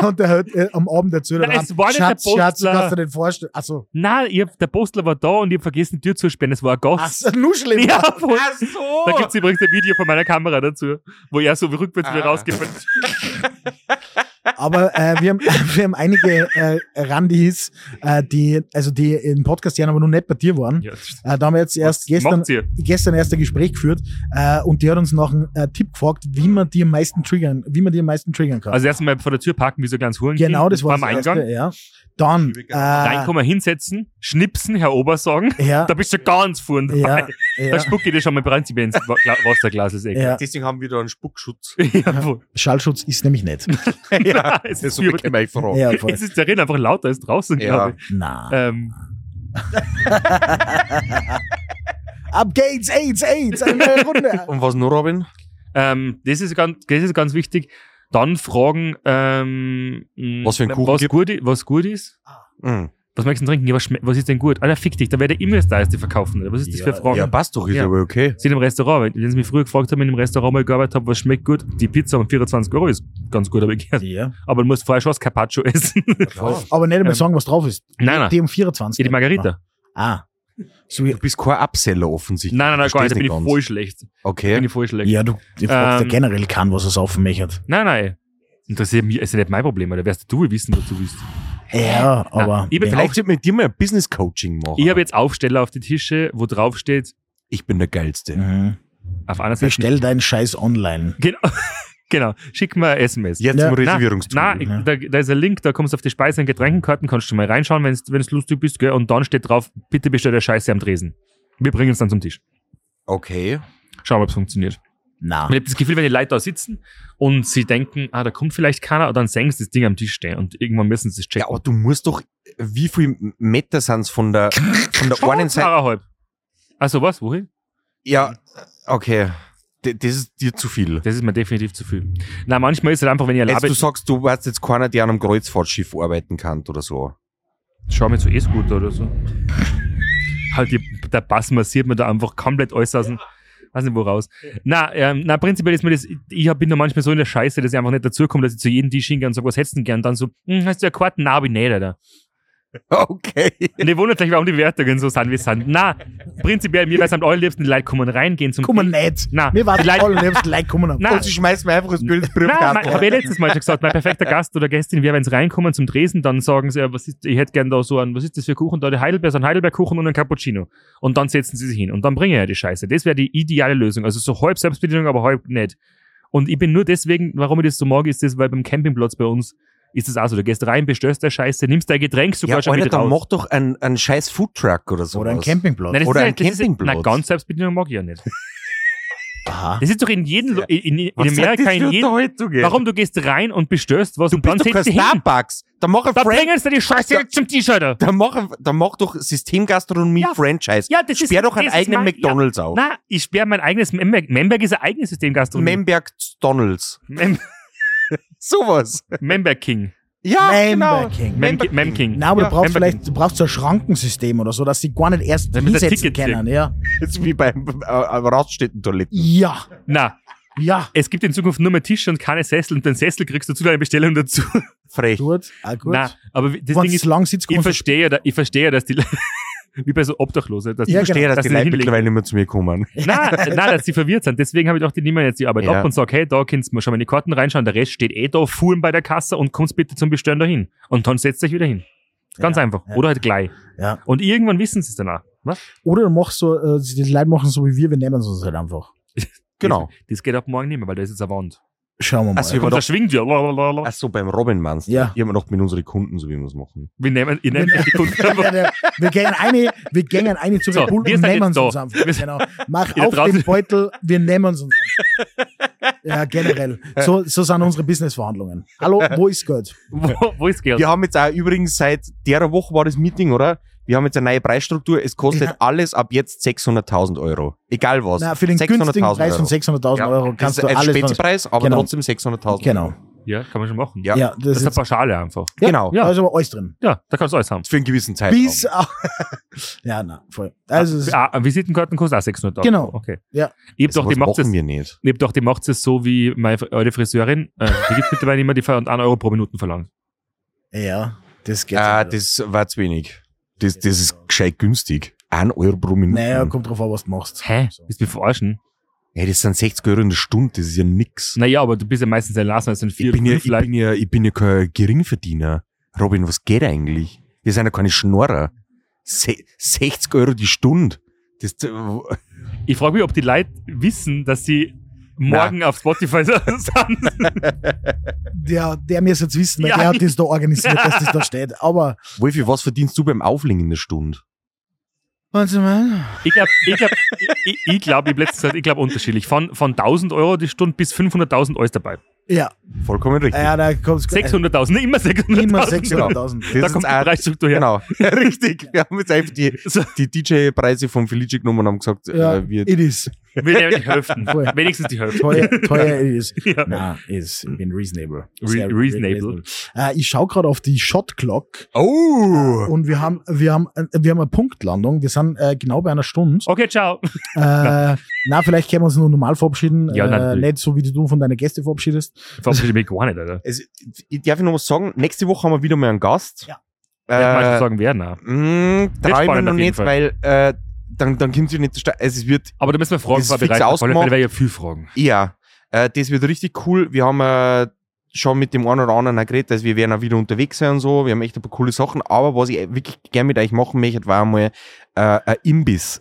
Speaker 2: Und der hört äh, am Abend dazu.
Speaker 4: Nein, es war nicht der
Speaker 2: Schatz, Schatz, du
Speaker 4: Postler.
Speaker 2: kannst dir den vorstellen. Achso,
Speaker 4: Nein, ich hab, der Postler war da und ich hab vergessen, die Tür zu sperren. Es war ein
Speaker 2: ach,
Speaker 4: Gast.
Speaker 2: so, nur schlimm.
Speaker 4: Ja, voll.
Speaker 3: Ach so.
Speaker 4: Da gibt's übrigens ein Video von meiner Kamera dazu, wo er so rückwärts wieder
Speaker 3: Ah.
Speaker 4: rausgefallen ist.
Speaker 2: Aber äh, wir, haben, wir haben einige äh, Randis, äh, die, also die im Podcast jahren aber noch nicht bei dir waren.
Speaker 4: Ja, das stimmt.
Speaker 2: Äh, da haben wir jetzt erst
Speaker 4: Was
Speaker 2: gestern,
Speaker 4: macht ihr?
Speaker 2: gestern erst ein Gespräch geführt äh, und die hat uns noch einen äh, Tipp gefragt, wie man die am meisten triggern, wie man die am meisten triggern kann.
Speaker 4: Also erstmal vor der Tür parken, wie so ganz Huren.
Speaker 2: genau, das war
Speaker 4: Am
Speaker 2: das
Speaker 4: Eingang.
Speaker 2: Erste, ja. Dann äh,
Speaker 4: Reinkommen, hinsetzen, schnipsen, Herr Ober sagen.
Speaker 2: ja,
Speaker 4: Da bist du ganz vorn dabei.
Speaker 2: ja,
Speaker 4: Da
Speaker 2: ja,
Speaker 4: spucke ich dir schon mal prinzipiell ins Wa- Gla- Wasserglas. Ist egal.
Speaker 2: ja.
Speaker 3: Deswegen haben wir da einen Spuckschutz.
Speaker 4: Ja.
Speaker 2: Schallschutz ist nämlich nicht.
Speaker 3: ja, das
Speaker 4: es ist
Speaker 3: ist so bekäme ich Frau.
Speaker 2: Ja, voll.
Speaker 4: Jetzt ist der Reden einfach lauter als draußen,
Speaker 3: Ja.
Speaker 4: glaube ich.
Speaker 2: Na.
Speaker 4: Ähm,
Speaker 2: Ab geht's, AIDS, AIDS, eine neue Runde.
Speaker 3: Und was nur, Robin?
Speaker 4: ähm, das, ist ganz, das ist ganz wichtig. Dann fragen, ähm, mh,
Speaker 3: Was für einen Kuchen
Speaker 4: was
Speaker 3: gibt?
Speaker 4: gut, i- was gut ist.
Speaker 3: Mhm.
Speaker 4: Was möchtest du denn trinken? Ja, was, schme- was ist denn gut? Alter, fick dich, da werde ich immer das Teuerste verkaufen. Oder? Was ist das
Speaker 2: Ja,
Speaker 4: für Fragen?
Speaker 3: Ja, passt doch, ist
Speaker 4: Ja.
Speaker 3: aber okay.
Speaker 4: sind im Restaurant. Wenn, wenn sie mich früher gefragt haben, in einem Restaurant mal gearbeitet habe, was schmeckt gut, die Pizza um 24 Euro ist ganz gut, habe ich gehört.
Speaker 2: Ja.
Speaker 4: Aber du musst vorher schon das Carpaccio essen.
Speaker 2: Aber nicht einmal
Speaker 4: Ähm,
Speaker 2: sagen, was drauf ist.
Speaker 4: nein, nein.
Speaker 2: Die um 24.
Speaker 4: Ja, die Margarita.
Speaker 2: Ah. So,
Speaker 3: Du bist kein Upseller offensichtlich.
Speaker 4: Nein, nein, nein, gar nicht. Da bin ich voll
Speaker 3: falsch.
Speaker 4: schlecht. Da bin
Speaker 3: Okay.
Speaker 4: ich voll schlecht.
Speaker 2: ja, du die fragst
Speaker 4: Ähm,
Speaker 2: ja generell kann, was er saufen möchte.
Speaker 4: Nein, nein. Interessiert mich, ist ja nicht mein Problem, oder wärst du will wissen, was du willst.
Speaker 2: Ja, aber.
Speaker 4: Ah, ich bin
Speaker 2: ja.
Speaker 3: Vielleicht sollte mit dir mal ein Business Coaching machen.
Speaker 4: Ich habe jetzt Aufsteller auf die Tische, wo drauf steht,
Speaker 3: Ich bin der
Speaker 4: Hm.
Speaker 3: Geilste.
Speaker 2: Mhm.
Speaker 4: auf einer Seite.
Speaker 2: Bestell deinen Scheiß online.
Speaker 4: Genau. genau. Schick mir ein SMS.
Speaker 3: Jetzt
Speaker 2: Ja.
Speaker 3: im
Speaker 4: Nein,
Speaker 3: Reservierungstool.
Speaker 4: Nein, ich-
Speaker 2: Ja.
Speaker 4: da, da ist ein Link, da kommst du auf die Speisen- und Getränkenkarten, kannst du mal reinschauen, wenn es lustig bist, gell? Und dann steht drauf, bitte bestell der Scheiße am Dresen. Wir bringen es dann zum Tisch.
Speaker 3: Okay.
Speaker 4: Schauen wir, ob es funktioniert.
Speaker 2: Na.
Speaker 4: Ich habe das Gefühl, wenn die Leute da sitzen und sie denken, ah, da kommt vielleicht keiner, dann sehen sie das Ding am Tisch stehen und irgendwann müssen sie es
Speaker 3: Ja,
Speaker 4: checken.
Speaker 3: aber du musst doch, wie viel Meter sind's von der, von der einen Seite?
Speaker 4: Zweieinhalb. Also was, wohin?
Speaker 3: Ja, okay. D das ist dir zu viel.
Speaker 4: Das ist mir definitiv zu viel. Na, manchmal ist es halt einfach, wenn ihr
Speaker 3: Jetzt, du
Speaker 4: labert,
Speaker 3: sagst, du weißt jetzt keiner, der an einem Kreuzfahrtschiff arbeiten kann oder so.
Speaker 4: schau mir zu E-Scooter oder so. halt, die, der Bass massiert mir da einfach komplett alles aus dem, weiß nicht wo raus. Na, ähm, na, prinzipiell ist mir das, ich hab- bin da manchmal so in der Scheiße, dass ich einfach nicht dazukomme, dass ich zu jedem Tisch hingehe und sage, was hättest du denn gern? Und dann so, hm, hast du ja Karten? Na, hab ich nicht, Alter.
Speaker 3: Okay.
Speaker 4: Und ich wundert euch, warum die Wertungen so sind, wie sie sind. Na, prinzipiell, mir wäre es am allerliebsten, die Leute kommen rein, gehen zum
Speaker 2: Kommen nicht.
Speaker 4: Na,
Speaker 2: Wir warten
Speaker 4: die Leute-
Speaker 2: alle, nebst Leute kommen ab.
Speaker 4: Na,
Speaker 3: Und sie schmeißen mir einfach das Bild ins
Speaker 4: Nein, mein,
Speaker 3: Briefkasten.
Speaker 4: hab ich letztes Mal schon gesagt, mein perfekter Gast oder Gästin wäre, wenn sie reinkommen zum Dresen, dann sagen sie, ja, was ist, ich hätte gern da so einen, was ist das für Kuchen da, der Heidelbeer, so ein Heidelbeerkuchen und ein Cappuccino. Und dann setzen sie sich hin und dann bringen ja die Scheiße. Das wäre die ideale Lösung. Also so halb Selbstbedienung, aber halb nicht. Und ich bin nur deswegen, warum ich das so mag, ist das, weil beim Campingplatz bei uns ist das auch so. Du gehst rein, bestellst der Scheiße, nimmst dein Getränk sogar
Speaker 3: Ja,
Speaker 4: schon
Speaker 3: einer,
Speaker 4: mit
Speaker 3: dann
Speaker 4: raus.
Speaker 3: mach doch einen, einen scheiß Foodtruck oder so.
Speaker 2: Oder ein Campingplatz.
Speaker 4: Nein, das
Speaker 3: Oder
Speaker 4: ist
Speaker 3: ein
Speaker 4: nicht- das ist-
Speaker 3: Campingplatz.
Speaker 4: Nein, ganz Selbstbedienung mag ich ja nicht.
Speaker 2: Aha.
Speaker 4: Das ist doch in jedem, Lo- in, in, in
Speaker 3: Was sagt
Speaker 4: Amerika,
Speaker 3: das für
Speaker 4: in jedem,
Speaker 3: Unterhaltung, ey?
Speaker 4: warum du gehst rein und bestellst was
Speaker 3: Du
Speaker 4: und dann
Speaker 3: halt bist doch
Speaker 4: setzt
Speaker 3: kein
Speaker 4: dich hin.
Speaker 3: Starbucks. Dann mach ein
Speaker 4: Da
Speaker 3: Franchise.
Speaker 4: bringen sie die Scheiße
Speaker 3: Da-
Speaker 4: jetzt zum T-Shirt. da.
Speaker 3: Dann mach, ein- dann mach doch Systemgastronomie
Speaker 4: Ja.
Speaker 3: Franchise.
Speaker 4: Ja, das ist-
Speaker 3: Sperr doch einen
Speaker 4: das ist
Speaker 3: eigenen
Speaker 4: mein-
Speaker 3: McDonalds auf.
Speaker 4: Na, ich sperre mein eigenes Memberg. Memberg ist ein eigenes System Gastronomie.
Speaker 3: Memberg Donalds.
Speaker 4: Mem
Speaker 3: Sowas.
Speaker 4: Memberg King.
Speaker 3: Ja,
Speaker 2: Member
Speaker 3: genau.
Speaker 2: King.
Speaker 4: Mem Mem King.
Speaker 2: Na, aber du
Speaker 3: Ja,
Speaker 2: brauchst
Speaker 4: Member
Speaker 2: vielleicht, du brauchst so ein Schrankensystem oder so, dass sie gar nicht erst
Speaker 4: Damit sie ein
Speaker 2: hinsetzen
Speaker 4: Ticket
Speaker 2: können, ja.
Speaker 3: Jetzt wie beim äh, Raststätten-Toiletten.
Speaker 2: Ja,
Speaker 4: Na,
Speaker 2: ja.
Speaker 4: es gibt in Zukunft nur mehr Tische und keine Sessel und den Sessel kriegst du zu deiner Bestellung dazu.
Speaker 3: Frech.
Speaker 2: Gut, ah, gut.
Speaker 4: Na, aber wie- das
Speaker 2: Wenn
Speaker 4: Ding
Speaker 2: es
Speaker 4: ist,
Speaker 2: lang sitzt,
Speaker 4: ich
Speaker 2: kommt
Speaker 4: verstehe ja, da- ich verstehe ja, dass die, wie bei so Obdachlose, dass die
Speaker 2: Ja, genau.
Speaker 3: Ich verstehe,
Speaker 4: dass
Speaker 3: dass
Speaker 4: sie
Speaker 3: die Leute
Speaker 4: hinlegen.
Speaker 3: mittlerweile nicht mehr zu mir kommen.
Speaker 4: Nein, nein, dass sie verwirrt sind. Deswegen habe ich auch die nehmen jetzt die Arbeit
Speaker 3: Ja.
Speaker 4: ab und sage, hey, da kannst du mal schon mal in die Karten reinschauen, der Rest steht eh da, fuhren bei der Kasse und kommst bitte zum Bestellen dahin. Und dann setzt euch wieder hin. Ganz
Speaker 2: Ja,
Speaker 4: einfach.
Speaker 2: ja.
Speaker 4: Oder halt gleich.
Speaker 2: Ja.
Speaker 4: Und irgendwann wissen sie es danach. Was?
Speaker 2: Oder du machst so, äh, die Leute machen so wie wir, wir nehmen es uns halt einfach.
Speaker 3: Genau.
Speaker 4: Das geht ab morgen nicht mehr, weil da ist jetzt eine Wand.
Speaker 2: Schauen wir mal.
Speaker 3: Also,
Speaker 4: Und da schwingt ja. lalalala.
Speaker 3: Ach so, beim Robin meinst du?
Speaker 2: Ja.
Speaker 3: Ich habe noch mit unseren Kunden, so wie wir es machen.
Speaker 4: Wir nehmen, ihr nehmt die Kunden
Speaker 2: Ja,
Speaker 4: einfach.
Speaker 2: der- wir gehen eine, wir gehen eine zu
Speaker 4: So,
Speaker 2: Red Bull
Speaker 4: wir
Speaker 2: und
Speaker 4: sind
Speaker 2: nehmen
Speaker 4: jetzt
Speaker 2: uns
Speaker 4: da.
Speaker 2: einfach. Genau. Mach
Speaker 4: Ihr da
Speaker 2: auf
Speaker 4: draußen-
Speaker 2: den Beutel, wir nehmen uns uns einfach. Ja, generell. So, so sind unsere Businessverhandlungen. Hallo, wo ist Geld?
Speaker 4: Wo, wo ist Geld?
Speaker 3: Wir haben jetzt auch übrigens seit der Woche war das Meeting, oder? Wir haben jetzt eine neue Preisstruktur. Es kostet
Speaker 2: Ja.
Speaker 3: alles ab jetzt 600.000 Euro. Egal was.
Speaker 2: Na, für den
Speaker 3: 600.000
Speaker 2: günstigen Preis von
Speaker 3: Euro.
Speaker 2: 600.000
Speaker 4: Ja,
Speaker 2: Euro
Speaker 3: Das
Speaker 2: kannst
Speaker 3: ist
Speaker 2: du
Speaker 3: ein
Speaker 2: alles.
Speaker 3: Spitzenpreis, aber
Speaker 2: Genau.
Speaker 3: trotzdem 600.000.
Speaker 2: Genau.
Speaker 4: Ja, kann man schon machen.
Speaker 3: Ja.
Speaker 2: Ja, das,
Speaker 4: Das ist eine
Speaker 2: ist,
Speaker 4: Pauschale einfach.
Speaker 2: ja,
Speaker 3: Genau.
Speaker 2: da ist aber alles drin.
Speaker 4: Ja, da kannst du alles haben.
Speaker 3: Für einen gewissen Zeitraum.
Speaker 2: Bis. ja, na, voll. Also, es ist,
Speaker 4: Ah, Visitenkarten kostet auch 600 Euro.
Speaker 2: Genau.
Speaker 4: Okay.
Speaker 2: Ja.
Speaker 4: Ich hab
Speaker 3: das
Speaker 4: doch, die macht
Speaker 3: Also machen
Speaker 4: es
Speaker 3: wir nicht.
Speaker 4: Ich hab doch, die macht es so wie meine Fr- alte Friseurin. Äh, die gibt mittlerweile immer die Frau und 1 Euro pro Minuten verlangt.
Speaker 2: ja, das geht.
Speaker 3: Ah,
Speaker 2: nicht.
Speaker 3: das war zu wenig. Das, das ist gescheit günstig. 1 Euro pro Minute. Mhm.
Speaker 2: Naja, kommt drauf an, was du machst.
Speaker 4: Hä?
Speaker 2: So.
Speaker 4: Bist du mich verarschen?
Speaker 3: Hey, das sind 60 Euro in der Stunde, das ist ja nix.
Speaker 4: Naja, aber du bist ja meistens also entlassen, es sind
Speaker 3: ich,
Speaker 4: vier,
Speaker 3: bin ja,
Speaker 4: fünf
Speaker 3: ich, bin ja, ich bin ja kein Geringverdiener. Robin, was geht eigentlich? Wir sind ja keine Schnorrer. Se 60 Euro die Stunde. Das, äh,
Speaker 4: Ich frage mich, ob die Leute wissen, dass sie morgen auf Spotify sind.
Speaker 2: Der, der mir jetzt wissen, weil
Speaker 4: Ja.
Speaker 2: der hat das da organisiert, dass das da steht. Aber,
Speaker 3: Wolfi, was verdienst du beim Auflegen in der Stunde?
Speaker 2: warte mal.
Speaker 4: Ich glaube, ich glaube, ich, ich, glaub, ich habe letztens gesagt, ich glaube unterschiedlich. Von, von 1000 Euro die Stunde bis 500.000 alles dabei.
Speaker 2: Ja,
Speaker 3: Vollkommen richtig.
Speaker 2: ja da kommt's
Speaker 4: 600.000, ne, immer 600.000.
Speaker 2: Immer 600.000.
Speaker 3: Das
Speaker 4: Da
Speaker 3: ist
Speaker 4: kommt die
Speaker 3: auch-
Speaker 4: Preisstruktur her.
Speaker 3: Genau, richtig. Wir haben jetzt einfach die,
Speaker 4: So.
Speaker 3: die DJ-Preise von Felice genommen und haben gesagt,
Speaker 2: Ja,
Speaker 3: äh, wir,
Speaker 2: it is.
Speaker 4: Wir nehmen die Hälften.
Speaker 2: Voll.
Speaker 4: Wenigstens die Hälfte.
Speaker 2: Teuer, teuer it is.
Speaker 4: Ja.
Speaker 2: Na, is. Ich bin reasonable.
Speaker 4: Re-
Speaker 2: Sehr
Speaker 4: reasonable.
Speaker 2: Äh, ich schaue gerade auf die Shot Clock
Speaker 3: oh,
Speaker 2: und wir haben, wir haben, äh, wir haben eine Punktlandung. Wir sind äh, genau bei einer Stunde.
Speaker 4: Okay, ciao.
Speaker 2: Äh, na, vielleicht können wir uns nur normal verabschieden.
Speaker 4: Ja, nein,
Speaker 2: äh,
Speaker 4: natürlich.
Speaker 2: nicht so, wie du von deinen Gästen verabschiedest.
Speaker 4: Verabschiede mich gar nicht, Alter.
Speaker 3: Also, ich darf ich noch was sagen? Nächste Woche haben wir wieder mal einen Gast.
Speaker 2: Ja.
Speaker 4: Ich äh, mal
Speaker 3: Äh,
Speaker 4: sagen, wer nach.
Speaker 3: mh, trau ich mir
Speaker 4: spannend
Speaker 3: noch
Speaker 4: auf jeden
Speaker 3: nicht,
Speaker 4: Fall.
Speaker 3: weil äh, dann, dann kommt sie nicht zustande. Also, es wird
Speaker 4: Aber da müssen wir Fragen
Speaker 3: Das ist fix
Speaker 4: vorbereiten. Auf alle
Speaker 3: ausgemacht.
Speaker 4: Fälle, weil ja viel Fragen.
Speaker 3: eher. Äh, das wird richtig cool. Wir haben äh, schon mit dem einen oder anderen auch geredet, also wir werden auch wieder unterwegs sein und so. Wir haben echt ein paar coole Sachen. Aber was ich wirklich gerne mit euch machen möchte, war einmal äh, ein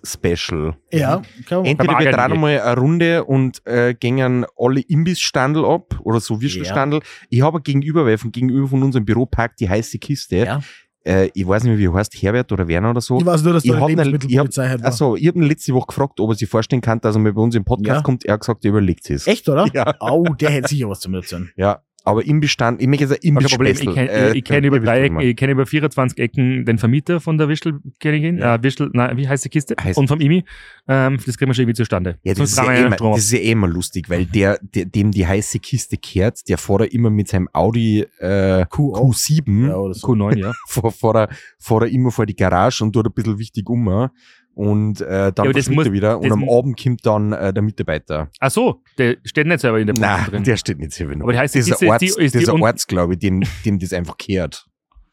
Speaker 3: Imbiss-Special.
Speaker 2: Ja, klar.
Speaker 3: Entweder
Speaker 4: Beim
Speaker 3: wir
Speaker 4: Agern
Speaker 3: drehen mal eine Runde und äh, gängen alle Imbissstandel ab oder so Würstelstandel. Ich habe gegenüber, weil von gegenüber von unserem Büro parkt die heiße Kiste.
Speaker 2: Ja.
Speaker 3: Äh, ich weiß nicht mehr, wie er heißt, Herbert oder Werner oder so.
Speaker 2: Ich weiß nur, dass
Speaker 3: Ich
Speaker 2: da
Speaker 3: hab
Speaker 2: eine
Speaker 3: ne-
Speaker 2: Lebensmittelpolizei halt war.
Speaker 3: Achso, ich habe ihn letzte Woche gefragt, ob er sich vorstellen kann, dass er mal bei uns im Podcast
Speaker 2: Ja.
Speaker 3: kommt. Er hat gesagt, er überlegt es.
Speaker 2: Echt, oder?
Speaker 3: Ja.
Speaker 2: Au, der hätte sicher was zu erzählen.
Speaker 3: Ja, aber Imbissstand, ich möchte jetzt ein
Speaker 4: Kein
Speaker 3: imbiss
Speaker 4: Problem, ich kenne
Speaker 3: Äh,
Speaker 4: ich kenn über, eh drei Ecken- ich kenn über 24 Ecken den Vermieter von der Wischel, kenn ich ihn,
Speaker 3: Ja.
Speaker 4: äh, Wischel, nein, wie heißt die Kiste?
Speaker 3: Heißt-
Speaker 4: Und vom Imi. Ähm, das kriegen wir schon irgendwie zustande.
Speaker 3: Ja, das ist ja,
Speaker 4: tragen wir
Speaker 3: eh
Speaker 4: einen
Speaker 3: immer,
Speaker 4: Strom.
Speaker 3: das ist ja eh immer lustig, weil der, der, dem die heiße Kiste kehrt, der fährt ja immer mit seinem Audi äh,
Speaker 2: Q auch.
Speaker 4: Hm?
Speaker 3: Q7
Speaker 2: Ja, oder so.
Speaker 4: Q9, ja.
Speaker 3: vor, vor, der, vor der immer vor die Garage und tut ein bisschen wichtig um. äh, Und äh, dann
Speaker 4: aber das
Speaker 3: verschwindet
Speaker 4: muss-
Speaker 3: er wieder. Und
Speaker 4: das
Speaker 3: am
Speaker 4: mu-
Speaker 3: Abend kommt dann äh, der Mitarbeiter.
Speaker 4: Ach so, der steht nicht selber in der Punkte
Speaker 3: Nein, der steht nicht hier.
Speaker 4: Aber die heiße
Speaker 3: das ist
Speaker 4: Kiste
Speaker 3: ein
Speaker 4: ist
Speaker 3: Arzt,
Speaker 4: die- ist die
Speaker 3: das ist ein
Speaker 4: un-
Speaker 3: Arzt glaube ich, dem, dem das einfach kehrt.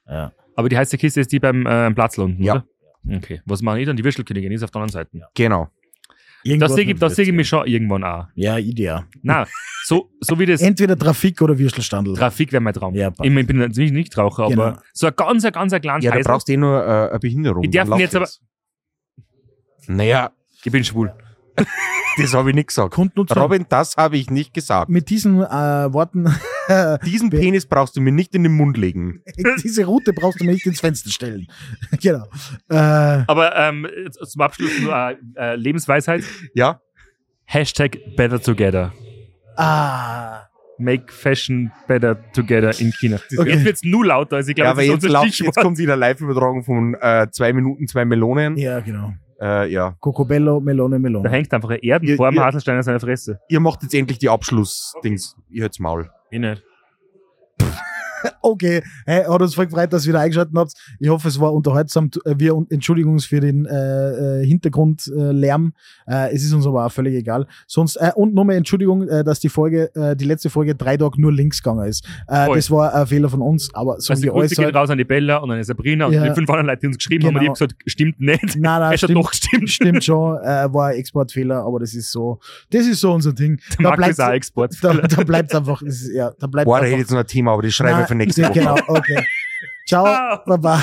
Speaker 2: Ja.
Speaker 4: Aber die heiße Kiste ist die beim äh, Platz unten,
Speaker 3: Ja.
Speaker 4: oder? Okay. Was machen ich dann? Die Wischelkönigin ist auf der anderen Seite.
Speaker 3: Genau.
Speaker 4: Das
Speaker 2: Irgendwas
Speaker 4: sehe ich,
Speaker 2: mit
Speaker 4: das sehe ich
Speaker 2: Würstchen.
Speaker 4: mich schon irgendwann auch.
Speaker 2: Ja, ideal.
Speaker 4: Na, so, so wie das
Speaker 2: Entweder Trafik oder Würstelstandel.
Speaker 4: Trafik wäre mein Traum.
Speaker 2: Ja,
Speaker 4: Ja,
Speaker 2: passt.
Speaker 4: ich, mein, ich bin natürlich nicht Raucher, aber
Speaker 2: Genau.
Speaker 4: so ein ganz, ein ganz ein kleines
Speaker 3: Ja, da
Speaker 4: Eisen.
Speaker 3: brauchst du eh nur äh, eine Behinderung.
Speaker 4: Ich
Speaker 3: dann
Speaker 4: darf ihn
Speaker 3: läuft
Speaker 4: jetzt aber-
Speaker 3: das. Naja,
Speaker 4: Ich bin schwul.
Speaker 3: das habe ich nicht gesagt.
Speaker 2: Kundennutzung.
Speaker 3: Robin, das habe ich nicht gesagt.
Speaker 2: Mit diesen äh, Worten,
Speaker 3: Diesen Penis brauchst du mir nicht in den Mund legen.
Speaker 2: diese Route brauchst du mir nicht ins Fenster stellen. genau. Äh,
Speaker 4: Aber ähm, jetzt zum Abschluss nur äh, äh, Lebensweisheit.
Speaker 3: Ja?
Speaker 4: Hashtag Better Together.
Speaker 2: ah,
Speaker 4: Make Fashion Better Together in China.
Speaker 2: Okay.
Speaker 4: Jetzt wird es nur lauter. Also ich
Speaker 3: ja,
Speaker 4: glaube,
Speaker 3: aber
Speaker 4: das
Speaker 3: jetzt,
Speaker 4: ist unser
Speaker 3: läuft, jetzt
Speaker 4: Stichwort.
Speaker 3: kommt wieder Live-Übertragung von äh, zwei Minuten, zwei Melonen.
Speaker 2: ja, genau.
Speaker 3: Äh, ja.
Speaker 2: Cocobello, Melone,
Speaker 4: Da
Speaker 2: Melone.
Speaker 4: hängt einfach ein Erden
Speaker 3: Ihr-
Speaker 4: vor dem
Speaker 3: ihr-
Speaker 4: Haselsteiner seiner Fresse.
Speaker 3: Ihr macht jetzt endlich die Abschlussdings. Ihr hört's Maul.
Speaker 4: Ich nicht.
Speaker 2: Okay, hey, hat uns voll gefreut, dass ihr wieder eingeschaltet habt. Ich hoffe, es war unterhaltsam. T- äh, Wir un- entschuldigen uns für den äh, Hintergrundlärm. Äh, es ist uns aber auch völlig egal. Sonst äh, und nochmal Entschuldigung, äh, dass die Folge, äh, die letzte Folge drei Tage nur links gegangen ist. Äh,
Speaker 4: Voll.
Speaker 2: das war ein Fehler von uns, aber so
Speaker 4: Also
Speaker 2: wie
Speaker 4: die
Speaker 2: alles.
Speaker 4: Grüße
Speaker 2: halt-
Speaker 4: geht raus an die Bella und an die Sabrina und
Speaker 2: Ja.
Speaker 4: die fünf anderen Leute, die uns geschrieben haben. Und ich
Speaker 2: Genau.
Speaker 4: habe gesagt, stimmt nicht.
Speaker 2: Nein, nein,
Speaker 4: es hat
Speaker 2: stimmt,
Speaker 4: doch gestimmt.
Speaker 2: stimmt schon. Äh, war ein Exportfehler, aber das ist so, das ist so unser Ding. Da
Speaker 4: Markus
Speaker 2: bleibt
Speaker 4: ist auch ein
Speaker 2: da,
Speaker 4: Export.
Speaker 2: da bleibt's einfach, es ist- ja, da bleibt
Speaker 3: Boah, da hätte
Speaker 2: einfach.
Speaker 3: ich
Speaker 2: genau
Speaker 3: jetzt noch ein Thema, aber das schreiben wir
Speaker 2: Nein,
Speaker 3: für nächste Woche.
Speaker 2: Genau, okay. Ciao,
Speaker 4: Ciao.
Speaker 2: baba.